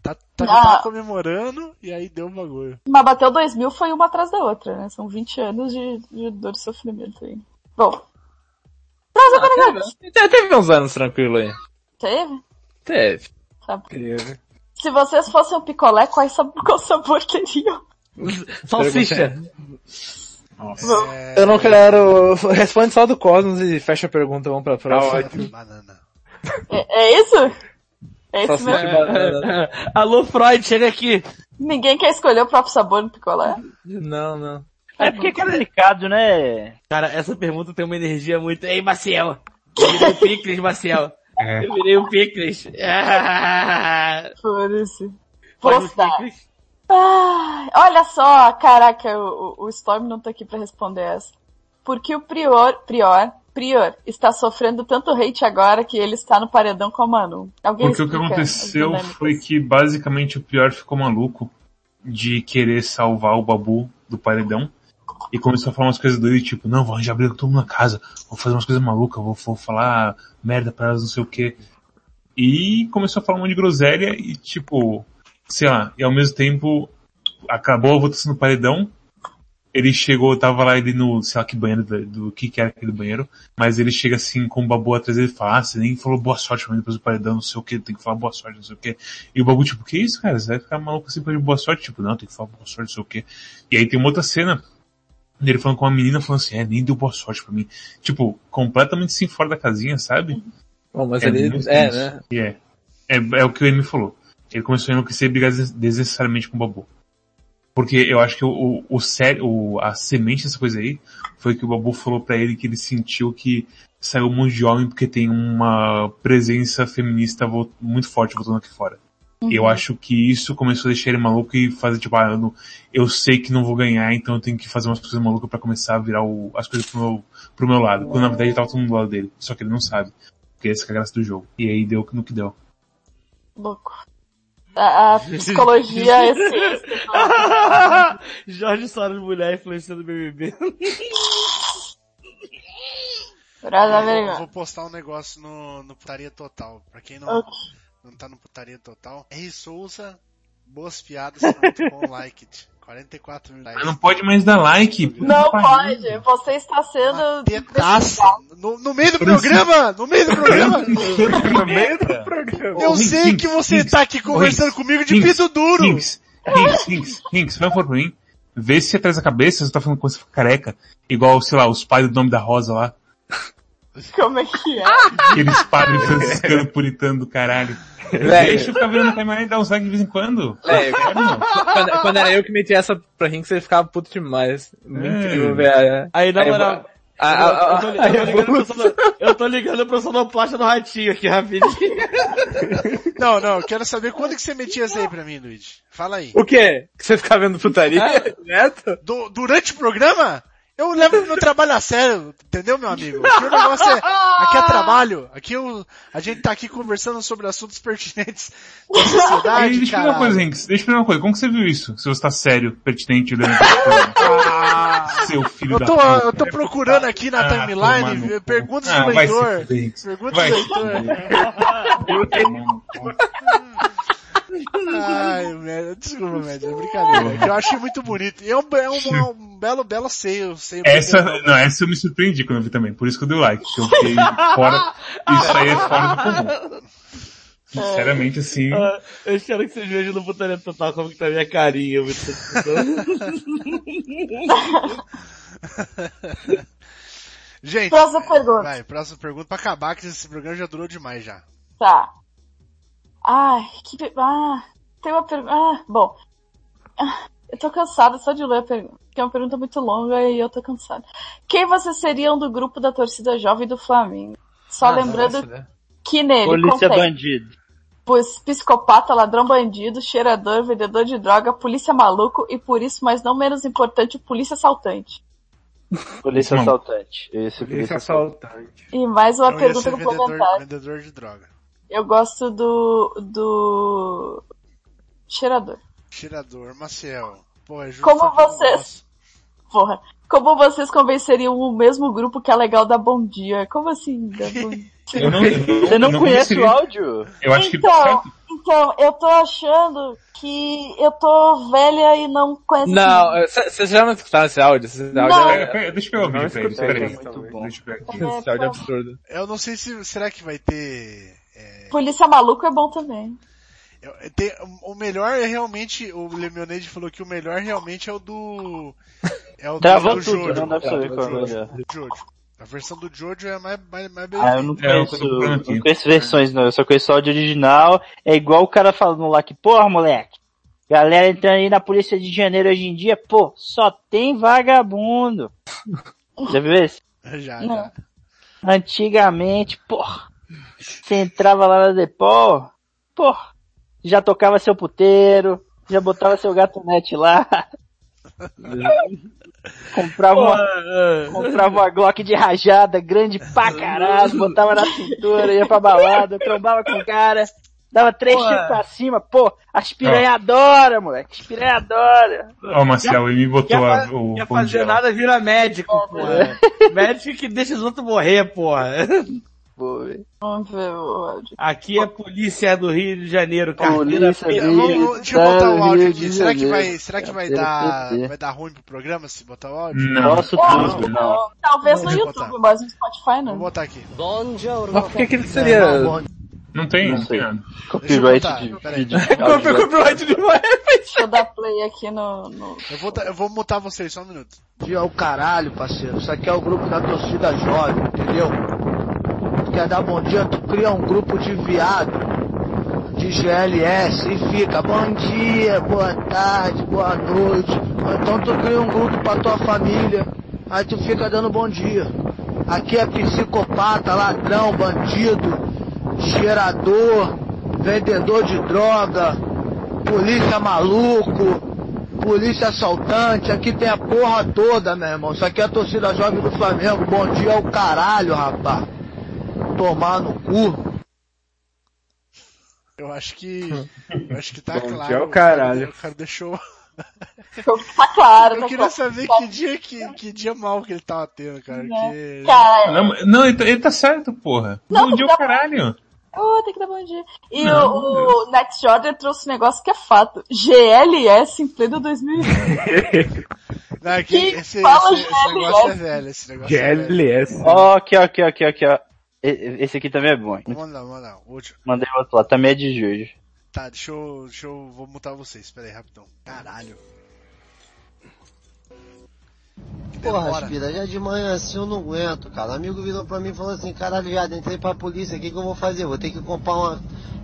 Tá, tá, Ah. tava comemorando e aí deu um bagulho. Mas bateu 2000 foi uma atrás da outra, né? São 20 anos de, de dor e sofrimento aí. Bom, Te- Ah, Teve uns anos tranquilo aí. teve? Teve. Tá. Teve. Se vocês fossem um picolé, qual, sab qual sabor teriam? Salsicha. Nossa. Eu não quero... Responde só do Cosmos e fecha a pergunta, vamos pra próxima. Banana. É, é isso? É isso Salsicha mesmo? né, e banana. Alô, Freud, chega aqui. Ninguém quer escolher o próprio sabor no picolé? Não, não. É porque é complicado, né? Cara, essa pergunta tem uma energia muito... Ei, Maciel. Eu virei o Picles, Maciel. um É. Eu virei o Picles. Ah. Por isso. Pode o Postar. Picles? Ah, olha só, caraca, o, o Storm não tá aqui pra responder essa. Por que o Prior, Prior, Prior está sofrendo tanto hate agora que ele está no paredão com a Manu? Alguém Porque o que explica as aconteceu dinâmicas? foi que basicamente o Prior ficou maluco de querer salvar o Babu do paredão e começou a falar umas coisas doidas, tipo, não, vou arranjar briga com todo mundo na casa, vou fazer umas coisas malucas, vou, vou falar merda pra elas, não sei o quê. E começou a falar um monte de groselha e tipo, sei lá, e ao mesmo tempo acabou a votação no paredão, ele chegou, tava lá ele no, sei lá que banheiro, do, do que que era aquele banheiro, mas ele chega assim com o Babu atrás dele e fala, ah, você nem falou boa sorte pra mim depois do paredão, não sei o que, tem que falar boa sorte, não sei o que. E o Babu tipo, que isso, cara? Você vai ficar maluco assim pra mim boa sorte? Tipo, não, tem que falar boa sorte, não sei o que. E aí tem uma outra cena, dele falando com uma menina, falando assim, é, nem deu boa sorte pra mim. Tipo, completamente assim fora da casinha, sabe? Bom, mas É ele, muito é, isso. né? E é. É, é o que o Amy falou. Ele começou a enlouquecer e brigar des- desnecessariamente com o Babu. Porque eu acho que o, o, o, sé- o- a semente dessa coisa aí foi que o Babu falou pra ele que ele sentiu que saiu um monte de homem porque tem uma presença feminista vo- muito forte voltando aqui fora. Eu acho que isso começou a deixar ele maluco e fazer tipo, ah, eu, não- eu sei que não vou ganhar, então eu tenho que fazer umas coisas malucas pra começar a virar o- as coisas pro meu, pro meu lado. Quando na verdade tava todo mundo do lado dele. Só que ele não sabe. Porque essa que é a graça do jogo. E aí deu no que deu. Louco. A, a psicologia, é esse, esse Jorge Soros Mulher influenciando o BBB. Brasa Eu vou- vergonha. vou postar um negócio no, no Putaria Total. Pra quem não, Ok. não tá no Putaria Total, R. Souza, boas piadas, ponto com um like. it. 44 mil likes. Mas não pode mais dar like. puta Não que pariu. pode, você está Uma sendo. Petaça. No, no meio do programa! No meio do programa! No meio do programa. Eu Ô, Rinks, sei que Rinks, você Rinks, tá aqui conversando Rinks, comigo de Rinks, piso duro! Hinks, Hinks, Hinks, Hinks, vai por mim. Vê se atrás da cabeça você tá falando coisa careca. Igual, sei lá, os pais do nome da Rosa lá. Como é que é? Aqueles padres franciscanos puritano do caralho. Deixa eu ficar vendo a timeline e dar uns like de vez em quando. É, eu- Não. quando, quando era eu que meti essa pra Hinks, ele ficava puto demais. Muito É. incrível ver a- Aí, na Aí, moral. a- Eu a- a- tô li- eu tô ligando pro sono- eu tô ligando pro sonoplasta do ratinho aqui rapidinho. Não, não, eu quero saber quando que você metia isso aí pra mim, Luigi. Fala aí. O quê? Que você ficava vendo putaria? É, Ah, Neto? Du- durante o programa, eu levo meu trabalho a sério, entendeu, meu amigo? Aqui o negócio é, aqui é trabalho, aqui eu, a gente tá aqui conversando sobre assuntos pertinentes da Aí, sociedade, deixa eu perguntar uma coisa, cara. Hinks. Deixa eu perguntar uma coisa. Como que você viu isso? Se você tá sério, pertinente, olhando pra esse programa? Seu filho Eu da tô, puta. eu tô procurando aqui na Ah, tomar no timeline cu. perguntas Ah, do vai se leitor. fuder, Hinks. Perguntas Vai do se leitor. fuder. Ai, merda. Desculpa, merda. É brincadeira. que Eu achei muito bonito. E é um, é um, é um belo, belo seio. seio Essa, bonito. não, essa eu me surpreendi quando eu vi também. Por isso que eu dei o like. Porque eu fiquei fora. Isso aí é fora do comum. Sinceramente, assim. Ah, Eu espero que vocês vejam no Putaria Total como que tá a minha carinha. eu vou te- Gente, Próxima pergunta. vai, próxima pergunta pra acabar, que esse programa já durou demais já. Tá. Ai, que. pe- Ah, tem uma pergunta. Ah, bom. Ah, Eu tô cansada só de ler a pergunta, porque é uma pergunta muito longa e eu tô cansada. Quem vocês seriam do grupo da torcida jovem do Flamengo? Ah, Ah, Só lembrando né? né? que nele Polícia contém bandido. pus- psicopata, ladrão bandido, cheirador, vendedor de droga, polícia maluco e por isso, mas não menos importante, polícia assaltante. Polícia Hum. assaltante. Esse é Esse polícia assaltante. assaltante. E mais Eu uma Então, ia pergunta ser vendedor, complementar. vendedor de droga. Eu gosto do. do. cheirador. Tirador, Maciel. Pô, é justo Como que eu vocês- gosto. Porra. Como vocês convenceriam o mesmo grupo que é legal da Bom Dia? Como assim? Da Bom Dia? Eu não, eu não, Você não, eu conhece conheceria. o áudio? Eu acho que Então, então, eu tô achando que eu tô velha e não conheço. Não, ninguém. vocês já não escutaram esse áudio? Esse áudio Não. Pera, é, pera, deixa eu pegar o Não vídeo pra eles. escutei, Pera é aí. muito bom. Deixa eu pegar aqui. esse áudio é absurdo. Eu não sei se. Será que vai ter. Polícia maluco é bom também. eu- tem- o melhor é realmente. O Lemonade falou que o melhor realmente é o do. É o do, Travou do tudo, Jojo. não dá pra saber qual é o melhor. Do Jojo. A versão do Jojo é mais, mais, mais bem. Ah, eu não É, eu tô conheço, procurando aqui. não conheço versões não, eu só conheço áudio original. É igual o cara falando lá que, porra, moleque, galera entrando aí na polícia de janeiro hoje em dia, pô, só tem vagabundo. Já viu esse? Já, Não. já. Antigamente, porra, você entrava lá na Depol, porra, já tocava seu puteiro, Já botava seu gatonete lá. comprava, uma, comprava uma Glock de rajada, grande pra caralho, botava na cintura, ia pra balada, trombava com o cara, dava três tiros pra cima, pô, as piranha adora, moleque, as piranha adora. Ó, Marcel, ele me botou a, o Quer pão de fazer gel. nada, vira médico, porra. médico que deixa os outros morrer, porra. Pô, velho. Vamos ver o áudio. Aqui é polícia do Rio de Janeiro, carteira. É Polícia preta. do Vamos- vamos- deixa eu botar o áudio Rio de aqui. Será que vai, Janeiro. será que vai Carteira dar, PT. vai dar tá ruim pro programa se botar o áudio? Não. Posso tudo, não. Talvez no Deixa eu YouTube, botar. mas no Spotify não. Vou botar aqui. Mas por que que É, ele seria... Não tem, Não não sei. tem nada. Deixa eu Copyright botar. de Peraí. vídeo. Copyright de uma Deixa eu dar play aqui no. no... Eu vou, ta- eu vou mutar vocês, só um minuto. Dia é o caralho, parceiro. Isso aqui é o grupo da torcida jovem, entendeu? Tu quer dar bom dia, tu cria um grupo de viado, de GLS e fica bom dia, boa tarde, boa noite. Ou então tu cria um grupo pra tua família, aí tu fica dando bom dia. Aqui é psicopata, ladrão, bandido, gerador, vendedor de droga, polícia maluco, Polícia assaltante, aqui tem a porra toda, meu irmão. Isso aqui é a torcida jovem do Flamengo. Bom dia ao caralho, rapaz. Tomar no cu. Eu acho que. Eu acho que tá Bom claro. dia ao caralho. O cara deixou. Tá claro, Eu tá queria claro. Né? saber que dia que, que dia mal que ele tava tendo, cara. Que... Cara, Não, mas- não, ele, tá, ele tá certo, porra. Não, Bom dia, não. o caralho. Oh, tem que dar bom dia. E o, o Next Order trouxe um negócio que é fato. GLS em pleno 2020. Não, é que Que esse, fala esse- esse GLS. negócio é velho, esse negócio é velho. GLS. Ó, aqui, ó, aqui, ó, aqui, ó, aqui, ó. E- e- Esse aqui também é bom, hein? Manda, manda. Último. Mandei outro lá, também é de Juju. Tá, deixa eu, deixa eu. Vou mutar vocês, peraí, rapidão. Caralho. Que Porra, demora. Aspira, já de manhã assim eu não aguento, cara. Amigo virou pra mim e falou assim, caralho, viado, entrei pra polícia, o que, que eu vou fazer? Vou ter que comprar uma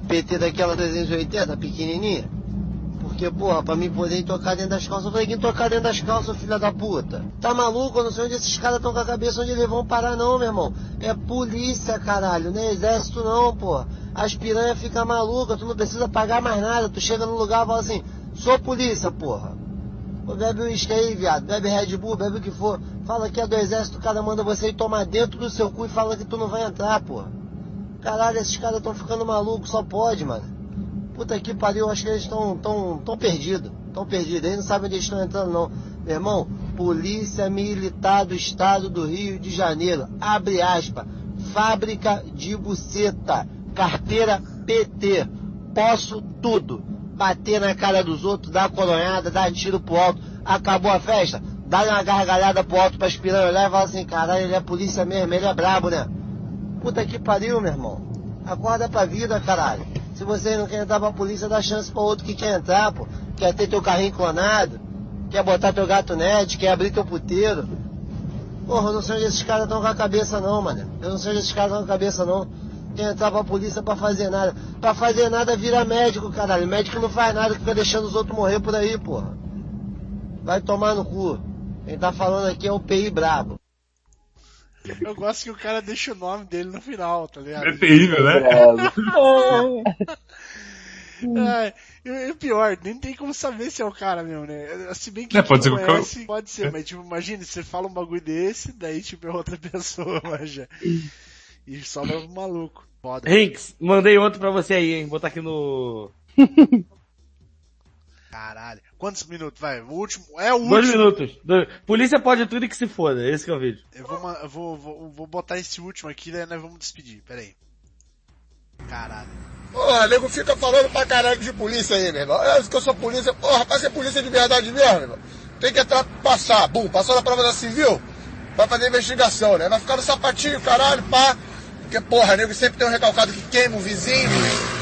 PT daquela 380, pequenininha? Porque, porra, pra mim poder tocar dentro das calças, eu falei, quem tocar dentro das calças, filha da puta? Tá maluco? Eu não sei onde esses caras estão com a cabeça, onde eles vão parar não, meu irmão. É polícia, caralho, não é exército não, porra. As piranha fica maluca, tu não precisa pagar mais nada, tu chega no lugar e fala assim, sou polícia, porra. Pô, Bebe um uísque aí, viado. Bebe Red Bull, bebe o que for. Fala que é do exército, o cara manda você ir tomar dentro do seu cu e fala que tu não vai entrar, pô. Caralho, esses caras estão ficando malucos, só pode, mano. Puta que pariu, acho que eles estão tão, tão perdidos. Tão perdidos, eles não sabem onde eles estão entrando, não. Meu irmão, Polícia Militar do Estado do Rio de Janeiro, abre aspas, fábrica de buceta, carteira PT, posso tudo. Bater na cara dos outros, dar coronhada, dar tiro pro alto. Acabou a festa, dá uma gargalhada pro alto pra espiranha olhar e falar assim, caralho, ele é polícia mesmo, ele é brabo, né? Puta que pariu, meu irmão. Acorda pra vida, caralho. Se você não quer entrar pra polícia, dá chance pra outro que quer entrar, pô. Quer ter teu carrinho clonado, quer botar teu gato net, quer abrir teu puteiro. Porra, eu não sei onde esses caras estão com a cabeça não, mano. Eu não sei onde esses caras estão com a cabeça não. Quer entrar pra polícia pra fazer nada. Pra fazer nada vira médico, caralho. Médico não faz nada, fica deixando os outros morrer por aí, porra. Vai tomar no cu. Quem tá falando aqui é o PI brabo. Eu gosto que o cara deixa o nome dele no final, tá ligado? É terrível, né? Ah, e e pior, nem tem como saber se é o cara mesmo, né? Se bem que É, quem pode ser qualquer um. conhece, pode ser, mas tipo, imagina, você fala um bagulho desse, daí tipo é outra pessoa, manja. E sobra um maluco. Foda. Rinks, mandei outro pra você aí, hein? Botar aqui no... Caralho. Quantos minutos? Vai, o último. É o Dois último. minutos. Dois- Polícia pode tudo e que se foda. Esse que é o vídeo. Eu vou, ma- eu vou, vou, vou botar esse último aqui, daí nós vamos despedir. Pera aí. Caralho. Porra, nego fica falando pra caralho de polícia aí, meu irmão. Eu, que eu sou polícia. Porra, pra ser polícia de verdade mesmo, meu irmão. Tem que entrar, passar, bum, passou na prova da civil, vai fazer investigação, né? Vai ficar no sapatinho, caralho, pá. Porque, porra, nego sempre tem um recalcado que queima o vizinho.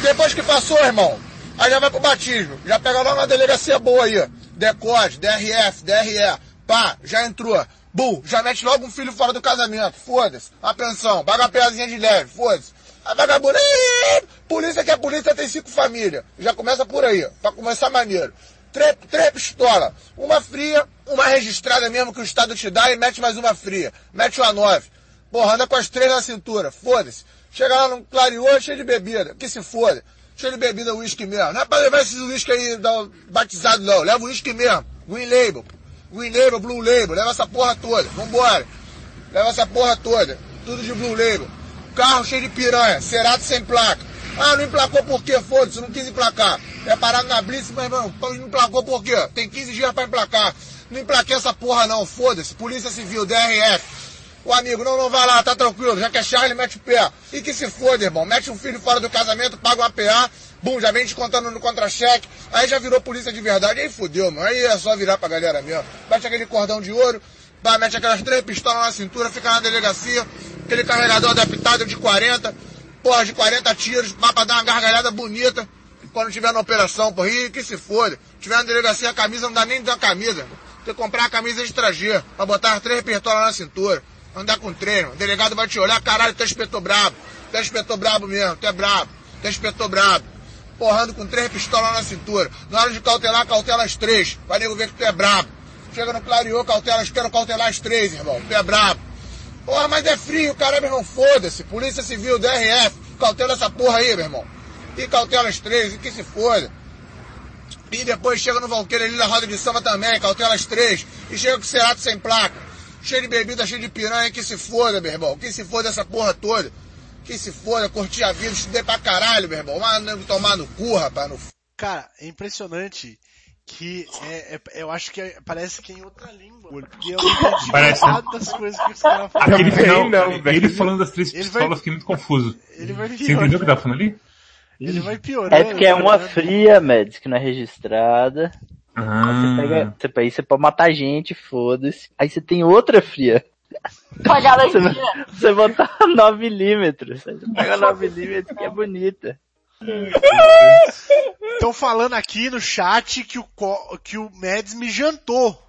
Depois que passou, irmão, aí já vai pro batismo. Já pega lá uma delegacia boa aí, ó. DECOD, DRF, DRE, pá, já entrou. Bum, já mete logo um filho fora do casamento, foda-se. Apreensão, paga a peazinha de leve, foda-se. A vagabunda, "Ih, polícia que é polícia tem cinco famílias. Já começa por aí, pra começar maneiro. Três, três pistolas. Uma fria, uma registrada mesmo que o Estado te dá e mete mais uma fria. Mete uma nove. Porra, anda com as três na cintura. Foda-se. Chega lá num clareou cheio de bebida. Que se foda. cheio de bebida, uísque mesmo. Não é pra levar esses uísque aí da- batizado, não. Leva uísque mesmo. Green Label. Green Label, Blue Label. Leva essa porra toda. Vambora. Leva essa porra toda. Tudo de Blue Label. Carro cheio de piranha. Cerato sem placa. Ah, não emplacou por quê? Foda-se, não quis emplacar. É parado na blitz, mas não, não emplacou por quê? Tem 15 dias pra emplacar. Não emplaquei essa porra não, foda-se. Polícia Civil, DRF. O amigo, não, não vai lá, tá tranquilo, já que é Charlie, mete o pé. E que se foda, irmão. Mete um filho fora do casamento, paga o APA, bum, já vem descontando no contra-cheque, aí já virou polícia de verdade, aí fodeu, mano. Aí é só virar pra galera mesmo. Mete aquele cordão de ouro, pá, mete aquelas três pistolas na cintura, fica na delegacia, aquele carregador adaptado de 40, porra, de 40 tiros, pá, pra dar uma gargalhada bonita. Quando tiver na operação, porra, e que se foda. Tiver na delegacia a camisa, não dá nem da camisa. Tem que comprar a camisa extra G, pra botar as três pistolas na cintura. Andar com treino. O delegado vai te olhar, caralho, tu é espetor brabo. Tu é espetor brabo mesmo, tu é brabo. Tu é espetor brabo. Porrando com três pistolas na cintura. Na hora de cautelar, cautela as três. Vai nego ver que tu é brabo. Chega no clareou, cautela, quero cautelar as três, irmão. Tu é brabo. Porra, mas é frio, caralho, meu irmão, foda-se. Polícia Civil, DRF, cautela essa porra aí, meu irmão. E cautela as três, e que se foda. E depois chega no Valqueiro ali na roda de samba também, cautela as três. E chega com o Cerato sem placa. Cheio de bebida, cheio de piranha, que se foda, meu irmão. Que se foda essa porra toda. Que se foda, curti a vida, estudei pra caralho, meu irmão. Mas não tomar no cu, rapaz, no Cara, é impressionante que é, é- eu acho que é- parece que é em outra língua. Porque eu não entendi Parece. nada das coisas que os caras falam. Aquele Também final, não, ele velho. falando das três Ele pistolas, vai- eu fiquei muito confuso. Ele vai Você entendeu o que piorando. tava falando ali? Ele vai piorando. né? É porque é uma piorando. fria, Mads, que não é registrada. Você Ah, pega, você, aí você pode matar gente, foda-se. Aí você tem outra fria. Pra Você, garantia. você bota 9mm. Você pega 9mm que é bonita. Estão falando aqui no chat que o, co- que o Mads me jantou.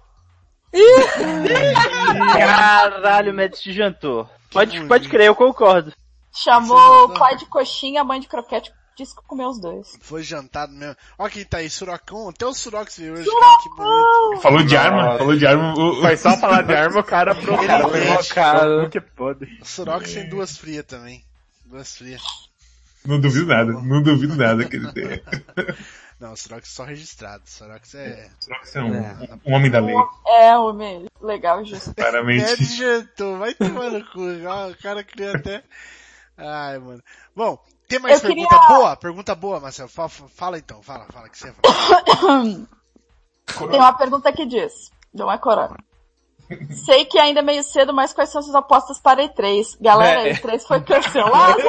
Caralho, Mads te jantou. Pode, pode crer, eu concordo. Você Chamou já tá? o pai de coxinha, a mãe de croquete. Disse que comeu os dois. Foi jantado mesmo. Olha quem tá aí, Surocão. Até o Surox veio hoje, cara. Que bonito. falou de arma, falou de arma. o- o- Foi só falar de arma, o cara pro cara foi invocado. que pode. O Surox tem duas frias também. Duas frias. Não duvido nada, não duvido nada que ele tenha. Não, o Surox é só registrado. O Surox é... Será que você é um, um homem da lei? É, homem. Legal, justo. Mads Claramente. jantou. É Vai tomar no cu. Ah, O cara cria até... Ai, mano. Bom, tem mais Eu queria- pergunta boa? Pergunta boa, Marcelo. Fa- fa- Fala, então. Fala, fala. O que você ia falar? Tem uma pergunta que diz. Não é corona. Sei que ainda é meio cedo, mas quais são suas apostas para E3? Galera, É. E3 foi cancelada.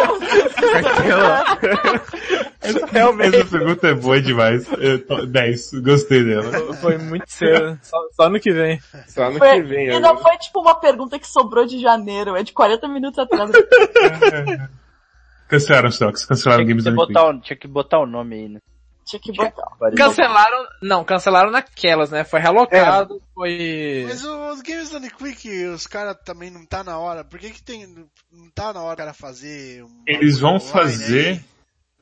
Essa pergunta é boa demais. Eu tô- 10, gostei dela. Foi muito cedo. Só, só no que vem. Só no Foi- que vem. e né? agora. não foi tipo uma pergunta que sobrou de janeiro, é de 40 minutos atrás. Cancelaram os toques, cancelaram Tinha o que, Games você on botar o, tinha que botar o nome aí, né? Tinha que botar. Cancelaram, não, cancelaram naquelas, né? Foi relocado, É. foi... Mas o- os games da Quick, os caras também não tá na hora. Por que que tem... Não tá na hora o cara fazer... um Eles vão bagulho online aí? fazer.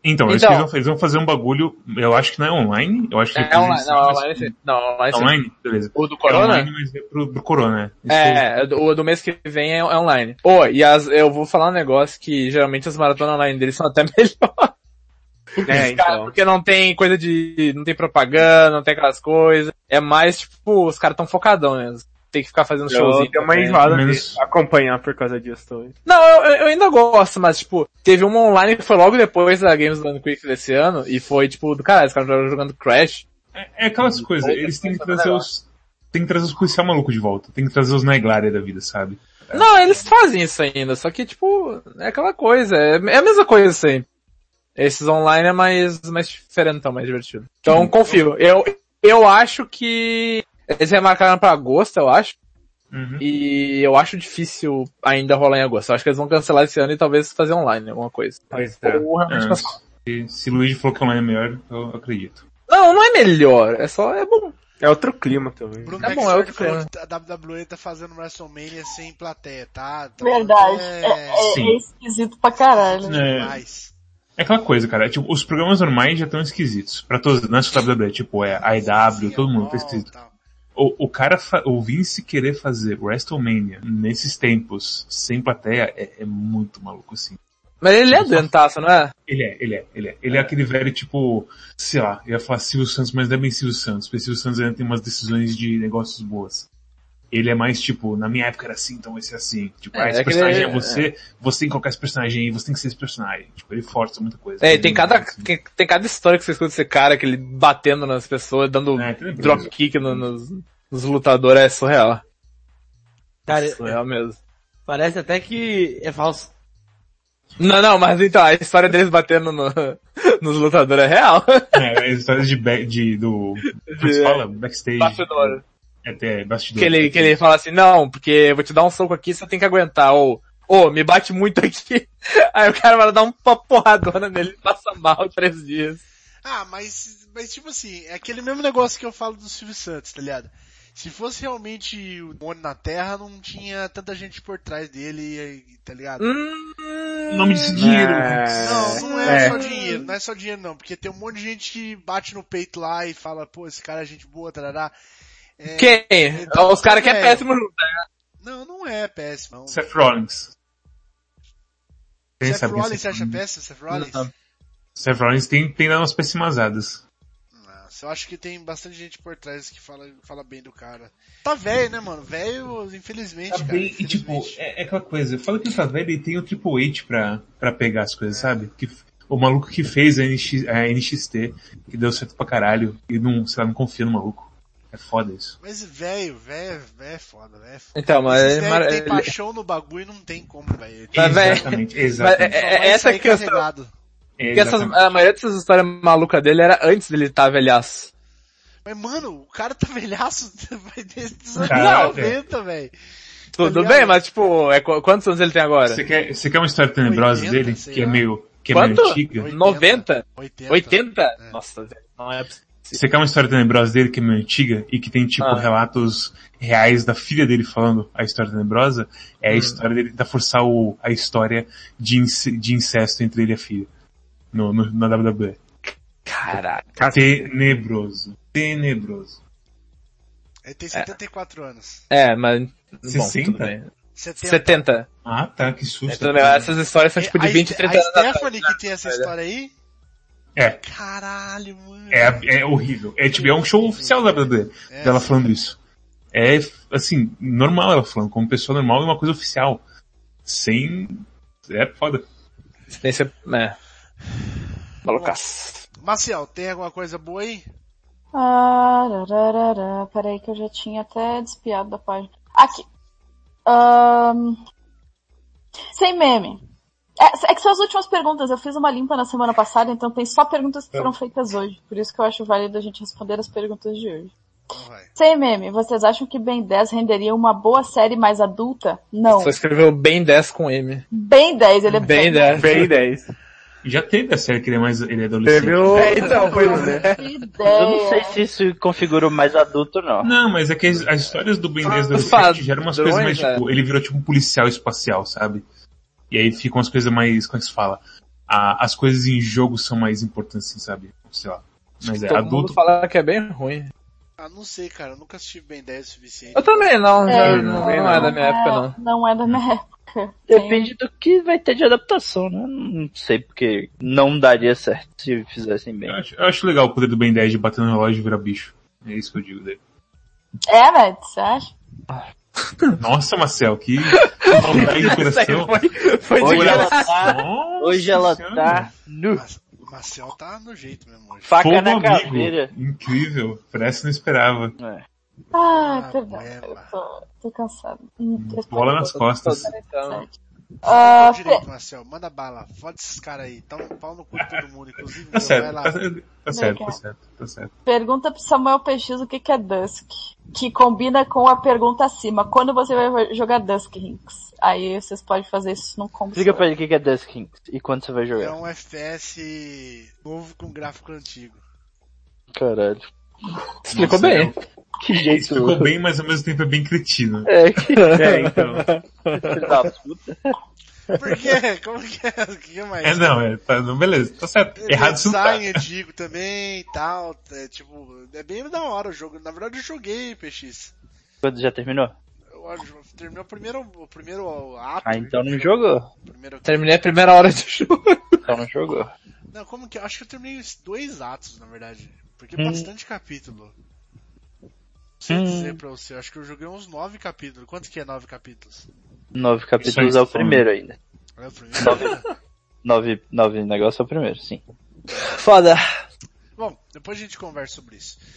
Então, eu acho né? que Então. eles vão, eles vão fazer um bagulho. Eu acho que não é online. Eu acho que É online, não, mas- Tá online sim. Não, online sim. Online? Beleza. O do É Corona? online, mas é pro, pro Corona. Isso É, o do mês que vem é, é online. Ô, e as, eu vou falar um negócio que geralmente as maratonas online deles são até melhores. É, então. Cara, porque não tem coisa de, não tem propaganda, não tem aquelas coisas. É mais, tipo, os caras tão focadão, né? Tem que ficar fazendo showzinho. Eu tenho uma também. enjoada menos- de acompanhar por causa disso também. Não, eu, eu ainda gosto, mas tipo, teve uma online que foi logo depois da Games Done Quick desse ano, e foi tipo, do caralho, os caras estavam jogando Crash. É, é aquelas coisas, eles têm que trazer os. Tem que trazer os policial maluco de volta. Tem que trazer os neglária da vida, sabe? É. Não, eles fazem isso ainda, só que tipo, é aquela coisa, é, é a mesma coisa sempre. Esses online é mais, mais diferentão, mais divertido. Uhum. Então confio, eu, eu acho que eles remarcaram pra agosto, eu acho, Uhum. e eu acho difícil ainda rolar em agosto. Eu acho que eles vão cancelar esse ano e talvez fazer online, alguma coisa. Pois Ou realmente É, cancelar. se, se o Luigi falou que online é melhor, eu acredito. Não, não é melhor, é só, é bom. É outro clima também. Bruno Tá tá bom, é outro falou que a WWE tá fazendo WrestleMania sem plateia, tá? Tá Verdade. falando, É, é- Sim. é esquisito pra caralho. É, Demais. é aquela coisa, cara. é tipo, os programas normais já estão esquisitos. Pra todos, não é só WWE, tipo, é AEW, todo mundo tá esquisito. Tal. O, o cara, fa- o Vince querer fazer WrestleMania nesses tempos sem plateia é, é muito maluco, assim. Mas ele é doentaço, não é? Ele é, ele é, ele é. Ele é aquele velho tipo, sei lá, eu ia falar Silvio Santos, mas não é bem Silvio Santos, porque Silvio Santos ainda tem umas decisões de negócios boas. Ele é mais tipo, na minha época era assim, então vai ser assim. Tipo, É, ah, esse é aquele- personagem é você, você tem que colocar esse personagem aí, você tem que ser esse personagem. Tipo, ele força muita coisa. É, e Ele tem não cada, assim. tem, tem cada história que você escuta desse cara, que ele batendo nas pessoas, dando É, tem dropkick no- nos, nos lutadores, é surreal. Cara, Surreal mesmo. parece até que é falso. Não, não, mas então, a história deles batendo no- nos lutadores é real. É, as histórias de, back, de do, como se fala? Backstage. É. Bastidor. Até bastidor. Que ele, que ele fala assim, não, porque eu vou te dar um soco aqui, você tem que aguentar, ou, ô, me bate muito aqui. Aí o cara vai dar uma porradona nele, ele passa mal três dias. Ah, mas, mas tipo assim, é aquele mesmo negócio que eu falo do Silvio Santos, tá ligado? Se fosse realmente o demônio na Terra, não tinha tanta gente por trás dele, e- tá ligado? Hum, Em nome disso, é. dinheiro. Não, não é, É. só dinheiro, não é só dinheiro não, porque tem um monte de gente que bate no peito lá e fala, pô, esse cara é gente boa, tarará. É, Quem? Os caras que é péssimo junto. Não, não é péssimo. Não. Seth Rollins. Quem Seth sabe quem é Rollins, você Seth acha péssimo, Seth Rollins? Não. Seth Rollins tem, tem umas pessimazadas. Nossa, eu acho que tem bastante gente por trás que fala, fala bem do cara. Tá velho, né, mano? Velho, infelizmente, cara. e tipo, infelizmente. é, é aquela coisa, eu falo que o Favela ele tem o Triple H pra, pra pegar as coisas, sabe? Que, f- o maluco que fez a, NX, a NXT, que deu certo pra caralho, e não, sei lá, não confia no maluco. É foda isso. Mas velho, velho, velho é foda, velho é foda. Então, mas... Esse mas- velho tem paixão no bagulho e não tem como, velho. Mas, véi, exatamente, mas é- exatamente. é- essa é a questão. carregado. é, Porque essas, exatamente. a maioria dessas histórias malucas dele era antes dele estar velhaço. Mas, mano, o cara tá velhaço, vai desde os anos Caraca. 90, velho. Tudo ligado? bem, mas tipo, é, qu- quantos anos ele tem agora? Você quer, você quer uma história tenebrosa 80, dele, sei que é lá. meio, que é Quanto? meio antiga? 90? 80. 80? Nossa, velho, não é possível. Você quer uma história tenebrosa dele que é meio antiga e que tem tipo Ah. relatos reais da filha dele falando a história tenebrosa? Hum. É a história dele tentar forçar o, a história de, inc- de incesto entre ele e a filha. No, no- na WWE. Caraca. Tenebroso. Tenebroso. Ele tem 74 anos. É, mas... Bom, 60? tudo bem. 70. 70. Ah, tá, que susto. É, tudo bem, Essas histórias são tipo de A 20, Ste- 30 anos A atrás. Stephanie que tem essa história aí? É. Caralho, mano. É, ab- é horrível. É tipo, é um show oficial da WWE, É, dela sim. falando isso. É, assim, normal ela falando, como pessoa normal, é uma coisa oficial. Sem... É foda. Tem esse- É. Malucaço. Marcial, tem alguma coisa boa aí? Ah, rararara. Peraí que eu já tinha até despiado da página. Aqui. Ahn, Sem meme. É, é que são as últimas perguntas. Eu fiz uma limpa na semana passada, então tem só perguntas que foram feitas hoje. Por isso que eu acho válido a gente responder as perguntas de hoje. Não vai. Sem meme, vocês acham que Ben 10 renderia uma boa série mais adulta? Não. Só escreveu bem 10 com M. Ben 10, ele é Bem 10. Bem 10. Já teve a série que ele é mais, ele é adolescente. Teve o... Então, pois é. Que Eu não sei ideia. se isso configura o mais adulto, não. Não, mas é que as, as histórias do Ben 10 do Os Lucete geram umas padrões, coisas mais, é. tipo, ele virou tipo um policial espacial, sabe? E aí ficam as coisas mais, como é que se fala? A- as coisas em jogo são mais importantes, assim, sabe? Sei lá. Mas é, Todo mundo adulto... fala que é bem ruim. Ah, não sei, cara. Eu nunca assisti Ben 10 o suficiente. Eu também não, É, já- eu não, também não é da minha época não. Não é da minha época. Depende do que vai ter de adaptação, né? Não sei porque não daria certo se fizessem Eu bem. acho, eu acho legal o poder do Ben 10 de bater no relógio e virar bicho. É isso que eu digo dele. É, velho, você acha? Nossa, Marcel, que... falta de coração. Foi Hoje de ela tá, Nossa hoje ela Senhora. tá nu. Mas- O Marcial tá no jeito mesmo hoje. Faca Fogo na caveira. amigo. Incrível. Parece que não esperava. É. Ah, Ah, perdão. ué, Eu lá. tô, tô cansado. Hum, eu tô- Bola nas costas. então. Ah, Fala direito, Marcel. Manda bala. Foda esses caras aí. Tá um pau no cu de todo mundo, inclusive. Tá meu. certo, Vai lá. tá, certo, tá certo, tá certo, tá certo. Pergunta pro Samuel PX o que, que é Dusk. Que combina com a pergunta acima. Quando você vai jogar Dusk, Rinks? Aí vocês podem fazer isso num combo. Explica só. pra ele o que que é Dust Kings e quando você vai É jogar. um FPS novo com gráfico antigo. Caralho. Explicou bem. Que jeito. Ficou bem, mas ao mesmo tempo é bem cretino. É, que É, então. filho da puta. Por quê? Como que é? O que mais? É, não, é, tá, não, beleza, tá certo. Errado isso não tá. Design antigo também e tal. É, tipo, é bem da hora o jogo. Na verdade eu joguei, PX. Quando já terminou? ódio. Terminou o primeiro, o primeiro ato. Ah, então não jogou. Primeiro... Terminei a primeira hora do jogo. Então não jogou. Não, como que. eu Acho que eu terminei os dois atos, na verdade. Porque Hum. bastante capítulo. Não sei Hum. dizer pra você, eu acho que eu joguei uns nove capítulos. Quanto que é nove capítulos? Nove capítulos Isso é aí, o primeiro ainda. É o primeiro? Nove, nove negócio é o primeiro, sim. Foda. Bom, depois a gente conversa sobre isso.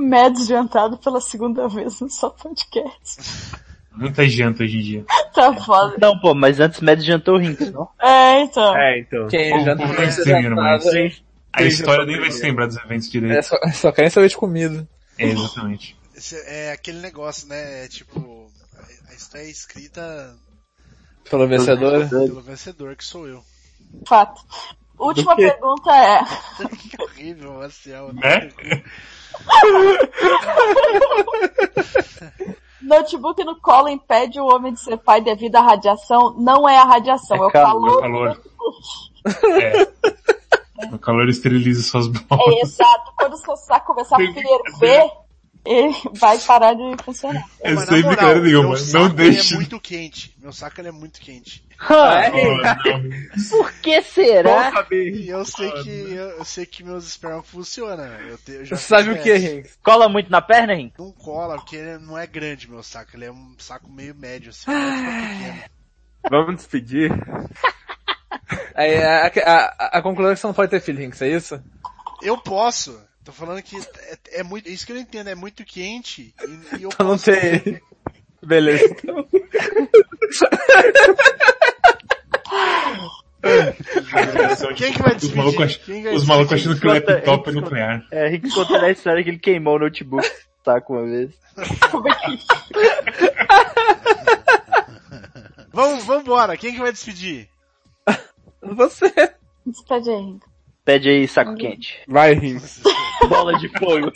Médio adiantado pela segunda vez no só podcast. Muita janta hoje em dia. Tá foda. Não, pô, mas antes Mad jantou o Rinks, não? É, então. É, então. Quem Pô, já pô, não foi precisa estranho, nada. mas- A Sim, história já nem vai se foi. lembrar dos eventos É direito. só, só querem saber de comida. É, exatamente. Esse- é aquele negócio, né? É tipo, a- a história é escrita Pelo vencedor. pelo vencedor, que sou eu. Fato. Última quê? pergunta é. Que horrível, Marcel. Né? Notebook no colo impede o homem de ser pai devido à radiação? Não é a radiação, Então, é, É o calor. O calor. calor. É. O calor esteriliza suas bolas. É exato. Quando seu saco começar a Tem- ferver, ele vai parar de funcionar. É sem brincadeira nenhuma. Não Ele deixe. é muito quente. Meu saco ele é muito quente. Oh, não. Ah, Por que será? E eu sei que eu, eu sei que meus esperma funciona. Eu te, eu já Você sabe fiz o que, teste. Henrique? Cola muito na perna, Rinks? Não cola, porque um ele não é grande meu saco, ele é um saco meio médio, assim, mas fica pequeno. Vamos despedir? Aí, a, a- a- a conclusão é que você não pode ter filho, Hinks, é isso? Eu posso. Tô falando que é, é muito. Isso que eu não entendo, é muito quente. E, e eu Pra Então não posso- ter. Beleza. Quem que vai Os despedir? malucos, ach- Quem vai os malucos despedir? achando que o laptop é nuclear. É, Rinks contando a história que ele queimou o notebook. Tá, com uma vez. Como é que- Vamos, vambora, quem que vai despedir? Você. Despede aí, Henrique. Pede aí saco quente. Vai, Rinks. Bola de fogo.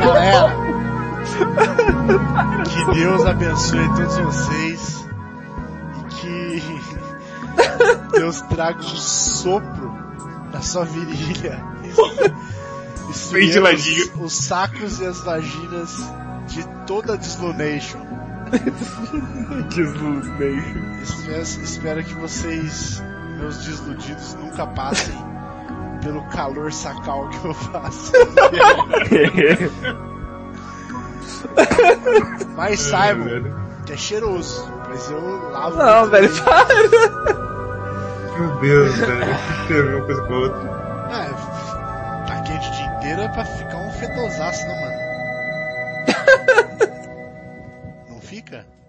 Galera, que Deus abençoe todos vocês e que Deus traga um sopro na sua virilha. Bem Esfriando geladinho. os, os sacos e as vaginas de toda a Dislunation. Espero, espero que vocês, meus desludidos, nunca passem pelo calor sacal que eu faço. É, Mas saibam que é cheiroso, mas eu lavo. Não, muito velho, bem. para. Meu Deus, velho. Tem que ter uma coisa com a outra. É, tá quente o dia inteiro é pra ficar um fedosaço, né, mano? Não fica?